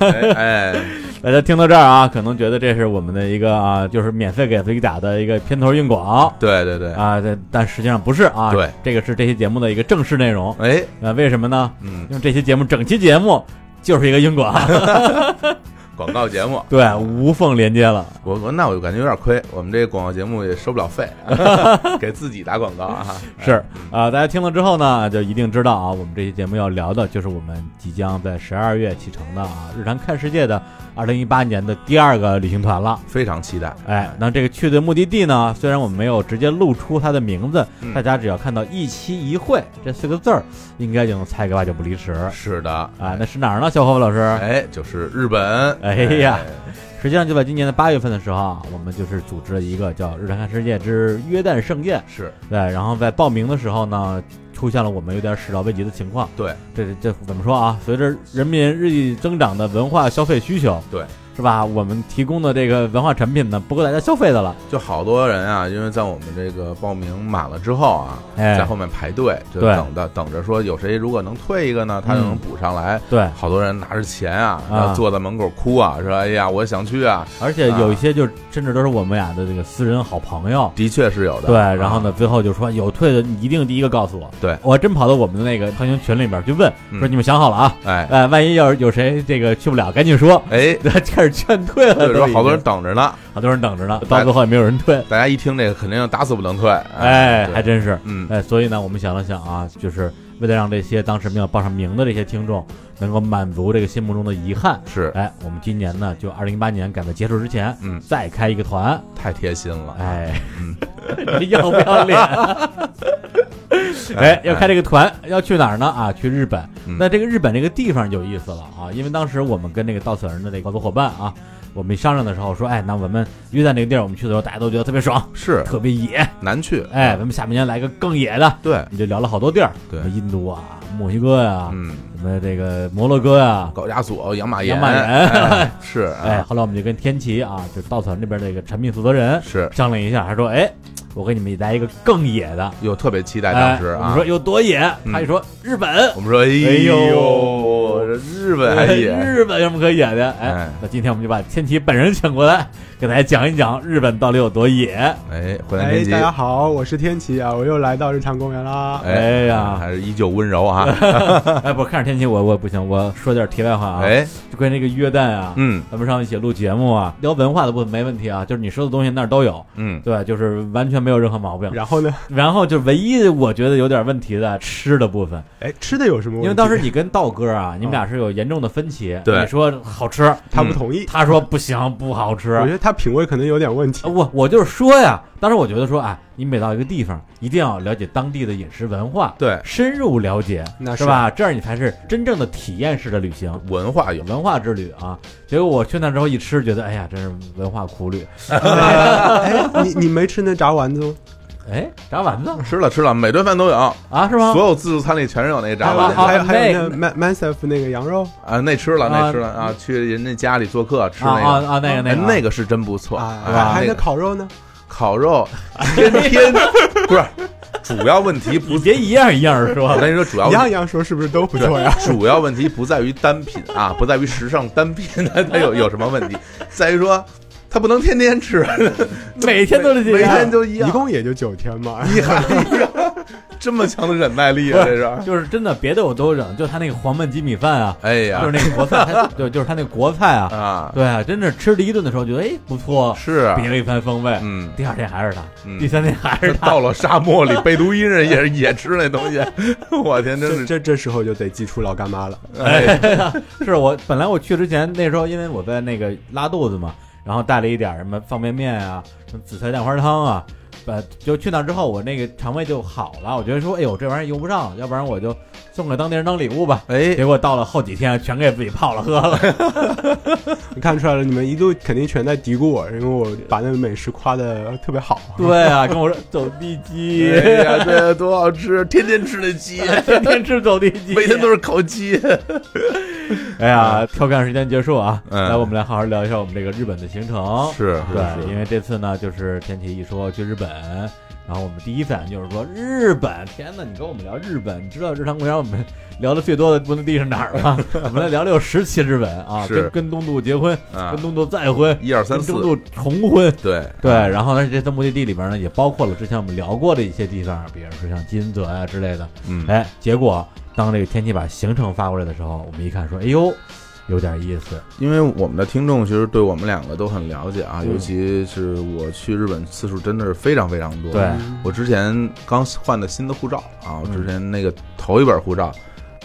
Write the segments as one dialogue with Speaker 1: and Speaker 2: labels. Speaker 1: 哎，哎
Speaker 2: 大家听到这儿啊，可能觉得这是我们的一个啊，就是免费给自己打的一个片头硬广
Speaker 1: 对对对，
Speaker 2: 啊，这但实际上不是啊，
Speaker 1: 对，
Speaker 2: 这个是这期节目的一个正式内容。
Speaker 1: 哎，
Speaker 2: 啊，为什么呢？
Speaker 1: 嗯，
Speaker 2: 因为这期节目整期节目就是一个硬广，
Speaker 1: 广告节目，
Speaker 2: 对，无缝连接了。
Speaker 1: 我我那我就感觉有点亏，我们这个广告节目也收不了费， 给自己打广告啊，
Speaker 2: 是啊、呃大家听了之后呢，就一定知道啊，我们这期节目要聊的就是我们即将在十二月启程的啊，日常看世界的二零一八年的第二个旅行团了。
Speaker 1: 非常期待，
Speaker 2: 哎，那这个去的目的地呢，虽然我们没有直接露出它的名字，
Speaker 1: 嗯
Speaker 2: 大家只要看到“一期一会”这四个字儿，应该就能猜个八九不离十。
Speaker 1: 是的，
Speaker 2: 啊，那是哪儿呢？小伙伴老师，
Speaker 1: 哎，就是日本，
Speaker 2: 哎呀，实际上就在今年的八月份的时候啊，我们就是组织了一个叫“日常看世界之约旦盛宴”。
Speaker 1: 是
Speaker 2: 对，然后在报名的时候呢，出现了我们有点始料未及的情况。
Speaker 1: 对，
Speaker 2: 这这怎么说啊？随着人民日益增长的文化消费需求，
Speaker 1: 对，
Speaker 2: 是吧？我们提供的这个文化产品呢，不够大家消费的了。
Speaker 1: 就好多人啊，因为在我们这个报名满了之后啊，
Speaker 2: 哎
Speaker 1: 在后面排队，就
Speaker 2: 对
Speaker 1: 等的等着说有谁如果能退一个呢，他就能补上来。
Speaker 2: 对，
Speaker 1: 好多人拿着钱啊，
Speaker 2: 啊
Speaker 1: 然后坐在门口哭啊，说：“哎呀，我想去啊
Speaker 2: 而且有一些就甚至都是我们俩的这个私人好朋友！”。
Speaker 1: 的确是有的。
Speaker 2: 对，然后
Speaker 1: 啊？
Speaker 2: 呢，最后就说有退的，你一定第一个告诉我。
Speaker 1: 对
Speaker 2: 我还真跑到我们的那个航行群里边去问，
Speaker 1: 嗯
Speaker 2: 说你们想好了啊？
Speaker 1: 哎
Speaker 2: 呃，万一要是有谁这个去不了，赶紧说。
Speaker 1: 哎，
Speaker 2: 对，开始劝退了，
Speaker 1: 对，
Speaker 2: 都
Speaker 1: 说
Speaker 2: 已
Speaker 1: 好多
Speaker 2: 经
Speaker 1: 人等着呢，
Speaker 2: 好多人等着呢，
Speaker 1: 大
Speaker 2: 到最后也没有人退。
Speaker 1: 大家一听这个肯定打死不能退。
Speaker 2: 哎，
Speaker 1: 对
Speaker 2: 还真是。
Speaker 1: 嗯，
Speaker 2: 哎，所以呢，我们想了想啊，就是为了让这些当时没有报上名的这些听众能够满足这个心目中的遗憾，
Speaker 1: 是
Speaker 2: 哎，我们今年呢，就二零一八年赶在结束之前，
Speaker 1: 嗯
Speaker 2: 再开一个团，
Speaker 1: 太贴心了。
Speaker 2: 哎，
Speaker 1: 嗯，
Speaker 2: 你要不 要脸？哎，要开这个团，要去哪儿呢？啊，去日本。
Speaker 1: 嗯
Speaker 2: 那这个日本这个地方有意思了啊，因为当时我们跟那个稻草人的这个合作伙伴啊，我们商量的时候说，哎，那我们约在那个地儿，我们去的时候，大家都觉得特别爽，
Speaker 1: 哎是
Speaker 2: 特别野。
Speaker 1: 难去。
Speaker 2: 哎，咱们下半年来个更野的。
Speaker 1: 对，
Speaker 2: 你就聊了好多地儿，
Speaker 1: 对
Speaker 2: 什么印度啊、墨西哥呀、
Speaker 1: 嗯，
Speaker 2: 什么这个摩洛哥呀、
Speaker 1: 高加索、养马岩、
Speaker 2: 养马岩
Speaker 1: 哎是
Speaker 2: 哎，
Speaker 1: 啊，
Speaker 2: 后来我们就跟天琪啊，就是稻草人这边这个产品负责人
Speaker 1: 是
Speaker 2: 商量一下，他说，哎，我给你们来一个更野的。
Speaker 1: 又特别期待
Speaker 2: 哎
Speaker 1: 当时，
Speaker 2: 我们
Speaker 1: 啊
Speaker 2: 说。有多野，
Speaker 1: 嗯
Speaker 2: 他一说日本，
Speaker 1: 我们说，哎
Speaker 2: 呦
Speaker 1: 呦，这日本还哎野，
Speaker 2: 哎日本有什么可野的？哎
Speaker 1: 哎，
Speaker 2: 那今天我们就把天琪本人请过来，给大家讲一讲日本到底有 多野。
Speaker 1: 哎，回南
Speaker 3: 哎，
Speaker 1: 天机
Speaker 3: 大，家好，我是天奇啊，我又来到日常公园啦。
Speaker 2: 哎呀
Speaker 1: 嗯还是依旧温柔啊，
Speaker 2: 哎，不看着天琪，我我不行，我说点题外话啊，
Speaker 1: 哎，
Speaker 2: 就关于这个约旦啊，
Speaker 1: 嗯
Speaker 2: 咱们上一起录节目啊，聊文化的部分没问题啊，就是你说的东西那儿都有，
Speaker 1: 嗯，
Speaker 2: 对，就是完全没有任何毛病。
Speaker 1: 啊
Speaker 3: 然后呢，
Speaker 2: 然后就唯一我觉得有点问题的吃的部分，
Speaker 3: 哎，吃的有什么问题？
Speaker 2: 因为当时你跟道哥啊，你们俩是有严重的分歧。
Speaker 1: 嗯对
Speaker 2: 你说好吃，
Speaker 3: 他不同意，
Speaker 2: 他说不行，不好吃。
Speaker 3: 我觉得他品味可能有点问题。
Speaker 2: 呃我我就是说呀，当时我觉得说，哎，你每到一个地方，一定要了解当地的饮食文化，
Speaker 1: 对，
Speaker 2: 深入了解，
Speaker 3: 那
Speaker 2: 是
Speaker 3: 是
Speaker 2: 吧？这样你才是真正的体验式的旅行。
Speaker 1: 文化有，
Speaker 2: 文化之旅啊，结果我去那之后一吃，觉得哎呀，真是文化苦旅。
Speaker 3: 哎，你你没吃那炸丸子吗？
Speaker 2: 哎，炸丸子
Speaker 1: 吃了吃了，每顿饭都有，
Speaker 2: 啊，是吗？
Speaker 1: 所有自助餐里全是有那个炸
Speaker 3: 还
Speaker 2: 好
Speaker 3: 有
Speaker 1: 丸
Speaker 2: 吧
Speaker 1: 子
Speaker 2: 啊好
Speaker 3: 还有还有
Speaker 2: 那
Speaker 3: 那 man manself 那个羊肉
Speaker 1: 啊，那吃了
Speaker 2: 啊
Speaker 1: 那吃了啊，去人家家里做客吃
Speaker 2: 啊啊
Speaker 1: 那个。
Speaker 2: 啊，那个
Speaker 1: 哎
Speaker 2: 那个
Speaker 1: 那个是真不错，
Speaker 3: 啊，
Speaker 1: 哎那
Speaker 3: 还有那
Speaker 1: 个
Speaker 3: 烤肉呢？
Speaker 1: 烤肉，天天不是主要问题不
Speaker 2: 你，别一样一样
Speaker 1: 我
Speaker 2: 说，
Speaker 1: 跟你说主要
Speaker 3: 一
Speaker 1: 问
Speaker 3: 样一样说是不是都不啊错呀？
Speaker 1: 主要问题不在于单品啊，不在于时尚单品 它它有有什么问题，在于说它不能天天吃，
Speaker 2: 每天都是这
Speaker 1: 每天
Speaker 2: 样。
Speaker 1: 都一样
Speaker 3: 一。共也就九天 嘛。
Speaker 1: 厉害， 这么强的忍耐力啊，这是。
Speaker 2: 就是真的，别的我都忍，就他那个黄焖鸡米饭啊，
Speaker 1: 哎
Speaker 2: 就是
Speaker 1: 呀，
Speaker 2: 那个国菜，他对，就是他那个国菜啊，
Speaker 1: 啊，
Speaker 2: 对啊，真的吃了一顿的时候觉得哎不错，
Speaker 1: 是啊，
Speaker 2: 别了一番风味。
Speaker 1: 嗯，
Speaker 2: 第二天还是他，
Speaker 1: 嗯
Speaker 2: 第三天还是他，
Speaker 1: 到了沙漠里，贝都因人也也吃那 东西，我天，
Speaker 3: 这
Speaker 1: 真是，
Speaker 3: 这这时候就得祭出老干妈了。
Speaker 1: 哎，
Speaker 2: 是我本来我去之前那时候，因为我在那个拉肚子嘛，然后带了一点什么方便面啊，什么紫菜蛋花汤啊，呃，就去那之后，我那个肠胃就好了。我觉得说，哎呦，这玩意儿用不上了，要不然我就送给当地人当礼物吧。
Speaker 1: 哎，
Speaker 2: 结果到了后几天，全给自己泡了喝 了。
Speaker 3: 你看出来了，你们一度肯定全在嘀咕我，因为我把那个美食夸的特别好。
Speaker 2: 对啊，跟我说走地鸡，
Speaker 1: 哎呀，这多好吃，天天吃那 鸡，
Speaker 2: 天天吃走地鸡，
Speaker 1: 每天都是烤鸡，
Speaker 2: 哎呀，跳看时间结束啊，
Speaker 1: 嗯
Speaker 2: 来我们来好好聊一下我们这个日本的行程。
Speaker 1: 是
Speaker 2: 对，因为这次呢，就是天琪一说去日本，然后我们第一反应就是说日本，天哪！你跟我们聊日本，你知道日常公园我们 聊的最多的目的地是哪儿吗？我们来聊聊有十期日本啊，
Speaker 1: 是
Speaker 2: 跟跟东渡结婚，
Speaker 1: 啊
Speaker 2: 跟，东渡再婚，
Speaker 1: 一二三
Speaker 2: 跟东
Speaker 1: 四，
Speaker 2: 渡重婚，
Speaker 1: 对
Speaker 2: 对，然后呢，这些目的地里边呢，也包括了之前我们聊过的一些地方，比如说像金泽啊之类的。
Speaker 1: 嗯，
Speaker 2: 哎，结果当这个天气把行程发过来的时候，我们一看说，哎呦，有点意思。
Speaker 1: 因为我们的听众其实对我们两个都很了解啊，
Speaker 3: 嗯
Speaker 1: 尤其是我去日本次数真的是非常非常多。
Speaker 2: 对嗯
Speaker 1: 我之前刚换的新的护照啊，我之前那个头一本护照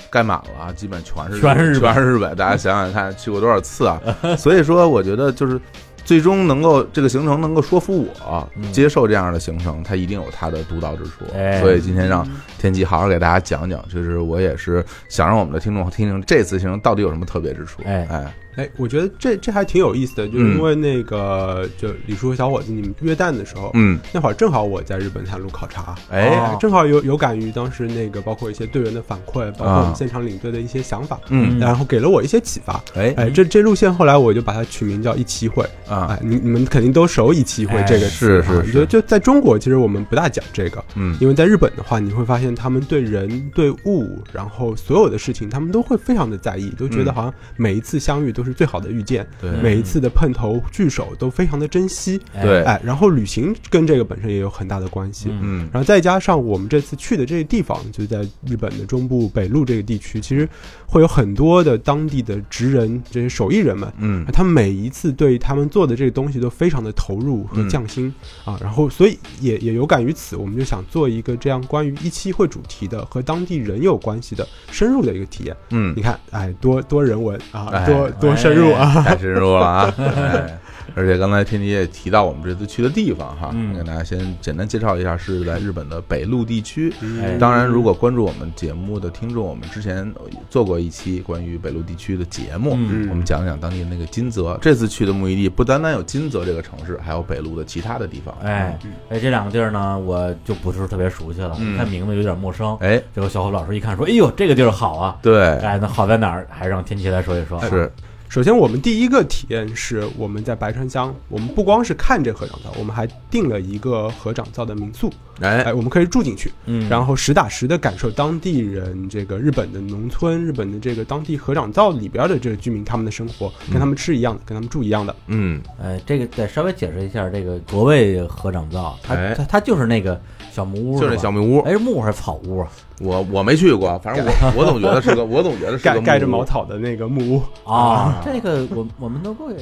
Speaker 1: 盖满了啊，基本全是
Speaker 2: 全是日
Speaker 1: 日
Speaker 2: 本
Speaker 1: 全是日本，大家想想看去过多少次啊？ 所以说，我觉得就是最终能够这个行程能够说服我
Speaker 2: 嗯
Speaker 1: 接受这样的行程，它一定有它的独到之处
Speaker 2: 哎。
Speaker 1: 所以今天让天琪好好给大家讲讲，就是我也是想让我们的听众听听这次行程到底有什么特别之处。
Speaker 2: 哎
Speaker 1: 哎，
Speaker 3: 哎，我觉得这这还挺有意思的，就是
Speaker 1: 嗯
Speaker 3: 因为那个、就李叔和小伙子你们约旦的时候，
Speaker 1: 嗯，
Speaker 3: 那会儿正好我在日本探路考察，
Speaker 1: 哎，
Speaker 2: 哦
Speaker 3: 正好有有感于当时那个包括一些队员的反馈，包括我
Speaker 1: 啊
Speaker 3: 们现场领队的一些想法，
Speaker 1: 嗯，
Speaker 3: 然后给了我一些启发。
Speaker 1: 哎
Speaker 3: 哎，这这路线后来我就把它取名叫一期一会，
Speaker 1: 啊，
Speaker 3: 哎，你你们肯定都熟一期一会
Speaker 2: 哎
Speaker 3: 这个
Speaker 1: 是
Speaker 3: 词啊，
Speaker 1: 是
Speaker 3: 我觉得
Speaker 1: 是，
Speaker 3: 就在中国，其实我们不大讲这个，
Speaker 1: 嗯，
Speaker 3: 因为在日本的话，你会发现他们对人、对物，然后所有的事情，他们都会非常的在意，都觉得
Speaker 1: 嗯
Speaker 3: 好像每一次相遇都是最好的遇见，
Speaker 1: 对
Speaker 2: 嗯
Speaker 3: 每一次的碰头聚首都非常的珍惜。
Speaker 2: 哎
Speaker 1: 对
Speaker 3: 哎，然后旅行跟这个本身也有很大的关系。
Speaker 2: 嗯
Speaker 1: 嗯
Speaker 3: 然后再加上我们这次去的这个地方，就在日本的中部北路这个地区，其实会有很多的当地的职人，这些手艺人们，
Speaker 1: 嗯
Speaker 3: 他们每一次对他们做的这个东西都非常的投入和
Speaker 1: 嗯
Speaker 3: 匠心、啊，然后所以也也有感于此，我们就想做一个这样关于一期会主题的和当地人有关系的深入的一个体验。
Speaker 1: 嗯
Speaker 3: 你，看，哎，多多人文啊，
Speaker 1: 哎
Speaker 3: 多多深入啊，
Speaker 1: 太深入了 啊！哎，而且刚才天迪也提到我们这次去的地方哈，
Speaker 2: 嗯
Speaker 1: 给大家先简单介绍一下，是在日本的北陆地区。
Speaker 2: 哎
Speaker 1: 当然，如果关注我们节目的听众，我们之前做过一期关于北陆地区的节目，
Speaker 2: 嗯
Speaker 1: 我们讲讲当地那个金泽。这次去的目的地不单单有金泽这个城市，还有北陆的其他的地方。
Speaker 2: 哎哎，这两个地儿呢，我就不是特别熟悉了，
Speaker 1: 嗯
Speaker 2: 看名字有点陌生。
Speaker 1: 哎，
Speaker 2: 结果小伙老师一看说，哎呦，这个地儿好啊！
Speaker 1: 对，
Speaker 2: 哎，那好在哪儿？还是让天琪来说一说。
Speaker 1: 是，
Speaker 3: 首先，我们第一个体验是我们在白川乡，我们不光是看这合掌灶，我们还订了一个合掌灶的民宿，
Speaker 1: 哎
Speaker 3: 哎，，我们可以住进去，
Speaker 2: 嗯，
Speaker 3: 然后实打实的感受当地人这个日本的农村、日本的这个当地合掌灶里边的这个居民他们的生活，跟他们吃一样的，跟他们住一样的。
Speaker 1: 嗯，
Speaker 2: 呃，这个再稍微解释一下，这个国卫合掌灶，它
Speaker 1: 哎
Speaker 2: 它它就是那个小木屋，
Speaker 1: 就是那小木屋，
Speaker 2: 哎是木屋还是草屋啊？
Speaker 1: 我我没去过，反正我我总觉得是个，我总觉得是个
Speaker 3: 盖盖着
Speaker 1: 木屋
Speaker 3: 茅草的那个木屋，
Speaker 2: 啊，这个我 我们都会，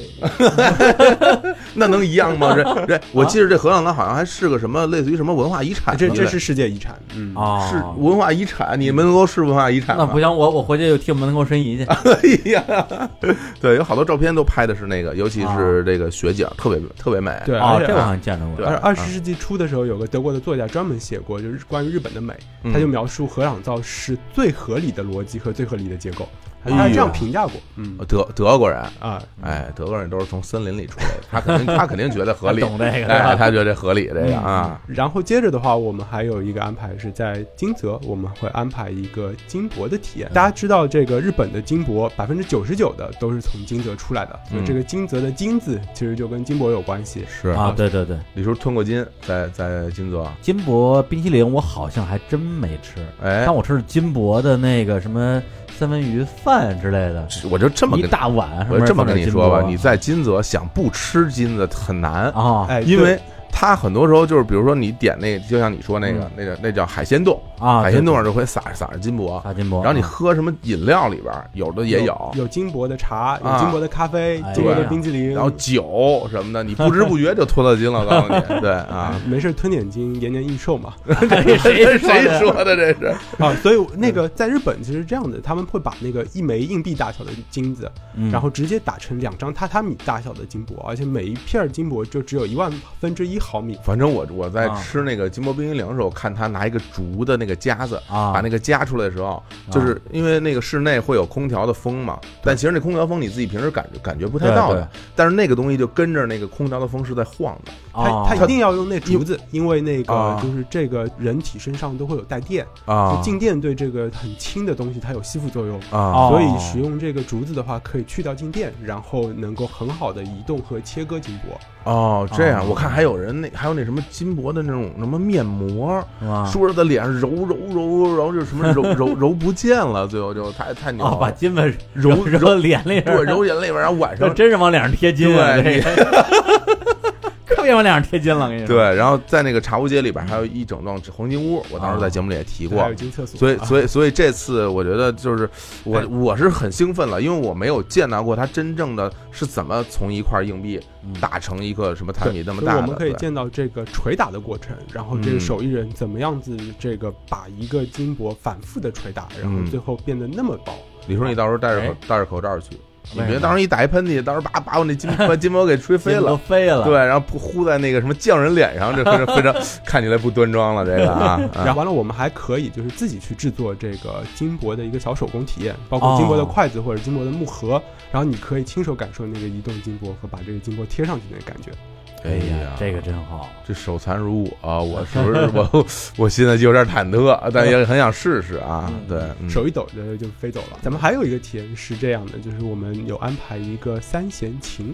Speaker 1: 那能一样吗？这这，我记得这合掌堂好像还是个什么类似于什么文化遗产之
Speaker 3: 啊这
Speaker 1: 啊类的，
Speaker 3: 这是世界遗产。嗯，
Speaker 2: 啊，
Speaker 1: 是文化遗产，你们能够是文化遗产
Speaker 2: 那
Speaker 1: 吗
Speaker 2: 不？行，我我回去就替门口申遗去。
Speaker 1: 啊 哎呀，对，有好多照片都拍的是那个，尤其是这个雪景，特别特别美。
Speaker 3: 啊对
Speaker 2: 啊，
Speaker 3: 而且
Speaker 2: 这我好像见着过。
Speaker 1: 对
Speaker 3: 而
Speaker 1: 啊
Speaker 3: 二十世纪初的时候，有个德国的作家专门写过，就是关于日本的美，
Speaker 1: 嗯
Speaker 3: 他就描述合掌灶是最合理的逻辑和最合理的结构，
Speaker 1: 哎呦
Speaker 3: 他这样评价过。嗯
Speaker 1: 德德国人，
Speaker 3: 啊，
Speaker 1: 哎，德国人都是从森林里出来的，他肯定他肯定觉得合理，
Speaker 2: 懂这个
Speaker 1: 哎，他觉得这合理这个
Speaker 2: 嗯
Speaker 1: 啊，
Speaker 3: 然后接着的话，我们还有一个安排是在金泽，我们会安排一个金箔的体验。大家知道，这个日本的金箔百分之九十九的都是从金泽出来的，所以
Speaker 1: 嗯
Speaker 3: 这个金泽的金字其实就跟金箔有关系。
Speaker 1: 是
Speaker 2: 啊，对对对，
Speaker 1: 李叔吞过金，在在金泽，
Speaker 2: 金箔冰淇淋我好像还真没吃，
Speaker 1: 哎
Speaker 2: 但，我吃的金箔的那个什么三文鱼饭之类的，
Speaker 1: 我就这么
Speaker 2: 一
Speaker 1: 跟，
Speaker 2: 大碗。
Speaker 1: 我就这么跟你说吧，
Speaker 2: 上面
Speaker 1: 你
Speaker 2: 放着金
Speaker 1: 在金泽想不吃金子很难
Speaker 2: 箔啊
Speaker 3: 哎，
Speaker 1: 哦因为它很多时候就是，比如说你点那个，就像你说那个、那个那叫海鲜冻，
Speaker 2: 啊，
Speaker 1: 哎海鲜冻
Speaker 2: 多少
Speaker 1: 上就会撒撒着金箔，
Speaker 2: 大金箔，
Speaker 1: 然后你
Speaker 2: 啊
Speaker 1: 喝什么饮料里边儿有的也
Speaker 3: 有
Speaker 1: 有，
Speaker 3: 有金箔的茶，
Speaker 1: 啊
Speaker 3: 有金箔的咖啡
Speaker 2: 哎，
Speaker 3: 金箔的
Speaker 2: 呀
Speaker 3: 冰激凌，
Speaker 1: 然后酒什么的，你不知不觉就吞了金了，我告诉你，对啊
Speaker 3: 啊，，没事吞点金，延年益寿嘛。
Speaker 2: 这
Speaker 1: 这
Speaker 2: 谁
Speaker 1: 谁
Speaker 2: 的
Speaker 1: 说的这是？
Speaker 3: 啊，所以
Speaker 1: 嗯
Speaker 3: 那个在日本其实这样的，他们会把那个一枚硬币大小的金子，
Speaker 2: 嗯
Speaker 3: 然后直接打成两张榻榻米大小的金箔，而且每一片金箔就只有一万分之一毫米。
Speaker 1: 反正我我在
Speaker 2: 啊
Speaker 1: 吃那个金箔冰激凌的时候，看他拿一个竹的那个夹子，
Speaker 2: 啊，
Speaker 1: 把那个夹出来的时候，就是因为那个室内会有空调的风嘛，但其实那空调风你自己平时感觉感觉不太
Speaker 2: 对
Speaker 1: 到
Speaker 2: 对
Speaker 1: 的，但是那个东西就跟着那个空调的风是在晃的，
Speaker 2: 啊
Speaker 3: 它它一定要用那竹子，因为那个
Speaker 1: 啊
Speaker 3: 就是这个人体身上都会有带电，
Speaker 1: 啊
Speaker 3: 就静电对这个很轻的东西它有吸附作用，
Speaker 1: 啊
Speaker 2: 哦
Speaker 3: 所以使用这个竹子的话可以去掉静电，然后能够很好的移动和切割金箔。
Speaker 1: 哦，这样
Speaker 2: 哦
Speaker 1: 我看还有人那还有那什么金箔的那种什么面膜，
Speaker 2: 啊，
Speaker 1: 叔叔在脸上揉揉揉揉揉，就什 么揉揉揉不见了，最后就太太牛
Speaker 2: 哦，把
Speaker 1: 了，
Speaker 2: 金子
Speaker 1: 揉
Speaker 2: 揉脸里边
Speaker 1: 对，
Speaker 2: 儿，
Speaker 1: 揉眼泪，然后晚
Speaker 2: 这
Speaker 1: 上
Speaker 2: 真是往脸上贴金啊！
Speaker 1: 对
Speaker 2: 这个 特别往脸上贴金了，我跟你说。
Speaker 1: 对，然后在那个茶屋街里边还有一整幢黄金屋，我当时在节目里也提过
Speaker 3: 还有，进厕所，
Speaker 1: 所以，
Speaker 3: 以
Speaker 1: 所以，所以这次我觉得就是我
Speaker 3: 啊哎
Speaker 1: 我是很兴奋了，因为我没有见到过它真正的是怎么从一块硬币
Speaker 2: 嗯
Speaker 1: 打成一个什么摊米那么
Speaker 3: 所以
Speaker 1: 大
Speaker 3: 我
Speaker 1: 的。
Speaker 3: 们可以
Speaker 1: 对
Speaker 3: 见到这个捶打的过程，然后这
Speaker 1: 嗯
Speaker 3: 个手艺人怎么样子这个把一个金箔反复的捶打，然后
Speaker 1: 嗯
Speaker 3: 最后变得那么薄。
Speaker 1: 李叔，你到时候戴着口
Speaker 2: 哎
Speaker 1: 戴着口罩去，你
Speaker 2: 为什
Speaker 1: 别
Speaker 2: 么
Speaker 1: 到时候一打一喷嚏，到时候把把我那金把金箔给吹飞
Speaker 2: 金子都
Speaker 1: 了。
Speaker 2: 飞了。
Speaker 1: 对，，然后扑呼在那个什么匠人脸上，这非常非常看起来不端庄了，这个啊，啊
Speaker 3: 然后完了，我们还可以就是自己去制作这个金箔的一个小手工体验，包
Speaker 1: 哦
Speaker 3: 括金箔的筷子或者金箔的木盒，然后你可以亲手感受那个移动金箔和把这个金箔贴上去的那个感觉。
Speaker 1: 哎呀，
Speaker 2: 这个真好。
Speaker 1: 这手残如我、啊我是不是我我现在就有点忐忑，但也很想试试啊。
Speaker 2: 嗯
Speaker 1: 对，嗯
Speaker 3: 手一抖的就飞走了。咱们还有一个体验是这样的，就是我们有安排一个三弦琴，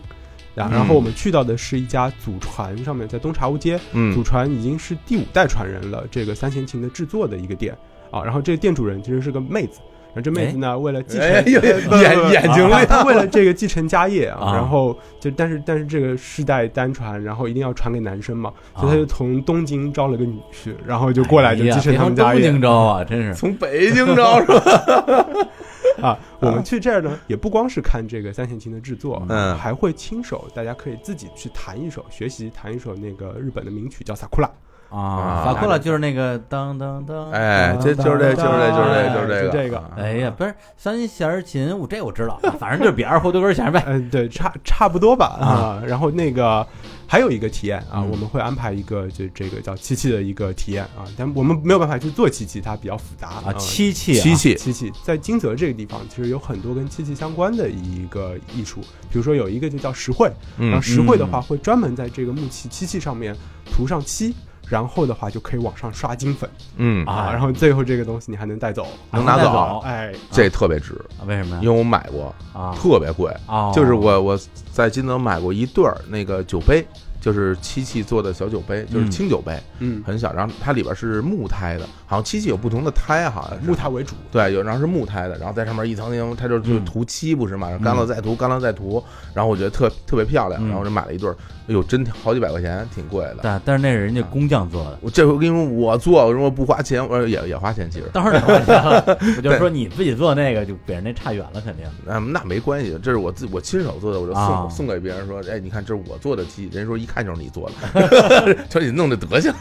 Speaker 3: 啊，
Speaker 1: 嗯
Speaker 3: 然后我们去到的是一家祖传上面，在东茶屋街，祖
Speaker 1: 嗯
Speaker 3: 传已经是第五代传人了，这个三弦琴的制作的一个店啊。然后这个店主人其实是个妹子，然后这妹子呢，为了继承
Speaker 1: 哎呦眼眼睛
Speaker 3: 他
Speaker 1: 亮
Speaker 3: 他 为了这个继承家业啊，
Speaker 2: 啊
Speaker 3: 然后就但是但是这个世代单传，然后一定要传给男生嘛，
Speaker 2: 啊
Speaker 3: 所以他就从东京招了个女婿，然后就过来就
Speaker 2: 哎呀
Speaker 3: 继承他们
Speaker 2: 别
Speaker 3: 家
Speaker 2: 从东
Speaker 3: 业
Speaker 2: 京招啊，真是。
Speaker 1: 从北京招是吧？
Speaker 3: 啊。我们去这儿呢，也不光是看这个三弦琴的制作，
Speaker 1: 嗯
Speaker 3: 还会亲手，大家可以自己去弹一首，学习弹一首那个日本的名曲叫《Sakura》。
Speaker 2: 啊，法库了就是那个当当当，
Speaker 1: 哎，这
Speaker 2: 啊
Speaker 1: 就是这，就是这，就是这，就是这个，啊
Speaker 2: 哎呀，不是三弦琴，我这我知道， 反正就是比二胡多根弦呗。
Speaker 3: 嗯，对，差差不多吧啊。然后那个还有一个体验啊，
Speaker 2: 嗯
Speaker 3: 我们会安排一个就这个叫漆器的一个体验啊，但我们没有办法去做漆器，它比较复杂
Speaker 2: 啊，
Speaker 3: 嗯
Speaker 2: 漆器啊，
Speaker 1: 漆器，
Speaker 3: 漆器在金泽这个地方，其实有很多跟漆器相关的一个艺术，比如说有一个就叫石绘，然后
Speaker 1: 嗯，
Speaker 3: 石绘的话
Speaker 2: 嗯
Speaker 3: 会专门在这个木器漆器上面涂上漆，然后的话就可以往上刷金粉
Speaker 1: 嗯，
Speaker 2: 啊
Speaker 3: 啊，然后最后这个东西你还能带走，
Speaker 1: 能拿
Speaker 2: 带
Speaker 1: 走啊
Speaker 2: 走
Speaker 3: 哎，
Speaker 1: 这特别值，
Speaker 2: 啊为什么
Speaker 1: 因
Speaker 2: 呀？
Speaker 1: 为我买过，
Speaker 2: 啊
Speaker 1: 特别贵。
Speaker 2: 啊，
Speaker 1: 就是我我在金泽买过一对儿那个酒杯，就是漆器做的小酒杯，就是
Speaker 2: 嗯
Speaker 1: 清酒杯，
Speaker 3: 嗯，
Speaker 1: 很小，然后它里边是木胎的，好像漆器有不同的胎，好像是
Speaker 3: 木。胎为主，
Speaker 1: 对，有然后是木胎的，然后在上面一层一层，它就就
Speaker 2: 嗯
Speaker 1: 涂漆不是嘛，然后干了再涂，干了再涂，然后我觉得特特别漂亮，
Speaker 2: 嗯
Speaker 1: 然后我就买了一对儿，哎呦，真好几百块钱，挺贵的。
Speaker 2: 但但是那是人家工匠 做的，
Speaker 1: 我这回因为我做，我说不花钱，我说也也花钱，其实，
Speaker 2: 当然花钱了。我就说你自己做那个就比人那差远了，肯定。
Speaker 1: 嗯，那没关系，这是我自我亲手做的，我就送、
Speaker 2: 啊
Speaker 1: 送给别人说，哎，你看这是我做的鸡，人家说一看就是你做的， 瞧你弄的德行，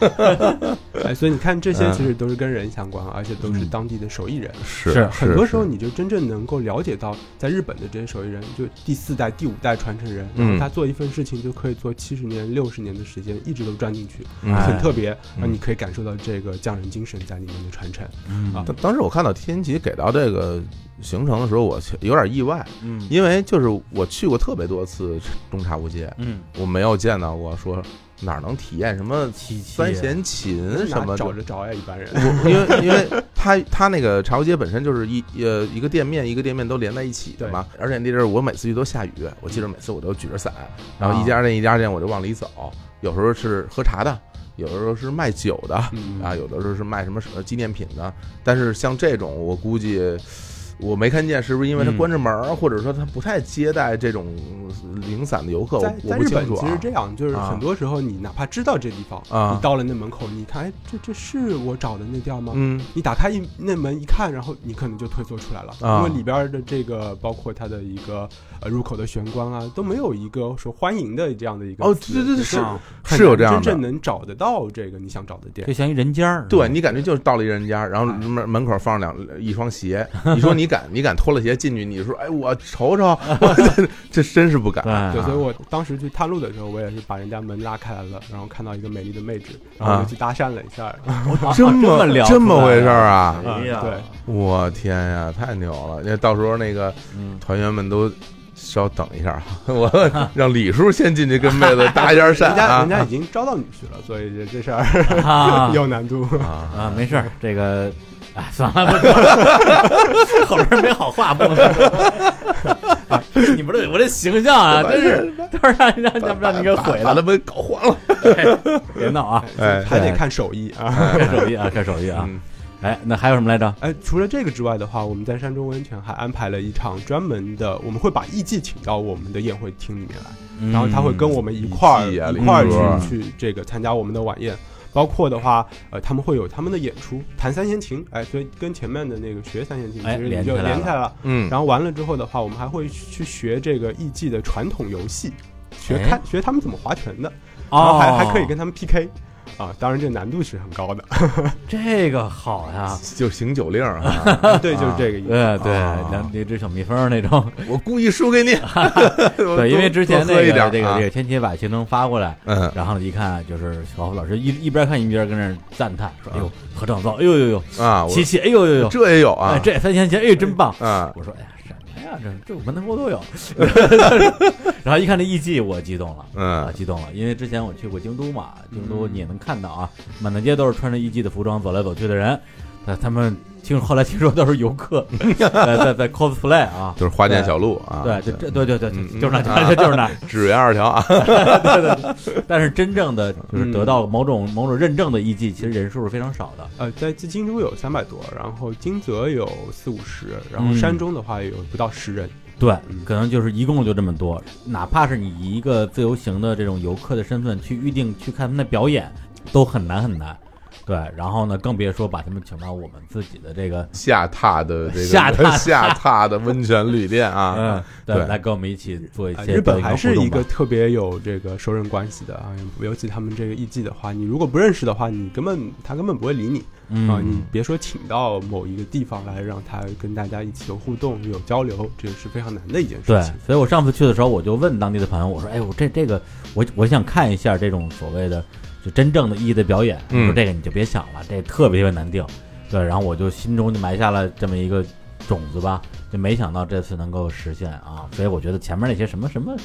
Speaker 3: 哎，所以你看，这些
Speaker 1: 嗯
Speaker 3: 其实都是跟人相关，啊而且都是
Speaker 2: 嗯
Speaker 3: 当地的手艺人。
Speaker 1: 是
Speaker 2: 是
Speaker 3: 很多时候，你就真正能够了解到，在日本的这些手艺人，就第四代、第五代传承人，
Speaker 1: 嗯
Speaker 3: 然后他做一份事情就可以做七十年、六十年的时间，一直都钻进去，
Speaker 1: 嗯
Speaker 2: 哎
Speaker 3: 很特别。
Speaker 1: 嗯
Speaker 3: 然后你可以感受到这个匠人精神在里面的传承。
Speaker 2: 嗯
Speaker 1: 当当时我看到天琪给到这个行程的时候，我有点意外，
Speaker 2: 嗯
Speaker 1: 因为就是我去过特别多次中茶无街，
Speaker 2: 嗯，
Speaker 1: 我没有见到过说哪儿能体验什么
Speaker 2: 漆器
Speaker 1: 三弦琴什
Speaker 3: 哪
Speaker 1: 么的哎
Speaker 3: 找。着找呀，一般人。嗯
Speaker 1: 我因为因为它它那个茶屋街本身就是一呃一个店面一个店面都连在一起的嘛，而且那地儿我每次去都下雨，我记得每次我都举着伞，然
Speaker 3: 啊
Speaker 1: 后一家店一家店我就往里走，有时候是喝茶的，有时候是卖酒的，
Speaker 3: 嗯
Speaker 1: 啊，有的时候是卖什么呃纪念品的，但是像这种我估计。我没看见，是不是因为它
Speaker 2: 嗯
Speaker 1: 关着门儿，或者说它不太接待这种零散的游客？我
Speaker 3: 在
Speaker 1: 我
Speaker 3: 在
Speaker 1: 不
Speaker 3: 日
Speaker 1: 清
Speaker 3: 本
Speaker 1: 楚
Speaker 3: 其实
Speaker 1: 啊。
Speaker 3: 这样，就是
Speaker 1: 啊
Speaker 3: 很多时候你哪怕知道这地方，
Speaker 1: 啊
Speaker 3: 你到了那门口，你看，哎，这这是我找的那地儿吗？
Speaker 1: 嗯，
Speaker 3: 你打开一那门一看，然后你可能就退缩出来了，
Speaker 1: 啊
Speaker 3: 因为里边儿的这个包括它的一个呃入口的玄关啊，都没有一个说欢迎的这样的一个
Speaker 1: 哦
Speaker 3: 词
Speaker 1: 对对对
Speaker 3: 就是很难
Speaker 1: 是有这样的
Speaker 3: 真正能找得到这个你想找的店
Speaker 2: 啊就。像一人尖儿。
Speaker 1: 对你感觉就是到了一人家，然后
Speaker 3: 哎
Speaker 1: 门门口放两一双 鞋，你说你敢你敢脱了鞋进去？你说哎，我瞅瞅，我这这真是不敢。
Speaker 2: 对
Speaker 1: 啊
Speaker 3: 对，所以我当时去探路的时候，我也是把人家门拉开来了，然后看到一个美丽的妹纸，然后我就去搭讪了一 下。
Speaker 2: 啊
Speaker 1: 这
Speaker 2: 这
Speaker 1: 么
Speaker 2: 么聊
Speaker 1: 这么
Speaker 2: 出来
Speaker 1: 回事
Speaker 2: 啊
Speaker 1: 儿啊！
Speaker 2: 哎呀，
Speaker 3: 对
Speaker 1: 我天呀，太牛了！那到时候那个
Speaker 2: 嗯，
Speaker 1: 团员们都稍等一下啊， 我让李叔先进去跟妹子搭一下 讪
Speaker 3: 人家人
Speaker 1: 啊
Speaker 3: 家已经招到女婿了，所以这这事 儿
Speaker 2: 啊
Speaker 3: 有难度。
Speaker 1: 啊！
Speaker 2: 啊，没事
Speaker 3: 嗯
Speaker 2: 儿，这个，哎，算了，不说 了后边没好话不能说。 啊 你们这我这形象啊，真是都是让让让让你给毁
Speaker 1: 把他
Speaker 2: 了。
Speaker 1: 们搞黄了。
Speaker 2: 别闹啊，
Speaker 1: 哎，
Speaker 3: 还得看手艺啊。
Speaker 2: 看手艺啊，看手艺啊。
Speaker 1: 嗯
Speaker 2: 哎，那还有什么来着？
Speaker 3: 哎，除了这个之外的话，我们在山中温泉还安排了一场专门的，我们会把艺妓请到我们的宴会厅里面来，然后他会跟我们一块儿、
Speaker 1: 艺妓啊
Speaker 3: 一块
Speaker 1: 林哥
Speaker 3: 儿去去这个参加我们的晚宴。包括的话，呃，他们会有他们的演出，弹三弦琴，哎，所以跟前面的那个学三弦琴，其
Speaker 2: 哎
Speaker 3: 实
Speaker 2: 连
Speaker 3: 你就
Speaker 2: 起来
Speaker 3: 连起来了。
Speaker 1: 嗯，
Speaker 3: 然后完了之后的话，我们还会去学这个艺伎的传统游戏，学
Speaker 2: 哎
Speaker 3: 看学他们怎么划拳的，然
Speaker 2: 哦，
Speaker 3: 后还还可以跟他们 PK，啊，当然这难度是很 高的，
Speaker 2: 这个好呀。
Speaker 1: 就行酒令啊，
Speaker 3: 对，就是这个意思。
Speaker 2: 呃，对，
Speaker 3: 哦
Speaker 1: 啊
Speaker 2: 两一只小蜜蜂那种，
Speaker 1: 我故意输给你，
Speaker 2: 对，
Speaker 1: 对
Speaker 2: 因为之前那个这个这个
Speaker 1: 啊，
Speaker 2: 天蝎把行程发过来，
Speaker 1: 嗯，
Speaker 2: 然后一看就是小虎老师一一边看一边跟那儿赞叹
Speaker 3: 嗯
Speaker 2: 说：“哎呦，合掌造，哎呦呦呦，
Speaker 1: 啊，我
Speaker 2: 琪琪，哎呦呦呦，
Speaker 1: 这也有
Speaker 2: 哎
Speaker 1: 啊，
Speaker 2: 这三千钱，哎真棒。”
Speaker 1: 啊，
Speaker 2: 我说：“哎呀，什么呀？这这我门头沟都有。” 然后一看这艺伎，我激动了。啊，
Speaker 1: 嗯
Speaker 2: 激动了，因为之前我去过京都嘛，京都你也能看到啊，满大街都是穿着艺伎的服装走来走去的人，他他们听后来听说都是游 客，在在在 cosplay 啊，
Speaker 1: 就是花间小路啊，
Speaker 2: 对，就这对对对，
Speaker 1: 嗯
Speaker 2: 就
Speaker 1: 嗯
Speaker 2: 就是那，
Speaker 1: 啊
Speaker 2: 就就是那，
Speaker 1: 只缘二条啊，
Speaker 2: 对对对。 但是真正的就是
Speaker 1: 嗯
Speaker 2: 得到某种某种认证的艺伎，其实人数是非常少的。
Speaker 3: 呃，在京都有三百多，然后金泽有四五十，然后
Speaker 2: 嗯
Speaker 3: 山中的话也有不到十人。
Speaker 2: 对
Speaker 3: 嗯，
Speaker 2: 可能就是一共就这么多。哪怕是你以一个自由行的这种游客的身份去预定去看他们的表演，都很难很难。对，然后呢，更别说把他们请到我们自己的这个
Speaker 1: 下榻的这个
Speaker 2: 下 榻
Speaker 1: 下榻的温泉旅店啊，
Speaker 2: 嗯，对，
Speaker 1: 对
Speaker 2: 来跟我们一起做一
Speaker 3: 啊
Speaker 2: 些
Speaker 3: 日本还是
Speaker 2: 活
Speaker 3: 一
Speaker 2: 动
Speaker 3: 个
Speaker 2: 吧
Speaker 3: 特别有这个熟人关系的啊，尤其他们这个艺伎的话，你如果不认识的话，你根本他根本不会理你啊。你
Speaker 2: 嗯，
Speaker 3: 别说请到某一个地方来让他跟大家一起有互动、有交流，这个是非常难的一件
Speaker 2: 对
Speaker 3: 事情。，
Speaker 2: 所以我上次去的时候，我就问当地的朋友，我说，哎，我这这个，我我想看一下这种所谓的就真正的意义的表演，
Speaker 1: 嗯
Speaker 2: 说这个你就别想了，这特别特别难定，对，然后我就心中就埋下了这么一个种子吧，就没想到这次能够实现啊，所以我觉得前面那些什么什么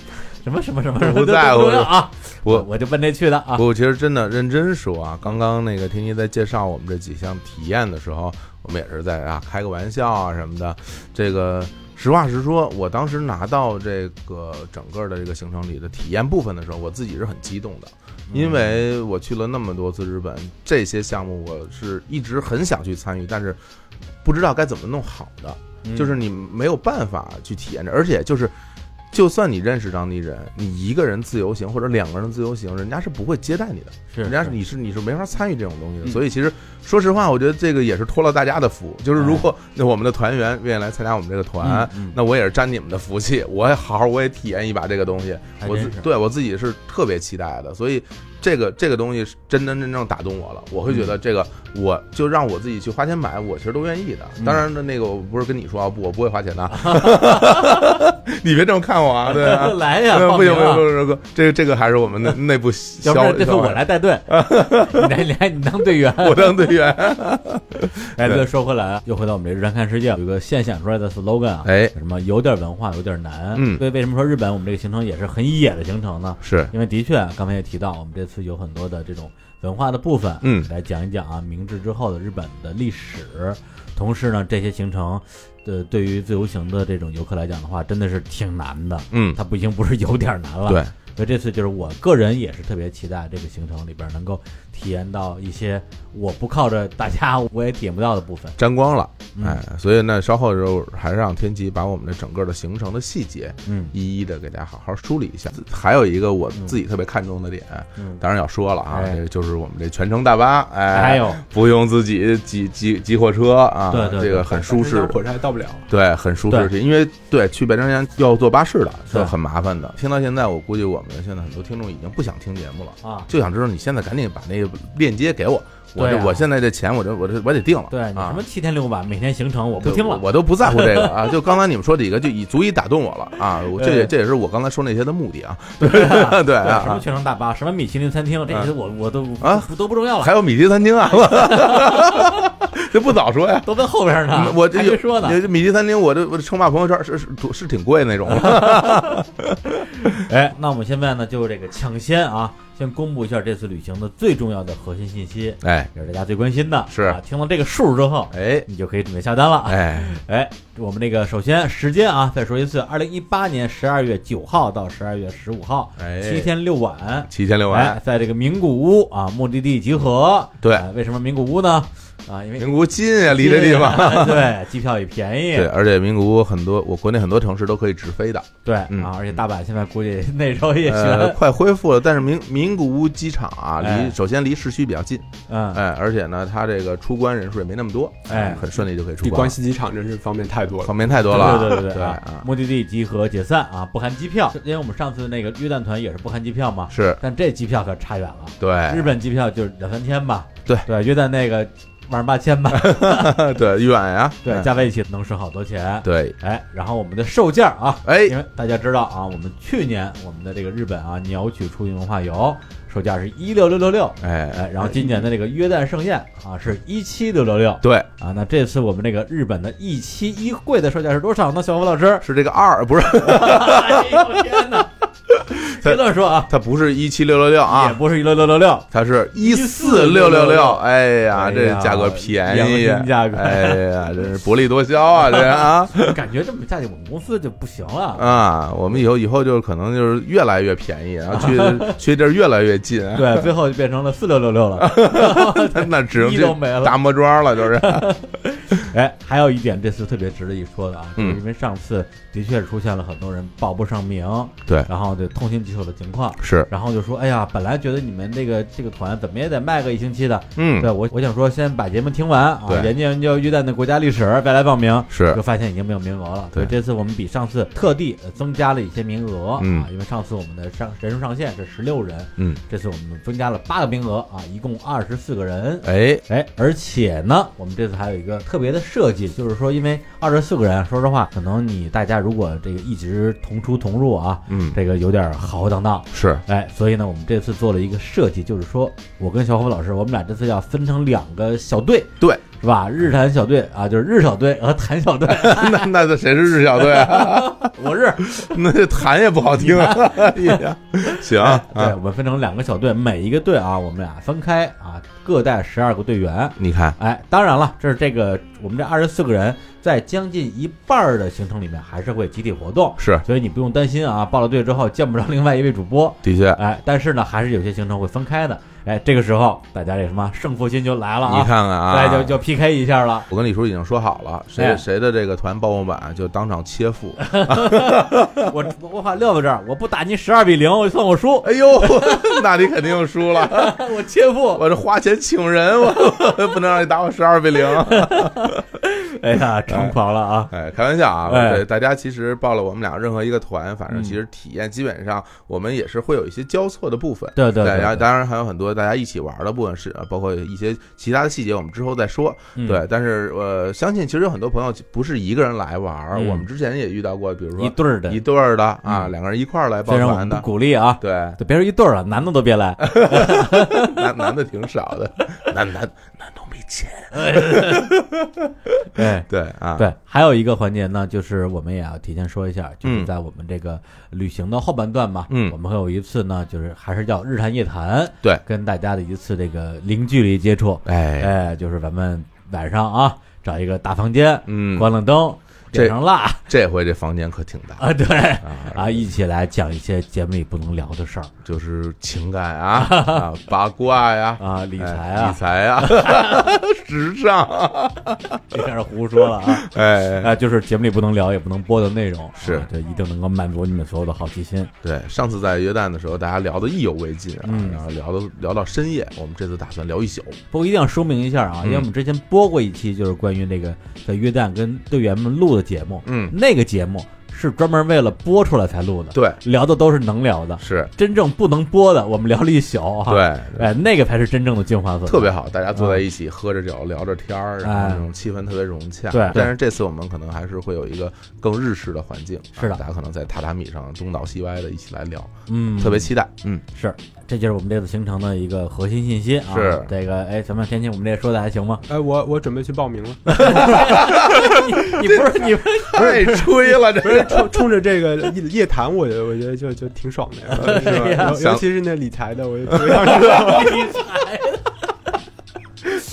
Speaker 2: 什么什么什么什么
Speaker 1: 不
Speaker 2: 都
Speaker 1: 在乎
Speaker 2: 重要啊，
Speaker 1: 我
Speaker 2: 我就奔这去的啊
Speaker 1: 不，过其实真的认真说啊，刚刚那个天一在介绍我们这几项体验的时候，我们也是在啊开个玩笑啊什么的。这个实话实说，我当时拿到这个整个的这个行程里的体验部分的时候，我自己是很激动的，
Speaker 2: 嗯
Speaker 1: 因为我去了那么多次日本，这些项目我是一直很想去参与，但是不知道该怎么弄好的。
Speaker 2: 嗯
Speaker 1: 就是你没有办法去体验这，而且就是，就算你认识当地人，你一个人自由行或者两个人自由行，人家是不会接待你的，
Speaker 2: 是
Speaker 1: 人家是你是你是没法参与这种东西的。
Speaker 3: 嗯
Speaker 1: 所以其实说实话，我觉得这个也是托了大家的福，就是如果那我们的团员愿意来参加我们这个团。，
Speaker 2: 嗯嗯
Speaker 1: 那我也是沾你们的福气，我也好好我也体验一把这个东西，
Speaker 2: 还
Speaker 1: 我
Speaker 2: 真
Speaker 1: 自
Speaker 2: 是
Speaker 1: 对我自己是特别期待的，所以这个这个东西是真真正正打动我了。我会觉
Speaker 2: 嗯
Speaker 1: 得这个，我就让我自己去花钱买，我其实都愿意的。
Speaker 2: 嗯
Speaker 1: 当然的，那个我不是跟你说啊，不，我不会花钱的啊， 你别这么看我啊，对啊，
Speaker 2: 来呀，
Speaker 1: 对
Speaker 2: 报
Speaker 1: 不行
Speaker 2: 名
Speaker 1: 不
Speaker 2: 啊
Speaker 1: 行不行不行，这个这个还是我们 的内部消
Speaker 2: 要不然这次
Speaker 1: 消
Speaker 2: 我来 带队，你来你来你当队员。
Speaker 1: 我当队员，
Speaker 2: 哎，再说回来啊，又回到我们这日常看世界，有一个现想出来的 slogan 啊，
Speaker 1: 哎，
Speaker 2: 什么有点文化有点难。
Speaker 1: 嗯
Speaker 2: 所以为什么说日本我们这个行程也是很野的行程呢？
Speaker 1: 是，
Speaker 2: 因为的确，啊刚才也提到，我们这次有很多的这种文化的部分，
Speaker 1: 嗯
Speaker 2: 来讲一讲啊，明治之后的日本的历史。同时呢，这些行程，呃，对于自由行的这种游客来讲的话，真的是挺难的。
Speaker 1: 嗯，
Speaker 2: 它不已经不是有点难了，
Speaker 1: 对，
Speaker 2: 所以这次就是我个人也是特别期待这个行程里边能够体验到一些我不靠着大家我也体验不到的部分。
Speaker 1: 沾光了，
Speaker 2: 嗯
Speaker 1: 哎，所以呢，稍后的时候还是让天琪把我们的整个的行程的细节
Speaker 2: 嗯
Speaker 1: 一一的给大家好好梳理一下。还有一个我自己特别看重的点，
Speaker 2: 嗯，
Speaker 1: 当然要说了啊，
Speaker 2: 哎
Speaker 1: 这就是我们这全程大巴，哎，
Speaker 2: 还有
Speaker 1: 不用自己挤挤挤火车啊，
Speaker 2: 对对对
Speaker 1: 这个很舒
Speaker 3: 但
Speaker 1: 适
Speaker 3: 是。火车还到不了。
Speaker 1: 对，很舒适，因为对去北京之前要坐巴士的，是
Speaker 2: 对
Speaker 1: 很麻烦的。听到现在，我估计我们现在很多听众已经不想听节目了，
Speaker 2: 啊，
Speaker 1: 就想知道你现在赶紧把那个链接给我，我这、
Speaker 2: 对啊
Speaker 1: 我现在这钱我这我这我得定了，
Speaker 2: 对你
Speaker 1: 啊
Speaker 2: 什么，七天六晚，每天行程我不
Speaker 1: 对
Speaker 2: 听了
Speaker 1: 我，我都不在乎这个 啊。就刚才你们说几个，就已足以打动我了啊。我这也
Speaker 2: 哎
Speaker 1: 这也是我刚才说那些的目的啊。
Speaker 2: 对啊
Speaker 1: 对
Speaker 2: 对什
Speaker 1: 啊
Speaker 2: 么，全程大巴，什么米其林餐厅，这些我我都
Speaker 1: 啊
Speaker 2: 不都不重要了，
Speaker 1: 还有米其餐厅 啊，这不早说呀。
Speaker 2: 都在后边呢，
Speaker 1: 嗯我这
Speaker 2: 还没说呢。
Speaker 1: 有米其餐厅，我这我这称霸朋友圈是是是 挺贵的那种。
Speaker 2: 哎，那我们现在呢，就这个抢先啊，先公布一下这次旅行的最重要的核心信息，
Speaker 1: 哎
Speaker 2: 也是大家最关心的。
Speaker 1: 是
Speaker 2: 啊，听到这个数之后，
Speaker 1: 哎
Speaker 2: 你就可以准备下单了。
Speaker 1: 哎，
Speaker 2: 哎，我们那个首先时间啊，再说一次，二零一八年十二月九号到十二月十五号，
Speaker 1: 哎
Speaker 2: 七天六晚，
Speaker 1: 七千六
Speaker 2: 哎
Speaker 1: 百，，
Speaker 2: 在这个名古屋啊目的地集合。
Speaker 1: 对
Speaker 2: 啊为什么名古屋呢？啊，因为
Speaker 1: 名古屋近啊，离这地方。
Speaker 2: 方 对，机票也便宜，
Speaker 1: 对，而且名古屋很多，我国内很多城市都可以直飞的，
Speaker 2: 对
Speaker 1: 嗯
Speaker 2: 啊，而且大阪现在估计 那时候也行，
Speaker 1: 呃，快恢复了。但是名名古屋机场啊，
Speaker 2: 哎
Speaker 1: 离首先离市区比较近，
Speaker 2: 嗯，
Speaker 1: 哎，而且呢，它这个出关人数也没那么多，嗯
Speaker 2: 哎
Speaker 1: 很顺利就可以出
Speaker 3: 比
Speaker 1: 关
Speaker 3: 关
Speaker 1: 了，
Speaker 3: 西机场真是方便太多了。
Speaker 1: 方便太多了。
Speaker 2: 对对对
Speaker 1: 对
Speaker 2: 啊
Speaker 1: 啊，
Speaker 2: 目的地集合解散啊，不含机票，因为我们上次那个约旦团也是不含机票嘛，
Speaker 1: 是，
Speaker 2: 但这机票可差远了，日
Speaker 1: 对
Speaker 2: 本机票就是两三千吧，
Speaker 1: 哎对
Speaker 2: 对，约旦那个万八千 吧，
Speaker 1: 对，远呀，
Speaker 2: 对，
Speaker 1: 嗯
Speaker 2: 加在一起能省好多钱。
Speaker 1: 对，
Speaker 2: 哎，然后我们的售价啊，
Speaker 1: 哎
Speaker 2: 因，为大家知道啊，我们去年我们的这个日本啊鸟取出云文化游售价是一六六六六，
Speaker 1: 哎，
Speaker 2: 哎，然后今年的这个约旦盛宴啊是一七六六六
Speaker 1: 对，，
Speaker 2: 啊，那这次我们这个日本的一期一会的售价是多少呢？小胡老师
Speaker 1: 是这个二，不是，
Speaker 2: 哎呦天哪， 别乱说啊，
Speaker 1: 它不是一七六六六
Speaker 2: 也
Speaker 1: 啊，
Speaker 2: 不是一六六六六，
Speaker 1: 它是一四六六六。哎呀，
Speaker 2: 哎呀
Speaker 1: 这价格便宜
Speaker 2: 良心，价格
Speaker 1: 哎呀，真是薄利多销啊，这啊
Speaker 2: 感觉这么下去我们公司就不行了。
Speaker 1: 啊，我们以后以后就是可能就是越来越便宜，然后 去去地儿越来越近，
Speaker 2: 对，最后就变成了四六六六了。
Speaker 1: 那只能
Speaker 2: 一都没了
Speaker 1: 去大魔庄了， 就是，
Speaker 2: 哎，还有一点这次特别值得一说的啊，就是
Speaker 1: 嗯
Speaker 2: 因为上次的确是出现了很多人报不上名，
Speaker 1: 对，
Speaker 2: 然后就痛心疾首的情况，
Speaker 1: 是，
Speaker 2: 然后就说，哎呀，本来觉得你们这个这个团怎么也得卖个一星期的，
Speaker 1: 嗯
Speaker 2: 对，我我想说先把节目听完啊，
Speaker 1: 对
Speaker 2: 研究研究约旦的国家历史，再来报名。
Speaker 1: 是
Speaker 2: 就，发现已经没有名额了，所
Speaker 1: 对
Speaker 2: 以这次我们比上次特地呃增加了一些名额、
Speaker 1: 嗯
Speaker 2: 啊，因为上次我们的上人数上限是十六人，
Speaker 1: 嗯，
Speaker 2: 这次我们增加了八个名额啊，一共二十四个人。
Speaker 1: 哎，
Speaker 2: 哎，而且呢，我们这次还有一个特别的设计，就是说，因为二十四个人，啊说实话，可能你大家如果这个一直同出同入啊，
Speaker 1: 嗯，
Speaker 2: 这个有点浩浩荡荡。
Speaker 1: 是，
Speaker 2: 哎，所以呢，我们这次做了一个设计，就是说我跟小虎老师，我们俩这次要分成两个小队，
Speaker 1: 对，
Speaker 2: 是吧？日坛小队啊，就是日小队 和谭小队，
Speaker 1: 那那这谁是日小队 啊？
Speaker 2: 我日，
Speaker 1: 那这弹也不好听啊！ 哎呀，行啊，
Speaker 2: 对，我们分成两个小队，每一个队啊，我们俩分开啊，各带十二个队员。
Speaker 1: 你看，
Speaker 2: 哎，当然了，这是这个我们这二十四个人在将近一半儿的行程里面还是会集体活动，
Speaker 1: 是
Speaker 2: 所以你不用担心啊，报了队之后见不着另外一位主播。
Speaker 1: 的确，
Speaker 2: 哎，但是呢，还是有些行程会分开的。哎，这个时候大家这什么胜负心就来了啊！
Speaker 1: 你看看啊，
Speaker 2: 对，就就 PK 一下了。
Speaker 1: 我跟李叔已经说好了，谁
Speaker 2: 哎
Speaker 1: 谁的这个团报幕版就当场切腹。
Speaker 2: 我我把撂到这儿，我不打你十二比零，我就算我输，
Speaker 1: 哎呦， 那你肯定输了。
Speaker 2: 我切腹。
Speaker 1: 我这花钱请人，我我不能让你打我十二比零。
Speaker 2: 哎呀，猖狂了啊！
Speaker 1: 哎，嗯开玩笑啊！
Speaker 2: 哎
Speaker 1: 对，大家其实报了我们俩任何一个团，反正其实体验基本上我们也是会有一些交错的部分。
Speaker 2: 对对
Speaker 1: 然后
Speaker 2: 对，
Speaker 1: 当然还有很多大家一起玩的部分是，呃包括一些其他的细节，我们之后再说。
Speaker 2: 嗯
Speaker 1: 对，但是呃，相信其实有很多朋友不是一个人来玩儿，
Speaker 2: 嗯
Speaker 1: 我们之前也遇到过，比如
Speaker 2: 一
Speaker 1: 说
Speaker 2: 对儿的
Speaker 1: 一，对儿的啊，
Speaker 2: 嗯
Speaker 1: 两个人一块儿来报
Speaker 2: 虽然我
Speaker 1: 团
Speaker 2: 们不
Speaker 1: 的，
Speaker 2: 鼓励啊，
Speaker 1: 对，
Speaker 2: 对，别说一对儿了，男的都别来。
Speaker 1: 男男的挺少 的，男男男都没钱，
Speaker 2: 对
Speaker 1: 对啊，
Speaker 2: 对，还有一个环节呢，就是我们也要提前说一下，就是
Speaker 1: 嗯
Speaker 2: 在我们这个旅行的后半段嘛，
Speaker 1: 嗯
Speaker 2: 我们会有一次呢，就是还是叫日谈夜谈，
Speaker 1: 对
Speaker 2: 跟大家的一次这个零距离接触。
Speaker 1: 哎，
Speaker 2: 哎，就是咱们晚上啊，找一个大房间，
Speaker 1: 嗯，
Speaker 2: 关了灯，
Speaker 1: 这
Speaker 2: 点上蜡
Speaker 1: 这回这房间可挺 大
Speaker 2: 啊，对
Speaker 1: 啊，
Speaker 2: 啊，一起来讲一些节目里不能聊的事儿
Speaker 1: 就是情感啊， 啊八卦呀。
Speaker 2: 啊，理
Speaker 1: 理
Speaker 2: 财
Speaker 1: 哎理
Speaker 2: 啊，
Speaker 1: 财啊， 时尚啊，
Speaker 2: 这开始胡说了 啊。
Speaker 1: 哎，
Speaker 2: 啊，就是节目里不能聊也不能播的内容，
Speaker 1: 是
Speaker 2: 啊这一定能够满足你们所有的好奇心。
Speaker 1: 对，上次在约旦的时候，大家聊的意犹未尽啊，
Speaker 2: 嗯
Speaker 1: 然后聊的聊到深夜，我们这次打算聊一宿。
Speaker 2: 不过一定要说明一下
Speaker 1: 嗯
Speaker 2: 啊，因为我们之前播过一期，就是关于那个在约旦跟队员们录的节目，
Speaker 1: 嗯，
Speaker 2: 那个节目是专门为了播出来才录的，
Speaker 1: 对，
Speaker 2: 聊的都是能聊的，
Speaker 1: 是，
Speaker 2: 真正不能播的，我们聊了一宿哈。
Speaker 1: 对，
Speaker 2: 哎，那个才是真正的精华所在，
Speaker 1: 特别好，大家坐在一起喝着酒，聊着天儿，然
Speaker 2: 哎
Speaker 1: 后那种气氛特别融洽。
Speaker 2: 对
Speaker 1: 但是这次我们可能还是会有一个更日式的环境，
Speaker 2: 是的
Speaker 1: 啊大家可能在榻榻米上东倒西歪的一起来聊，
Speaker 2: 嗯，
Speaker 1: 特别期待。嗯，
Speaker 2: 是。这就是我们这次行程的一个核心信息啊。
Speaker 1: 是
Speaker 2: 这个，哎，咱们天气我们这说的还 行吗？
Speaker 3: 哎，我我准备去报名了，
Speaker 2: 你你不是你不是
Speaker 1: 太吹了，这
Speaker 3: 不是冲冲着这个夜夜谈，我我觉得就就挺爽的呀，是
Speaker 2: 哎
Speaker 3: 吧
Speaker 2: 呀
Speaker 3: 尤尤其是那理财的，我也特别想知道。
Speaker 2: 理财？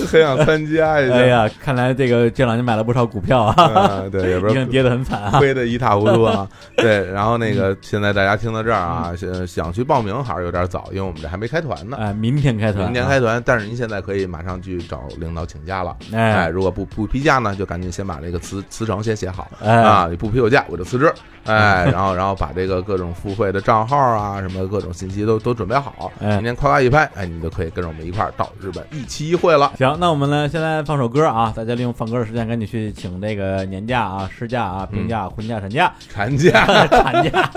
Speaker 1: 很想参加一下。
Speaker 2: 哎呀，看来这个这两年买了不少股票啊，
Speaker 1: 啊，对，也不
Speaker 2: 已
Speaker 1: 是
Speaker 2: 经跌得很惨 啊。
Speaker 1: 亏的一塌糊涂啊。对，然后那个现在大家听到这儿啊，想想去报名还是有点早，因为我们这还没开团呢。
Speaker 2: 哎，明天开团，
Speaker 1: 明年开团，但是您现在可以马上去找领导请假了。哎，
Speaker 2: 哎
Speaker 1: 如果不不批假呢，就赶紧先把这个辞辞呈先写好
Speaker 2: 哎
Speaker 1: 啊！你不批我假，我就辞职。哎，然后然后把这个各种付费的账号啊，什么各种信息都都准备好，
Speaker 2: 哎
Speaker 1: 明天夸夸一拍，哎，你就可以跟着我们一块儿到日本一期一会了。
Speaker 2: 行，那我们呢，现在放首歌啊，大家利用放歌的时间，赶紧去请这个年假啊、事假啊、病假、婚假、产假、
Speaker 1: 产假，
Speaker 2: 产假。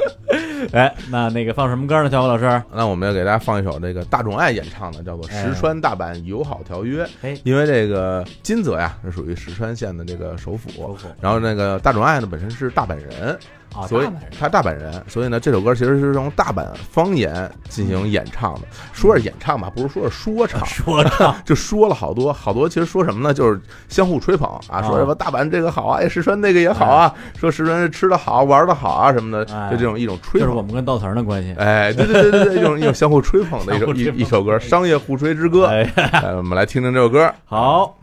Speaker 2: 哎，那那个放什么歌呢，小虎老师？
Speaker 1: 那我们要给大家放一首这个大众爱演唱的，叫做《石川大阪友好条约》。
Speaker 2: 哎
Speaker 1: 因为这个金泽呀是属于石川县的这个首府，
Speaker 2: 府
Speaker 1: 然后那个大众爱呢本身是大阪人，
Speaker 2: 啊，
Speaker 1: 所以
Speaker 2: 大阪人。
Speaker 1: 他大阪人，所以呢这首歌其实是用大阪方言进行演唱的。说是演唱吧，不是说是说唱
Speaker 2: 说唱，
Speaker 1: 就说了好多好多，其实说什么呢？就是相互吹捧啊，
Speaker 2: 啊
Speaker 1: 说什么大阪这个好啊，哎，石川那个也好啊，说石川吃的好，玩的好啊什么的，
Speaker 2: 哎
Speaker 1: 就这种一种吹
Speaker 2: 就
Speaker 1: 捧。
Speaker 2: 是我们跟稻草人的关系。
Speaker 1: 哎，对对对对对，一种一种相互吹捧的一 首
Speaker 2: 相互吹
Speaker 1: 一
Speaker 2: 捧
Speaker 1: 一首歌《商业互吹之歌》
Speaker 2: 哎，
Speaker 1: 哎，我们来听听这首歌。
Speaker 2: 好，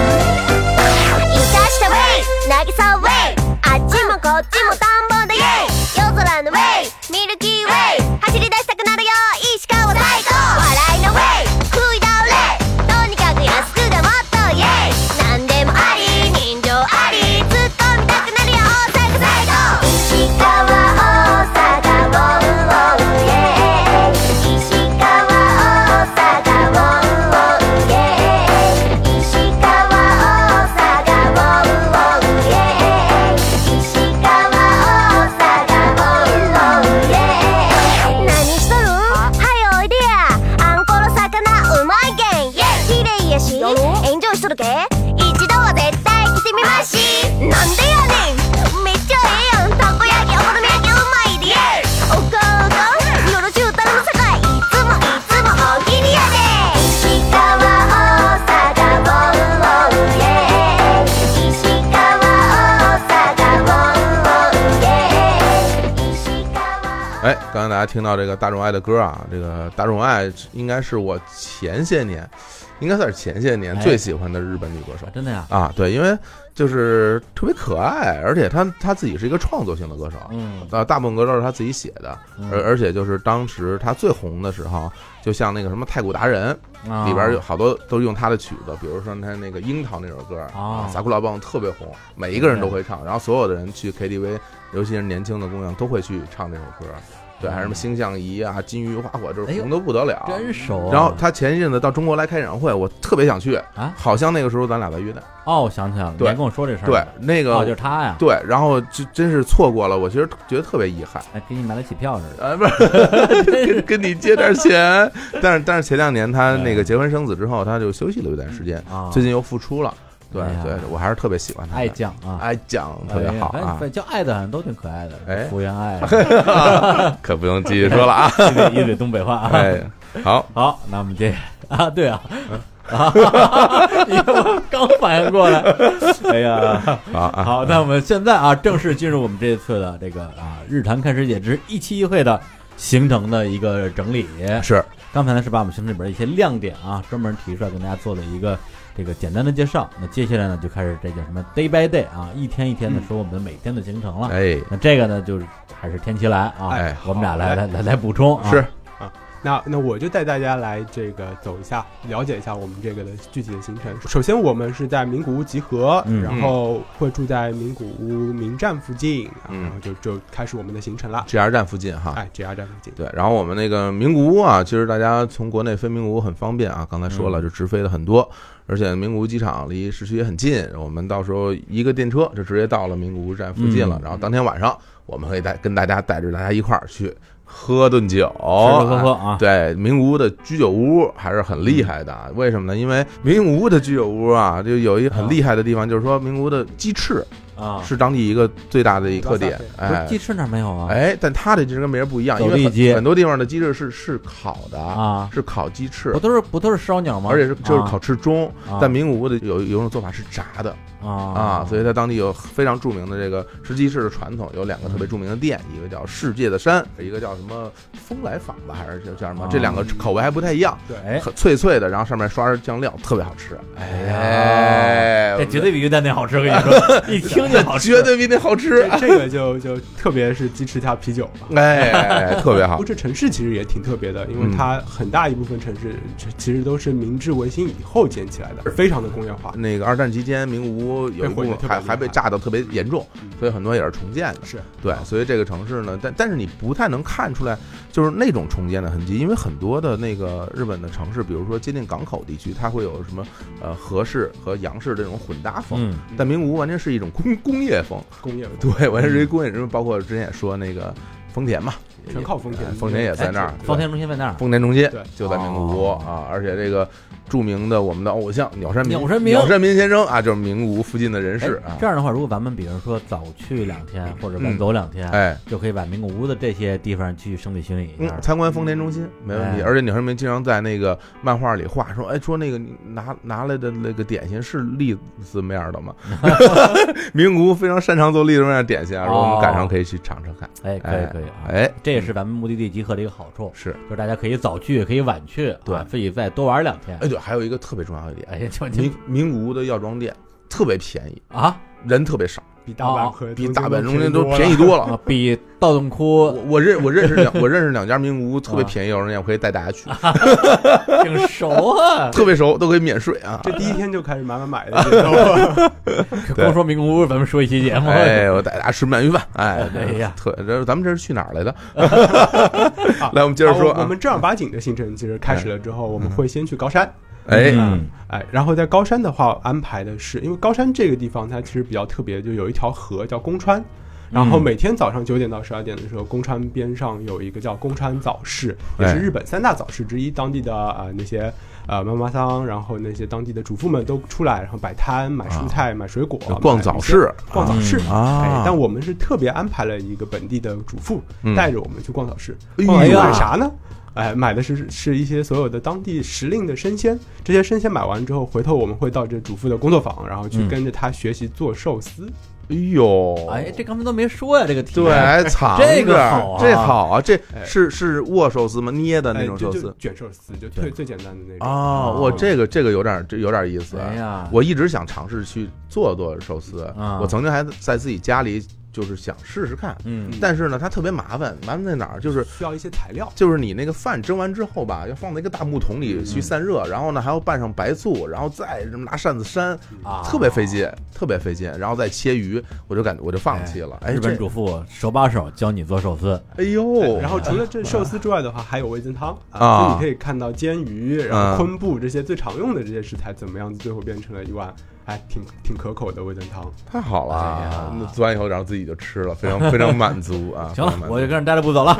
Speaker 4: いたしたウェイ渚ウェイあっちもこっちも田んぼだイェイ夜空のウェイミルキーウェイ走り出したくなるよ石川太鼓笑いのウェイ食い倒れとにかく安くがもっとイェイ何でもあり人情あり突っ込みたくなるよ大阪最高石川大阪ウォウウォウイェイ石川大阪ウォウウォウイェイ石川大阪ウォウウォウイェイ石川大阪ウォウウォウイェイ何しとるんはいおいでやあんこの魚うまいけんイェイ綺麗やし炎上しとるけ一度は絶対来てみましなんでやねんめっちゃええやんたこ焼きお好み焼きうまいでイェイおかおかよろしゅうたらのさかいいつもいつもお気にやで石川大阪ウォウウォウイェイ石川大阪ウォウウォウイェイ石川
Speaker 1: 哎，刚才大家听到这个大众爱的歌啊，这个大众爱应该是我前些年，应该算是前些年
Speaker 2: 哎
Speaker 1: 最喜欢的日本女歌手
Speaker 2: 真的呀，
Speaker 1: 啊。对，因为就是特别可爱，而且她她自己是一个创作性的歌手，
Speaker 2: 嗯，
Speaker 1: 呃，大部分歌都是她自己写的，而而且就是当时她最红的时候，就像那个什么太鼓达人，
Speaker 2: 啊
Speaker 1: 里边有好多都用他的曲子，比如说他那个《樱桃》那首歌啊
Speaker 2: 哦
Speaker 1: 萨库拉棒特别红，每一个人都会唱，然后所有的人去 KTV，尤其是年轻的姑娘都会去唱这首歌。对，还有什么星象仪啊、金鱼花火，就是
Speaker 2: 嗯哎呦
Speaker 1: 红的不得了。
Speaker 2: 真熟啊。
Speaker 1: 然后他前一阵子到中国来开演唱会，我特别想去
Speaker 2: 啊
Speaker 1: 好像那个时候咱俩在约旦。
Speaker 2: 哦，我想起来了，你
Speaker 1: 对
Speaker 2: 还跟我说这事儿。
Speaker 1: 对，，那
Speaker 2: 哦，就
Speaker 1: 个
Speaker 2: 是他呀，
Speaker 1: 对，然后就真是错过了，我其实觉得特别遗憾。
Speaker 2: 还给哎你买得起票似的。
Speaker 1: 啊，不是 跟跟你借点钱，但是但是前两年他那个结婚生子之后，他就休息了一段时间
Speaker 2: 啊，
Speaker 1: 最近又复出了。对
Speaker 2: 哎呀
Speaker 1: 对，我还是特别喜欢他的，
Speaker 2: 爱酱啊，
Speaker 1: 爱讲特别好
Speaker 2: 哎呀反
Speaker 1: 啊
Speaker 2: 反，叫爱的好像都挺可爱的，
Speaker 1: 哎
Speaker 2: 福原爱啊，
Speaker 1: 可不用继续说了 啊。
Speaker 2: 一嘴一嘴东北话啊。
Speaker 1: 哎，嗯好，
Speaker 2: 好，那我们接啊，对啊， 啊，因为我刚反应过来，哎呀，
Speaker 1: 好啊，
Speaker 2: 好，那我们现在啊，正式进入我们这次的这个啊日谈看世界之一期一会的行程的一个整理。
Speaker 1: 是
Speaker 2: 刚才呢是把我们行程里边的一些亮点啊，专门提出来跟大家做了一个这个简单的介绍。那接下来呢，就开始这叫什么 day by day 啊，一天一天的说我们的每天的行程了。
Speaker 1: 哎
Speaker 2: 那这个呢，就是还是天气来啊，
Speaker 1: 哎
Speaker 2: 我们俩来
Speaker 3: 好
Speaker 2: 来来来补充啊，
Speaker 1: 是，
Speaker 3: 那那我就带大家来这个走一下，了解一下我们这个的具体的行程。首先，我们是在名古屋集合，
Speaker 2: 嗯
Speaker 3: 然后会住在名古屋名站附近，
Speaker 1: 嗯
Speaker 3: 然后就就开始我们的行程了。
Speaker 1: G R 站附近哈。
Speaker 3: 哎，JR 站附近，
Speaker 1: 对，然后我们那个名古屋啊，其实大家从国内飞名古屋很方便啊，刚才说
Speaker 2: 嗯
Speaker 1: 了，就直飞的很多，而且名古屋机场离市区也很近，我们到时候一个电车就直接到了名古屋站附近了，
Speaker 2: 嗯
Speaker 1: 然后当天晚上我们会带跟大家带着大家一块儿去。喝顿酒，
Speaker 2: 吃吃喝喝啊
Speaker 1: 对，名古屋的居酒屋还是很厉害的。啊为什么呢？因为名古屋的居酒屋啊，就有一个很厉害的地方，就是说名古屋的鸡翅
Speaker 2: 啊，
Speaker 1: 是当地一个最大的一个特点。
Speaker 2: 不是
Speaker 1: 哎
Speaker 2: 鸡翅那儿没有啊？
Speaker 1: 哎，但它这鸡翅跟别人不一样，
Speaker 2: 走
Speaker 1: 因为
Speaker 2: 地鸡
Speaker 1: 很很多地方的鸡翅是是烤的，
Speaker 2: 啊，
Speaker 1: 是烤鸡翅
Speaker 2: 不。都是不都是烧鸟吗？
Speaker 1: 而且是就是
Speaker 2: 啊
Speaker 1: 烤翅中，
Speaker 2: 啊
Speaker 1: 但名古屋的有有一种做法是炸的
Speaker 2: 啊
Speaker 1: 啊，所以在当地有非常著名的这个吃鸡翅的传统，有两个特别著名的店，一个叫世界的山，一个叫什么风来坊吧，还是叫叫什么
Speaker 2: 啊？
Speaker 1: 这两个口味还不太一样，
Speaker 2: 哎，
Speaker 1: 很脆脆的，然后上面刷着酱料，特别好吃。
Speaker 2: 哎
Speaker 1: 哎，
Speaker 2: 这绝对比鱼蛋那好吃，我跟你说， 一听就好吃，
Speaker 1: 绝对比那好 吃。
Speaker 3: 这这个就就特别是鸡翅加啤酒吧。
Speaker 1: 哎，特别
Speaker 3: 不
Speaker 1: 好
Speaker 3: 过。这城市其实也挺特别的，因为
Speaker 1: 嗯
Speaker 3: 它很大一部分城市其其实都是明治维新以后建起来的，非常的工业化。
Speaker 1: 那个二战期间，名古屋有一部
Speaker 3: 被毁得
Speaker 1: 分
Speaker 3: 特别
Speaker 1: 还
Speaker 3: 厉害
Speaker 1: 还被炸得特别严重，所以很多也是重建的。
Speaker 3: 是
Speaker 1: 对，
Speaker 2: 啊
Speaker 1: 所以这个城市呢，但但是你不太能看出来就是那种重建的痕迹，因为很多的那个日本的城市，比如说接近港口地区，它会有什么呃和式和洋式这种混搭风。
Speaker 2: 嗯
Speaker 1: 但名古屋完全是一种工工业风，
Speaker 3: 工业化，
Speaker 1: 对，完
Speaker 2: 嗯
Speaker 1: 全是一工业风。包括之前也说那个丰田嘛，
Speaker 3: 全靠丰田
Speaker 1: 哎丰田也在那儿，
Speaker 2: 丰田中心在那儿，
Speaker 1: 丰田中心
Speaker 3: 对
Speaker 1: 就在名古屋
Speaker 2: 哦
Speaker 1: 啊，而且这个著名的我们的偶像鸟山明，
Speaker 2: 鸟山明
Speaker 1: 鸟山明先生啊，就是名古屋附近的人士
Speaker 2: 哎
Speaker 1: 啊嗯
Speaker 2: 这，样的话，如果咱们比如说早去两天或者晚走两天，
Speaker 1: 哎，
Speaker 2: 就可以把名古屋的这些地方去生理巡礼一
Speaker 1: 嗯
Speaker 2: 下，。
Speaker 1: 参观丰田中心没问题。
Speaker 2: 哎
Speaker 1: 而且鸟山明经常在那个漫画里画说，哎，说那个你拿拿来的那个点心是栗子面儿的 吗？ 名古屋非常擅长做栗子面儿点心啊，如果我们赶上可以去尝尝看。
Speaker 2: 哦哎，可以可以啊，哎
Speaker 1: 哎，
Speaker 2: 这也是咱们目的地集合的一个好处，
Speaker 1: 是，
Speaker 2: 就是大家可以早去，也可以晚去，啊
Speaker 1: 对
Speaker 2: 自己再多玩两天
Speaker 1: 哎。对，还有一个特别重要的点，
Speaker 2: 哎呀，就
Speaker 1: 名名古屋的药妆店特别便宜，
Speaker 2: 啊
Speaker 1: 人特别少，
Speaker 3: 比大阪和
Speaker 1: 比大阪中
Speaker 3: 间
Speaker 1: 心都便宜多了。
Speaker 2: 啊，比道顿
Speaker 1: 我
Speaker 2: 窟
Speaker 1: 我认我认识 两我认识两家名古屋
Speaker 2: 啊
Speaker 1: 特别便宜药妆店，我可以带大家去，，
Speaker 2: 挺熟啊
Speaker 1: 特别熟，都可以免税啊。
Speaker 3: 这第一天就开始买买买的节奏，
Speaker 2: 光说名古屋，咱们说一期节 目，
Speaker 1: 哎，我带大家吃鳗鱼饭，哎，
Speaker 2: 哎呀
Speaker 1: 特这咱们这是去哪儿来 的？ 来，我们接着说
Speaker 3: 啊我我
Speaker 1: 啊，嗯
Speaker 3: 们正儿八经的行程其实开始了之后，我们会先去高山。
Speaker 1: 哎，
Speaker 2: 嗯
Speaker 3: 哎，然后在高山的话，安排的是，因为高山这个地方它其实比较特别，就有一条河叫宫川，然
Speaker 1: 嗯
Speaker 3: 后每天早上九点到十二点的时候，宫川边上有一个叫宫川早市，也是
Speaker 1: 哎
Speaker 3: 日本三大早市之一。当地的呃那些呃妈妈桑，然后那些当地的主妇们都出来，然后摆摊买蔬菜、买水果、
Speaker 1: 啊逛
Speaker 3: 买
Speaker 1: 早
Speaker 3: 一些
Speaker 1: 市、
Speaker 3: 逛早市。哎
Speaker 1: 啊，
Speaker 3: 但我们是特别安排了一个本地的主妇
Speaker 1: 嗯
Speaker 3: 带着我们去逛早市，
Speaker 1: 哎
Speaker 3: 逛早市
Speaker 2: 呀
Speaker 3: 买啥呢？哎，买的是是一些所有的当地时令的生鲜，这些生鲜买完之后，回头我们会到这主妇的工作坊，然后去
Speaker 2: 嗯
Speaker 3: 跟着她学习做寿司。
Speaker 1: 哎呦，
Speaker 2: 哎，这刚才都没说呀，这个题嗯
Speaker 1: 对，还藏着
Speaker 2: 这个好啊
Speaker 1: 这好啊，这
Speaker 3: 哎
Speaker 1: 是是握寿司吗？捏嗯的那
Speaker 3: 哎
Speaker 1: 种
Speaker 3: 就
Speaker 1: 寿
Speaker 3: 就
Speaker 1: 司
Speaker 3: 卷寿司，就最最简单的那种。
Speaker 1: 哦，我这个这个有点这有点意思，啊
Speaker 2: 哎呀，
Speaker 1: 我一直想尝试去做做寿司
Speaker 2: 啊，
Speaker 1: 我曾经还在自己家里就是想试试看，
Speaker 2: 嗯
Speaker 1: 但是呢，它特别麻烦，麻烦在哪儿？就是
Speaker 3: 需要一些材料，
Speaker 1: 就是你那个饭蒸完之后吧，要放在一个大木桶
Speaker 2: 嗯
Speaker 1: 里去散热，然后呢还要拌上白醋，然后再什么拿扇子扇，
Speaker 2: 啊，
Speaker 1: 特别费劲，特别费劲，然后再切鱼，我就感觉我就放弃了。哎，
Speaker 2: 日本
Speaker 1: 这
Speaker 2: 主妇手把手教你做寿司，
Speaker 1: 哎呦，
Speaker 3: 然后除了这寿司之外的话，还有味增汤
Speaker 1: 啊
Speaker 3: 就你可以看到煎鱼，然
Speaker 1: 啊
Speaker 3: 后昆布这些最常用的这些食材怎么样，最后变成了一碗还挺挺可口的味增汤。
Speaker 1: 太好了
Speaker 2: 哎呀
Speaker 1: 啊，那做完以后然后自己就吃了，非常非常满足 啊。
Speaker 2: 行
Speaker 1: 非常
Speaker 2: 了，
Speaker 1: 满足
Speaker 2: 我就跟人待着不 走了。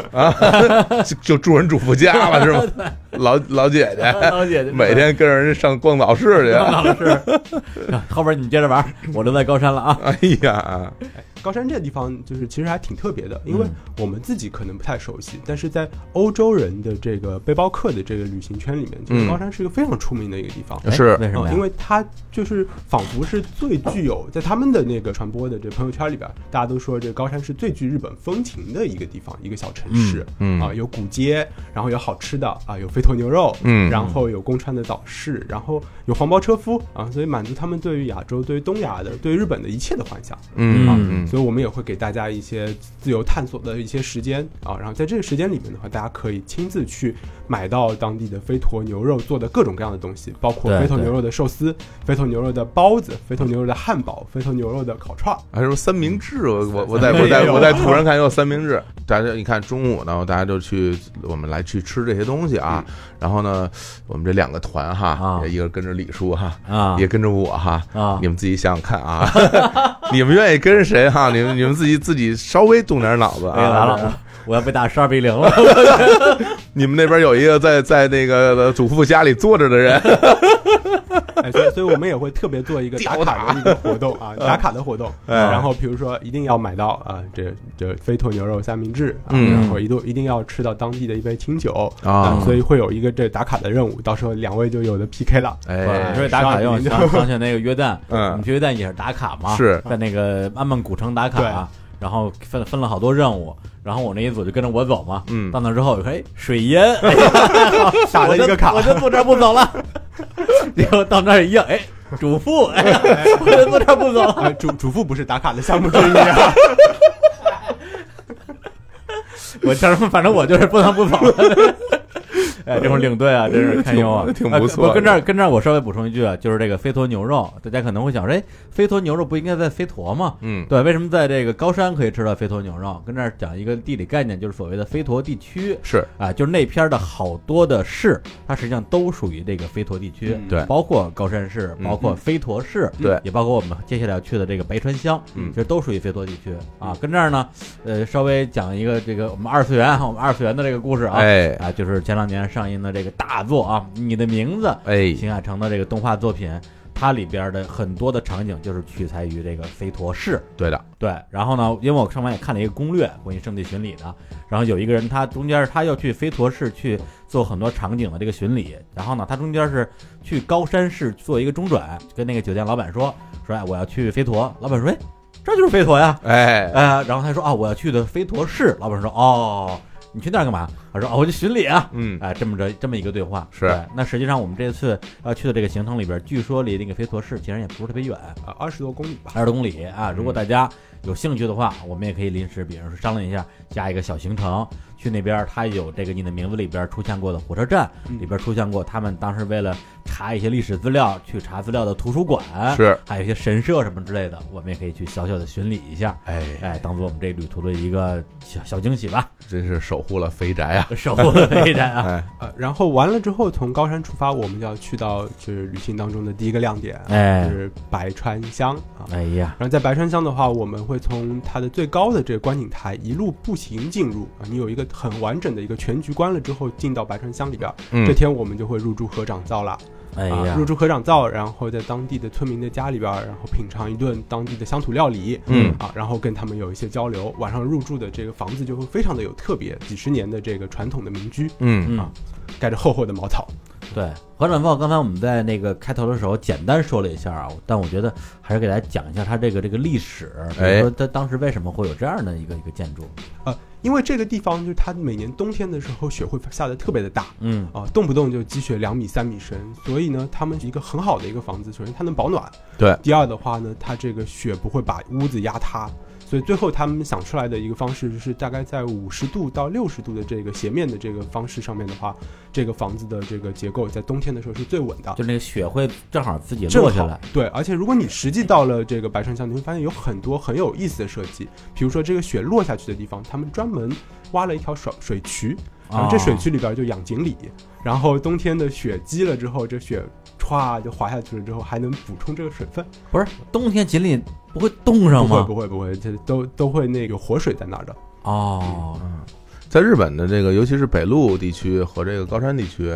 Speaker 1: 就就住人主妇家了是 吗？老老姐姐
Speaker 2: 哎老姐姐，
Speaker 1: 每 天跟人家上逛早市去，
Speaker 2: 老师，后边你们接着玩，我留在高山了啊。
Speaker 1: 哎呀，
Speaker 3: 高山这地方就是其实还挺特别的，因为
Speaker 1: 嗯
Speaker 3: 我们自己可能不太熟悉，但是在欧洲人的这个背包客的这个旅行圈里面，就是
Speaker 1: 嗯
Speaker 3: 高山是一个非常出名的一个地方。
Speaker 2: 哎
Speaker 1: 是
Speaker 2: 为什么
Speaker 3: 嗯
Speaker 2: 呀？
Speaker 3: 因为它就是仿佛是最具有在他们的那个传播的这朋友圈里边，大家都说这高山是最具日本风情的一个地方，一个小城市。
Speaker 1: 嗯嗯
Speaker 3: 啊，有古街，然后有好吃的啊，有肥头牛肉，
Speaker 1: 嗯
Speaker 3: 然后有宫川的早市，然后有黄包车夫啊，所以满足他们对于亚洲、对于东亚的、对于日本的一切的幻想。
Speaker 1: 嗯嗯
Speaker 3: 所以我们也会给大家一些自由探索的一些时间啊，然后在这个时间里面的话，大家可以亲自去买到当地的飞驼牛肉做的各种各样的东西，包括
Speaker 2: 对
Speaker 3: 飞驼
Speaker 2: 对
Speaker 3: 牛肉的寿司、飞驼牛肉的包子、飞驼牛肉的汉堡、飞驼牛肉的烤串儿。
Speaker 1: 还有三明治，我我我
Speaker 2: 嗯
Speaker 1: 在我在我在图上看有三明治，大家你看中午呢，大家就去我们来去吃这些东西啊。然后呢，我们这两个团哈
Speaker 2: 嗯啊，
Speaker 1: 一个跟着李叔哈，
Speaker 2: 啊
Speaker 1: 也跟着我哈
Speaker 2: 啊
Speaker 1: 你们自己想想看啊，你们愿意跟谁哈、操，你们你们自己自己稍微动点脑子
Speaker 2: 哎呀，完
Speaker 1: 啊！
Speaker 2: 了，我要被打十二比零了。
Speaker 1: 你们那边有一个在在那个祖父家里坐着的 人，
Speaker 3: 哎，所以所以我们也会特别做一个打
Speaker 1: 吊
Speaker 3: 卡
Speaker 1: 打
Speaker 3: 的一个活动 啊，打卡的活动。
Speaker 1: 哎
Speaker 3: 然后比如说一定要买到啊，这这飞驼牛肉三明治，啊
Speaker 1: 嗯
Speaker 3: 然后一度一定要吃到当地的一杯清酒
Speaker 1: 啊
Speaker 3: 所以会有一个这打卡的任务，到时候两位就有的 PK 了。
Speaker 2: 你
Speaker 1: 哎，
Speaker 2: 说打卡用
Speaker 3: 上瘾
Speaker 2: 想想起那个约旦，
Speaker 1: 嗯
Speaker 2: 我们去约旦也是打卡嘛，
Speaker 1: 是
Speaker 2: 在那个安曼古城打卡，啊然后分分了好多任务，然后我那一组就跟着我走嘛，
Speaker 1: 嗯
Speaker 2: 到那之后我说哎水淹，哎呀
Speaker 3: 打了一个卡
Speaker 2: 我就我就坐这儿不走了，结果到那儿一样，哎主妇，哎呀，我就坐这儿不走 了，
Speaker 3: 啊，主主妇不是打卡的项目之一啊，
Speaker 2: 我这反正我就是不能不走 了。哎，这会儿领队啊，真是堪忧啊，
Speaker 1: 挺挺不错
Speaker 2: 啊我跟这儿
Speaker 1: 的
Speaker 2: 跟这儿，我稍微补充一句啊，就是这个飞驼牛肉，大家可能会想说，哎，飞驼牛肉不应该在飞驼吗？
Speaker 1: 嗯
Speaker 2: 对，为什么在这个高山可以吃到飞驼牛肉？跟这儿讲一个地理概念，就是所谓的飞驼地区。
Speaker 1: 是
Speaker 2: 啊，就是那片儿的好多的市，它实际上都属于这个飞驼地区，
Speaker 3: 嗯
Speaker 1: 对
Speaker 2: 包括高山市，包括飞驼市，
Speaker 1: 嗯对
Speaker 2: 也包括我们接下来要去的这个白川乡，
Speaker 1: 嗯
Speaker 2: 其实都属于飞驼地区啊。跟这儿呢，呃，稍微讲一个这个我们二次元，我们二次元的这个故事啊，
Speaker 1: 哎
Speaker 2: 啊，就是前两年上映的这个大作啊，《你的名字》
Speaker 1: 哎
Speaker 2: 邢海城的这个动画作品，它里边的很多的场景就是取材于这个飞驼市。
Speaker 1: 对的，
Speaker 2: 对，然后呢，因为我上面也看了一个攻略，关于圣地巡礼的，然后有一个人他中间是他要去飞驼市去做很多场景的这个巡礼，然后呢，他中间是去高山市做一个中转，跟那个酒店老板说说，哎，我要去飞驼，老板说，哎，这就是飞驼呀，
Speaker 1: 哎
Speaker 2: 呃，然后他说啊，我要去的飞驼市，老板说，哦，你去那儿干嘛？他说，哦，我去巡礼啊，
Speaker 1: 嗯
Speaker 2: 哎，这么着这么一个对话
Speaker 1: 是
Speaker 2: 对那实际上我们这次要去的这个行程里边，据说离那个飞驼市其实也不是特别远，
Speaker 3: 二十多公里吧。
Speaker 2: 二十公里啊。
Speaker 3: 嗯
Speaker 2: 如果大家有兴趣的话，我们也可以临时，比如说商量一下，加一个小行程去那边儿。它有这个你的名字里边儿出现过的火车站，
Speaker 3: 嗯
Speaker 2: 里边儿出现过他们当时为了查一些历史资料去查资料的图书馆，
Speaker 1: 是
Speaker 2: 还有一些神社什么之类的，我们也可以去小小的巡礼一下。
Speaker 1: 哎，
Speaker 2: 哎，当做我们这旅途的一个小小惊喜吧，
Speaker 1: 真是守护了肥宅啊！
Speaker 2: 守护的飞站 啊！
Speaker 1: 哎，
Speaker 3: 呃，然后完了之后，从高山出发，我们就要去到就是旅行当中的第一个亮点，
Speaker 2: 哎
Speaker 3: 就是白川乡啊。
Speaker 2: 哎呀，
Speaker 3: 然后在白川乡的话，我们会从它的最高的这个观景台一路步行进入啊，你有一个很完整的一个全局观了之后，进到白川乡里边儿。
Speaker 1: 嗯
Speaker 3: 这天我们就会入住合掌灶了，
Speaker 2: 哎
Speaker 3: 啊
Speaker 2: 呀，
Speaker 3: 入住合掌灶，然后在当地的村民的家里边儿，然后品尝一顿当地的乡土料理，
Speaker 1: 嗯
Speaker 3: 啊，然后跟他们有一些交流。晚上入住的这个房子就会非常的有特别，几十年的这个传统的民居，
Speaker 1: 嗯
Speaker 2: 嗯，
Speaker 3: 盖着厚厚的茅草。
Speaker 2: 对，核展报，刚才我们在那个开头的时候简单说了一下啊，但我觉得还是给大家讲一下它这个这个历史，比如
Speaker 1: 哎
Speaker 2: 说它当时为什么会有这样的一个一个建筑，
Speaker 3: 呃，因为这个地方就是它每年冬天的时候雪会下的特别的大，
Speaker 2: 嗯
Speaker 3: 啊，动不动就积雪两米、三米深，所以呢，他们一个很好的一个房子，首先它能保暖，
Speaker 1: 对
Speaker 3: 第二的话呢，它这个雪不会把屋子压塌，所以最后他们想出来的一个方式就是大概在五十度到六十度的这个斜面的这个方式上面的话，这个房子的这个结构在冬天的时候是最稳的
Speaker 2: 就。那个雪会正好自己
Speaker 3: 正
Speaker 2: 落下
Speaker 3: 好
Speaker 2: 来，
Speaker 3: 对，而且如果你实际到了这个白川乡，你会发现有很多很有意思的设计，比如说这个雪落下去的地方，他们专门挖了一条水水渠，然
Speaker 2: 啊
Speaker 3: 后，这水渠里边就养锦鲤，然后冬天的雪积了之后，这雪歘就滑下去了之后，还能补充这个水分。
Speaker 2: 不是冬天锦鲤不会冻
Speaker 3: 不
Speaker 2: 上
Speaker 3: 会
Speaker 2: 吗？
Speaker 3: 不会不会，这都都会那个活水在那儿的。
Speaker 2: 哦，
Speaker 1: 嗯在日本的这个，尤其是北陆地区和这个高山地区，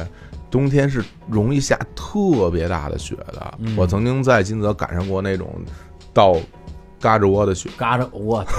Speaker 1: 冬天是容易下特别大的雪的。
Speaker 2: 嗯
Speaker 1: 我曾经在金泽赶上过那种到嘎吱窝的雪，
Speaker 2: 嘎着我去，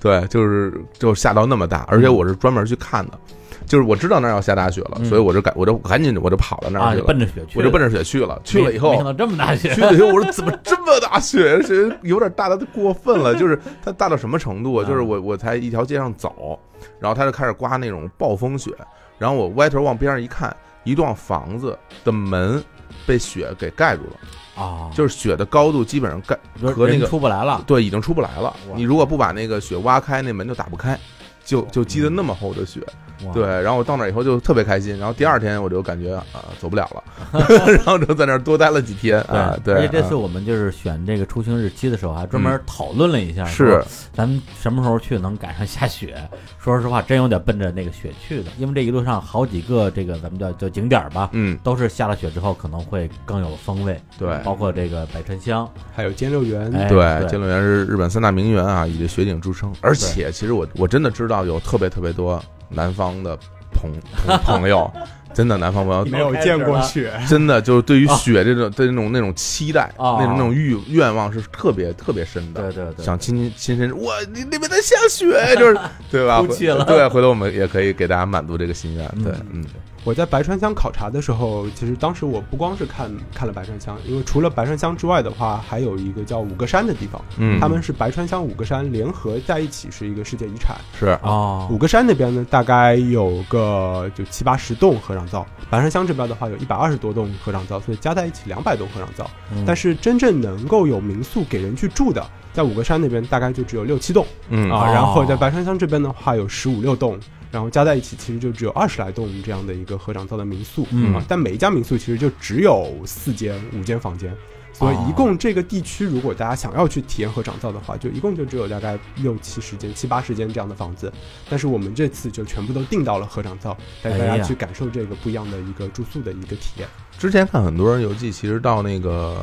Speaker 1: 对，就是就下到那么
Speaker 2: 嗯
Speaker 1: 大，而且我是专门去看的，就是我知道那儿要下大雪了，
Speaker 2: 嗯
Speaker 1: 所以我就赶我就赶紧我就跑到那儿
Speaker 2: 啊，
Speaker 1: 去
Speaker 2: 就
Speaker 1: 了，
Speaker 2: 奔着雪去，
Speaker 1: 我就奔着雪去了，去了以后
Speaker 2: 没没想到这么大雪
Speaker 1: 去，了以后，我说怎么这么大雪？而且有点大的过分了，就是它大到什么程度啊？
Speaker 2: 嗯
Speaker 1: 就是我我才一条街上走，然后它就开始刮那种暴风雪，然后我歪头往边上一看，一幢房子的门被雪给盖住了，
Speaker 2: 啊，
Speaker 1: 就是雪的高度基本上盖
Speaker 2: 就
Speaker 1: 和那
Speaker 2: 人
Speaker 1: 个
Speaker 2: 出不来了，
Speaker 1: 对已经出不来了
Speaker 2: 啊哇。
Speaker 1: 你如果不把那个雪挖开，那门就打不开，就就积得那么厚的雪。
Speaker 2: 嗯哇
Speaker 1: 对，然后我到那儿以后就特别开心，然后第二天我就感觉啊、走不了了，然后就在那儿多待了几天啊。对，
Speaker 2: 而且这次
Speaker 1: 啊嗯
Speaker 2: 我们就是选这个出行日期的时候，还专门讨论了一下，
Speaker 1: 是，
Speaker 2: 咱们什么时候去能赶上下雪？ 说实话，真有点奔着那个雪去的，因为这一路上好几个这个咱们叫叫景点儿吧，
Speaker 1: 嗯，
Speaker 2: 都是下了雪之后可能会更有风味，
Speaker 1: 对嗯
Speaker 2: 包括这个百川乡，
Speaker 3: 还有兼六园，
Speaker 2: 哎，
Speaker 1: 对，
Speaker 2: 对
Speaker 1: 兼乐园是日本三大名园啊，以这雪景著称。而且，其实我我真的知道有特别特别多南方的朋 朋朋友，真的南方朋友
Speaker 3: 没有见过雪，
Speaker 1: 真的就是对于
Speaker 2: 啊
Speaker 1: 雪这种、对那种那种期待、
Speaker 2: 啊
Speaker 1: 那种那种欲愿望是特别特别深的。
Speaker 2: 对对对，
Speaker 1: 想亲亲身，我你那边在下雪，就是 对吧？
Speaker 2: 哭泣了
Speaker 1: 回对，回头我们也可以给大家满足这个心愿。对，嗯，
Speaker 3: 我在白川乡考察的时候，其实当时我不光是看看了白川乡，因为除了白川乡之外的话，还有一个叫五个山的地方，
Speaker 1: 嗯
Speaker 3: 他们是白川乡五个山联合在一起是一个世界遗产。
Speaker 1: 是
Speaker 2: 哦
Speaker 3: 五，个山那边呢，大概有个就七八十栋合掌造；白山乡这边的话，有一百二十多栋合掌造，所以加在一起两百栋合掌造。
Speaker 2: 嗯
Speaker 3: 但是真正能够有民宿给人去住的，在五个山那边大概就只有六七栋
Speaker 1: 嗯
Speaker 3: 啊，
Speaker 2: 哦
Speaker 3: 然后在白山乡这边的话有十五六栋，然后加在一起其实就只有二十来栋这样的一个合掌造的民宿。
Speaker 2: 嗯
Speaker 3: 啊，但每一家民宿其实就只有四间五间房间。所以
Speaker 2: 哦
Speaker 3: 一共这个地区，如果大家想要去体验合掌造的话，就一共就只有大概六七十间、七八十间这样的房子。但是我们这次就全部都定到了合掌造，带大
Speaker 2: 哎
Speaker 3: 家
Speaker 2: 呀
Speaker 3: 去感受这个不一样的一个住宿的一个体验。
Speaker 1: 之前看很多人游记，其实到那个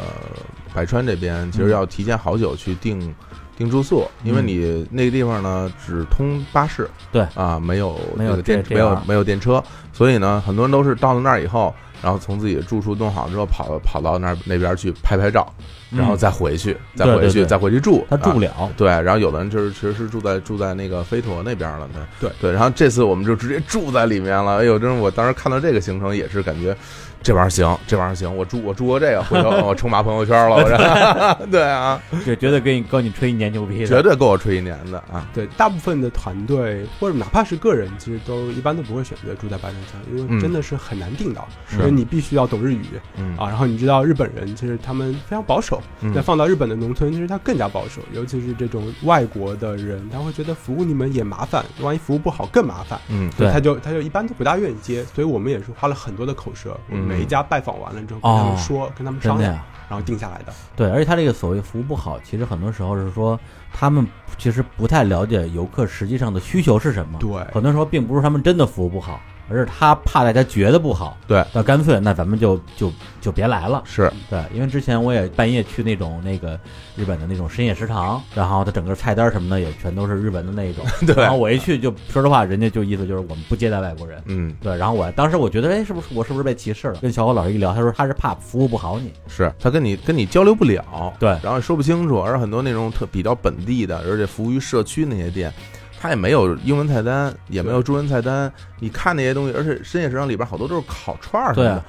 Speaker 1: 百川这边，其实要提前好久去订、订住宿，因为
Speaker 2: 嗯
Speaker 1: 你那个地方呢只通巴士，
Speaker 2: 对
Speaker 1: 啊，没有
Speaker 2: 没有
Speaker 1: 那个电
Speaker 2: 这
Speaker 1: 没有
Speaker 2: JR
Speaker 1: 没有电车，所以呢，很多人都是到了那儿以后，然后从自己的住处弄好之后，跑跑到那儿那边去拍拍照，
Speaker 2: 嗯
Speaker 1: 然后再回去，再
Speaker 2: 对
Speaker 1: 回去，
Speaker 2: 对对
Speaker 1: 再回去住，
Speaker 2: 他住不
Speaker 1: 啊
Speaker 2: 了，
Speaker 1: 对，然后有的人就是其实是住在住在那个飞陀那边了，对
Speaker 3: 对
Speaker 1: 对。然后这次我们就直接住在里面了，哎呦，真是我当时看到这个行程也是感觉这玩意儿行，这玩意儿行，我住我住过这个，回头我冲马朋友圈了，我 这对啊，
Speaker 2: 这绝对给你够你吹一年牛逼的，
Speaker 1: 绝对够我吹一年的啊，
Speaker 3: 对，大部分的团队或者哪怕是个人，其实都一般都不会选择住在白山乡，因
Speaker 1: 嗯
Speaker 3: 为真的是很难定到，
Speaker 1: 是
Speaker 3: 因为你必须要懂日语
Speaker 1: 嗯
Speaker 3: 啊。然后你知道日本人其实他们非常保守，
Speaker 1: 嗯
Speaker 3: 那放到日本的农村，其实他更加保守，尤其是这种外国的人，他会觉得服务你们也麻烦，万一服务不好更麻烦，
Speaker 1: 嗯
Speaker 2: 对
Speaker 3: 他就他就一般都不大愿意接。所以我们也是花了很多的口舌，我们
Speaker 1: 嗯
Speaker 3: 每一家拜访完了之后跟他
Speaker 2: 哦
Speaker 3: 们说，跟他们
Speaker 2: 真
Speaker 3: 商
Speaker 2: 的
Speaker 3: 量，
Speaker 2: 呀。
Speaker 3: 然后定下来的。
Speaker 2: 对，而且他这个所谓服务不好，其实很多时候是说他们其实不太了解游客实际上的需求是什么。
Speaker 3: 对
Speaker 2: 很多时候并不是他们真的服务不好，而是他怕大家觉得不好。
Speaker 1: 对，
Speaker 2: 那干脆那咱们就就就别来了。
Speaker 1: 是
Speaker 2: 对，因为之前我也半夜去那种那个日本的那种深夜食堂，然后它整个菜单什么的也全都是日文的那种。
Speaker 1: 对
Speaker 2: 然后我一去就说实话，人家就意思就是我们不接待外国人。
Speaker 1: 嗯
Speaker 2: 对，然后我当时我觉得，哎，是不是我是不是被歧视了？跟小伙老师一聊，他说他是怕服务不好你。
Speaker 1: 是他跟你跟你交流不了，
Speaker 2: 对
Speaker 1: 然后也说不清楚，而很多那种特比较本地的，而且服务于社区那些店。它也没有英文菜单，也没有中文菜单。你看那些东西，而且深夜食堂里边好多都是烤串儿什么
Speaker 2: 对
Speaker 1: 的，
Speaker 2: 啊，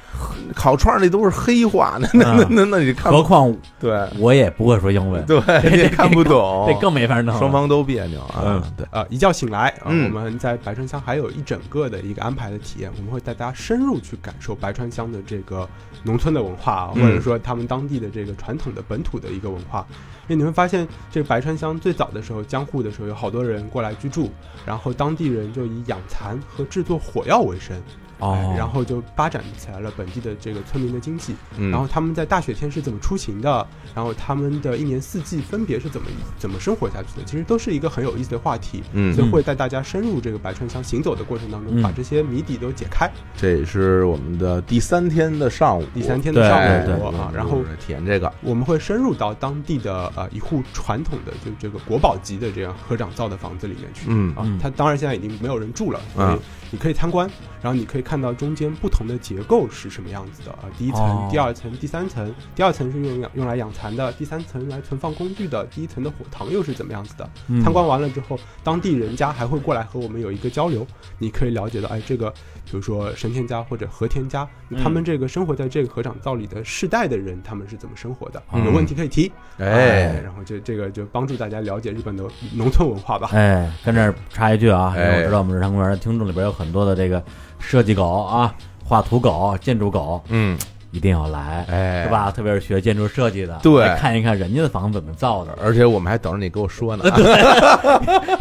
Speaker 1: 烤串儿那都是黑话，那那那那那你看
Speaker 2: 何
Speaker 1: 不
Speaker 2: 况
Speaker 1: 对
Speaker 2: 我也不会说英文，
Speaker 1: 对，你也看不 懂，
Speaker 2: 这更没法弄了。
Speaker 1: 双方都别扭啊
Speaker 2: 嗯。
Speaker 1: 对，
Speaker 3: 呃，一觉醒来，呃
Speaker 1: 嗯
Speaker 3: 我们在白川乡还有一整个的一个安排的体验，我们会带大家深入去感受白川乡的这个农村的文化，啊或
Speaker 1: 嗯
Speaker 3: 者说他们当地的这个传统的本土的一个文化。因为你会发现，这个白川乡最早的时候，江户的时候有好多人过来居住，然后当地人就以养蚕和制作火药为生，
Speaker 2: 哦
Speaker 3: 哎，然后就发展起来了本地的这个村民的经济。
Speaker 1: 嗯
Speaker 3: 然后他们在大雪天是怎么出行的，然后他们的一年四季分别是怎么怎么生活下去的，其实都是一个很有意思的话题。所
Speaker 1: 嗯，
Speaker 3: 以会带大家深入这个白川乡行走的过程当
Speaker 2: 嗯
Speaker 3: 中，把这些谜底都解开。
Speaker 1: 这也是我们的第三天的上午，
Speaker 3: 第三天
Speaker 2: 对
Speaker 3: 的
Speaker 1: 哎
Speaker 3: 上
Speaker 2: 对
Speaker 3: 午啊，
Speaker 1: 对
Speaker 3: 然后
Speaker 1: 就是体验这个，
Speaker 3: 我们会深入到当地的呃一户传统的就这个国宝级的这样合掌造的房子里面去。
Speaker 1: 嗯
Speaker 3: 啊
Speaker 2: 嗯，
Speaker 3: 它当然现在已经没有人住了，所
Speaker 1: 嗯
Speaker 3: 以你可以参观，然后你可以看到中间不同的结构是什么样子的啊，第一
Speaker 2: 哦
Speaker 3: 层、第二层、第三层，第二层是用养用来养蚕的，第三层来存放工具的，第一层的火塘又是怎么样子的？
Speaker 2: 嗯
Speaker 3: 参观完了之后，当地人家还会过来和我们有一个交流，你可以了解到，哎，这个比如说神田家或者和田家，
Speaker 2: 嗯
Speaker 3: 他们这个生活在这个合掌造里的世代的人，他们是怎么生活的？
Speaker 1: 嗯
Speaker 3: 有问题可以提，
Speaker 1: 哎，
Speaker 3: 然后这这个就帮助大家了解日本的农村文化吧。
Speaker 2: 哎，跟这儿插一句啊，因为
Speaker 1: 哎
Speaker 2: 我知道我们日常公园的听众里边有很多的这个设计狗啊、画图狗、建筑狗，
Speaker 1: 嗯，
Speaker 2: 一定要来，
Speaker 1: 哎，
Speaker 2: 是？吧？特别是学建筑设计的，
Speaker 1: 对
Speaker 2: 来看一看人家的房子怎么造的。
Speaker 1: 啊而且我们还等着你给我说呢，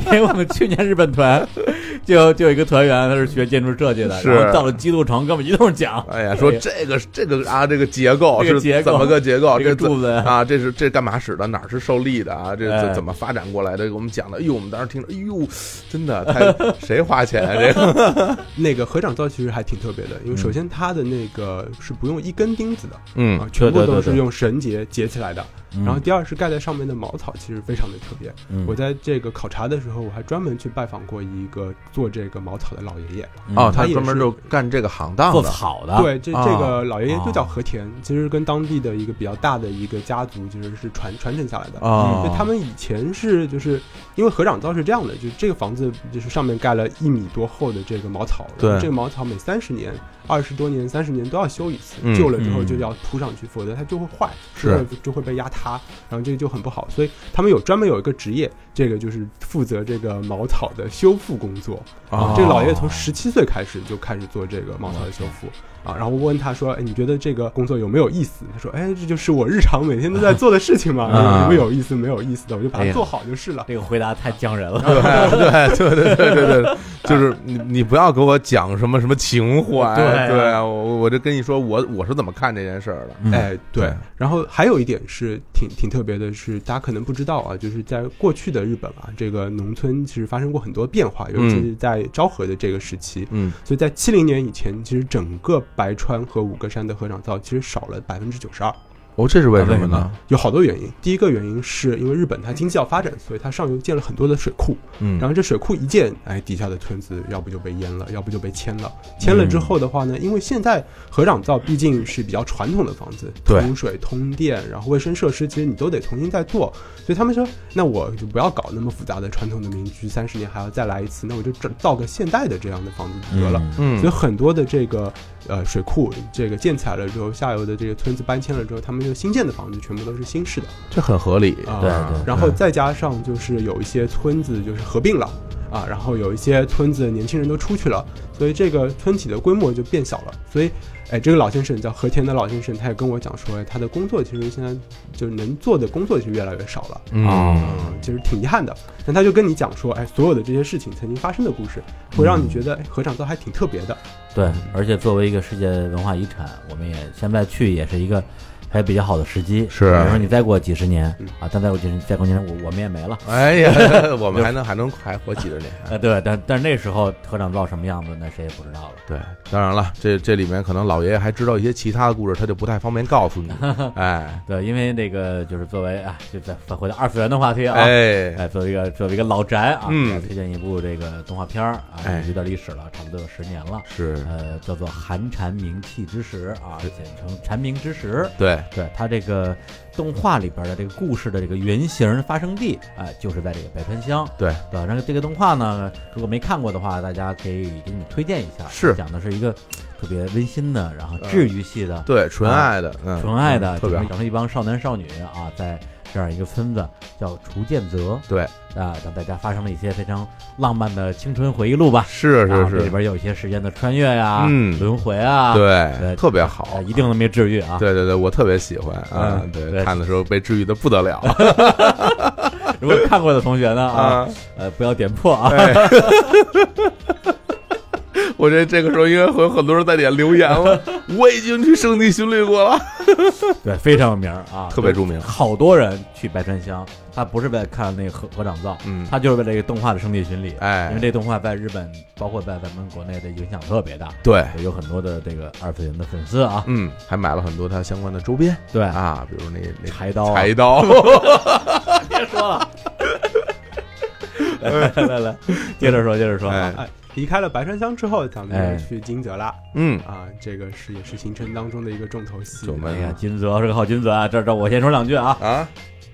Speaker 2: 因为我们去年日本团 就就有一个团员，他是学建筑设计的，
Speaker 1: 是
Speaker 2: 然后到了基督城，跟我们一通讲，
Speaker 1: 哎呀，说
Speaker 2: 这
Speaker 1: 这个这个啊，这个结构
Speaker 2: 这个
Speaker 1: 是
Speaker 2: 结构
Speaker 1: 怎么个结构？
Speaker 2: 这个
Speaker 1: 这怎
Speaker 2: 柱子
Speaker 1: 啊，这是这干嘛使的？哪儿是受力的啊？这
Speaker 2: 哎
Speaker 1: 怎怎么发展过来的？给我们讲的，哎呦，我们当时听着，哎呦，真的，太谁花钱啊？这个
Speaker 3: 那个合掌造其实还挺特别的，因为首先它的那个是不用一根钉子的，啊
Speaker 1: 嗯，
Speaker 3: 全部
Speaker 2: 对对
Speaker 3: 都
Speaker 2: 对
Speaker 3: 是
Speaker 2: 对
Speaker 3: 用绳结结起来的。
Speaker 2: 嗯
Speaker 3: 然后第二是盖在上面的茅草，其实非常的特别。
Speaker 2: 嗯
Speaker 3: 我在这个考察的时候，我还专门去拜访过一个做这个茅草的老爷爷。
Speaker 1: 哦，
Speaker 3: 他
Speaker 1: 他啊
Speaker 3: 也
Speaker 1: 专门
Speaker 3: 是
Speaker 1: 就干这个行当
Speaker 2: 嗯做
Speaker 1: 的，
Speaker 2: 草的，
Speaker 3: 对，这
Speaker 1: 啊
Speaker 3: 这个老爷爷
Speaker 2: 啊
Speaker 3: 就叫和田，其实跟当地的一个比较大的一个家族其实是传传承下来的。
Speaker 1: 哦
Speaker 3: 嗯对他们以前是就是因为合掌造是这样的，就这个房子就是上面盖了一米多厚的这个茅草，然后
Speaker 1: 对
Speaker 3: 这个茅草每三十年、二十多年、三十年都要修一次，
Speaker 1: 嗯
Speaker 3: 旧了之后就
Speaker 2: 嗯
Speaker 3: 要铺上去，否则它就会坏，
Speaker 1: 是
Speaker 3: 就会就会被压塌，然后这个就很不好。所以他们有专门有一个职业，这个就是负责这个茅草的修复工作。啊
Speaker 1: 哦，
Speaker 3: 这个老爷爷从十七岁开始就开始做这个茅草的修复啊，然后我问他说：“哎，你觉得这个工作有没有意思？”他说：“哎，这就是我日常每天都在做的事情嘛，嗯
Speaker 1: 啊
Speaker 3: 有没有意思？没有意思的，我就把
Speaker 2: 哎
Speaker 3: 它
Speaker 2: 呀
Speaker 3: 做好就是了。
Speaker 2: 这个回答太匠人了。
Speaker 1: 对对对对对对对，就是你你不要给我讲什么什么情怀，
Speaker 2: 对啊
Speaker 1: 对啊，我我就跟你说，我我是怎么看这件事儿的，
Speaker 3: 哎，对
Speaker 1: 对。
Speaker 3: 然后还有一点是挺挺特别的是，大家可能不知道啊，就是在过去的日本啊，这个农村其实发生过很多变化，尤其
Speaker 1: 嗯
Speaker 3: 是在昭和的这个时期。
Speaker 1: 嗯，
Speaker 3: 所以在七零年以前，其实整个白川和五个山的合掌造其实少了百分之九十二。
Speaker 1: 哦，这是为什么
Speaker 2: 为什
Speaker 1: 呢
Speaker 2: 么？
Speaker 3: 有好多原因。第一个原因是因为日本它经济要发展，所以它上游建了很多的水库，
Speaker 1: 嗯
Speaker 3: 然后这水库一建，哎，底下的村子要不就被淹了，要不就被迁了。迁
Speaker 1: 嗯
Speaker 3: 了之后的话呢，因为现在合掌造毕竟是比较传统的房子，
Speaker 1: 对
Speaker 3: 通水、通电，然后卫生设施其实你都得重新再做，所以他们说，那我就不要搞那么复杂的传统的民居，三十年还要再来一次，那我就整造个现代的这样的房子就得了。
Speaker 1: 嗯
Speaker 3: 所以很多的这个呃水库，这个建起来了之后，下游的这个村子搬迁了之后，他们就新建的房子全部都是新式的
Speaker 1: 这很合理，
Speaker 3: 啊。
Speaker 2: 对对
Speaker 3: 然
Speaker 1: 嗯
Speaker 3: 后再加上就是有一些村子就是合并了啊，然后有一些村子年轻人都出去了，所以这个村体的规模就变小了。所以，哎，这个老先生叫和田的老先生，他也跟我讲说，哎他的工作其实现在就能做的工作就越来越少了。
Speaker 1: 嗯，
Speaker 3: 嗯，其实挺遗憾的。但他就跟你讲说，哎，所有的这些事情曾经发生的故事，会让你觉得，哎，合掌造还挺特别的。
Speaker 2: 对，而且作为一个世界文化遗产，我们也现在去也是一个还比较好的时机。
Speaker 1: 是
Speaker 2: 比如说你再过几十年
Speaker 3: 嗯
Speaker 2: 啊，但再过几十再过几十年，我我们也没了。
Speaker 1: 哎呀， 我们还能还能还活几十年。
Speaker 2: 呃，对，但但那时候合掌造什么样子，那谁也不知道了。
Speaker 1: 对，当然了，这这里面可能老爷爷还知道一些其他的故事，他就不太方便告诉 你。哎
Speaker 2: 对，因为那个就是作为啊，就再再回到二次元的话题啊，
Speaker 1: 哎，
Speaker 2: 哎，作为一个作为一个老宅啊，
Speaker 1: 嗯
Speaker 2: 给大家推荐一部这个动画片儿啊，
Speaker 1: 哎
Speaker 2: 有点历史了，差不多有十年了。
Speaker 1: 是，
Speaker 2: 呃，叫做《寒蝉鸣泣之时》啊，简称《蝉鸣之时》。
Speaker 1: 对，
Speaker 2: 对它这个动画里边的这个故事的这个原型发生地啊、就是在这个白川乡。
Speaker 1: 对
Speaker 2: 对，然后这个动画呢，如果没看过的话，大家可以给你推荐一下。
Speaker 1: 是呃
Speaker 2: 讲的是一个特别温馨的，然后治愈系的、
Speaker 1: 对，纯爱的，嗯，
Speaker 2: 纯爱的，
Speaker 1: 嗯特别好。
Speaker 2: 整成一帮少男少女啊，在这样一个村子叫除建泽。
Speaker 1: 对
Speaker 2: 啊，让大家发生了一些非常浪漫的青春回忆录吧。
Speaker 1: 是啊
Speaker 2: 然
Speaker 1: 是
Speaker 2: 后这里
Speaker 1: 是，
Speaker 2: 边有一些时间的穿越呀、
Speaker 1: 嗯
Speaker 2: 轮回啊，
Speaker 1: 对，哎
Speaker 2: 对
Speaker 1: 特别好
Speaker 2: 啊，，一定能被治愈啊。
Speaker 1: 对对对，我特别喜欢啊
Speaker 2: 嗯！
Speaker 1: 对，
Speaker 2: 对
Speaker 1: 看的时候被治愈的不得 了
Speaker 2: 如果看过的同学呢啊
Speaker 1: 啊，！
Speaker 2: 呃，不要点破啊。
Speaker 1: 哎我这这个时候应该会有很多人在底下留言 了，我已经去圣地巡礼过了，
Speaker 2: 对，非常有名儿啊，
Speaker 1: 特别著 名
Speaker 2: 就是好多人去白川乡，他不是为了看那个合合掌造，
Speaker 1: 嗯
Speaker 2: 他就是为了这个动画的圣地巡礼。
Speaker 1: 哎
Speaker 2: 因为这动画在日本，包括在咱们国内的影响特别大，
Speaker 1: 对，
Speaker 2: 有很多的这个二次元的粉丝啊，
Speaker 1: 嗯，还买了很多他相关的周边
Speaker 2: 对，
Speaker 1: 啊，比如那那
Speaker 2: 柴刀啊
Speaker 1: 柴刀，
Speaker 2: 别说 了。来来来来，接着说，接着说啊，
Speaker 1: 哎，
Speaker 3: 哎，离开了白川乡之后，咱
Speaker 2: 哎
Speaker 3: 们就去金泽啦。
Speaker 1: 嗯，
Speaker 3: 啊，这个是也是行程当中的一个重头戏。
Speaker 1: 九门
Speaker 2: 哎呀，金泽是个好金泽啊！这这，我先说两句啊
Speaker 1: 啊，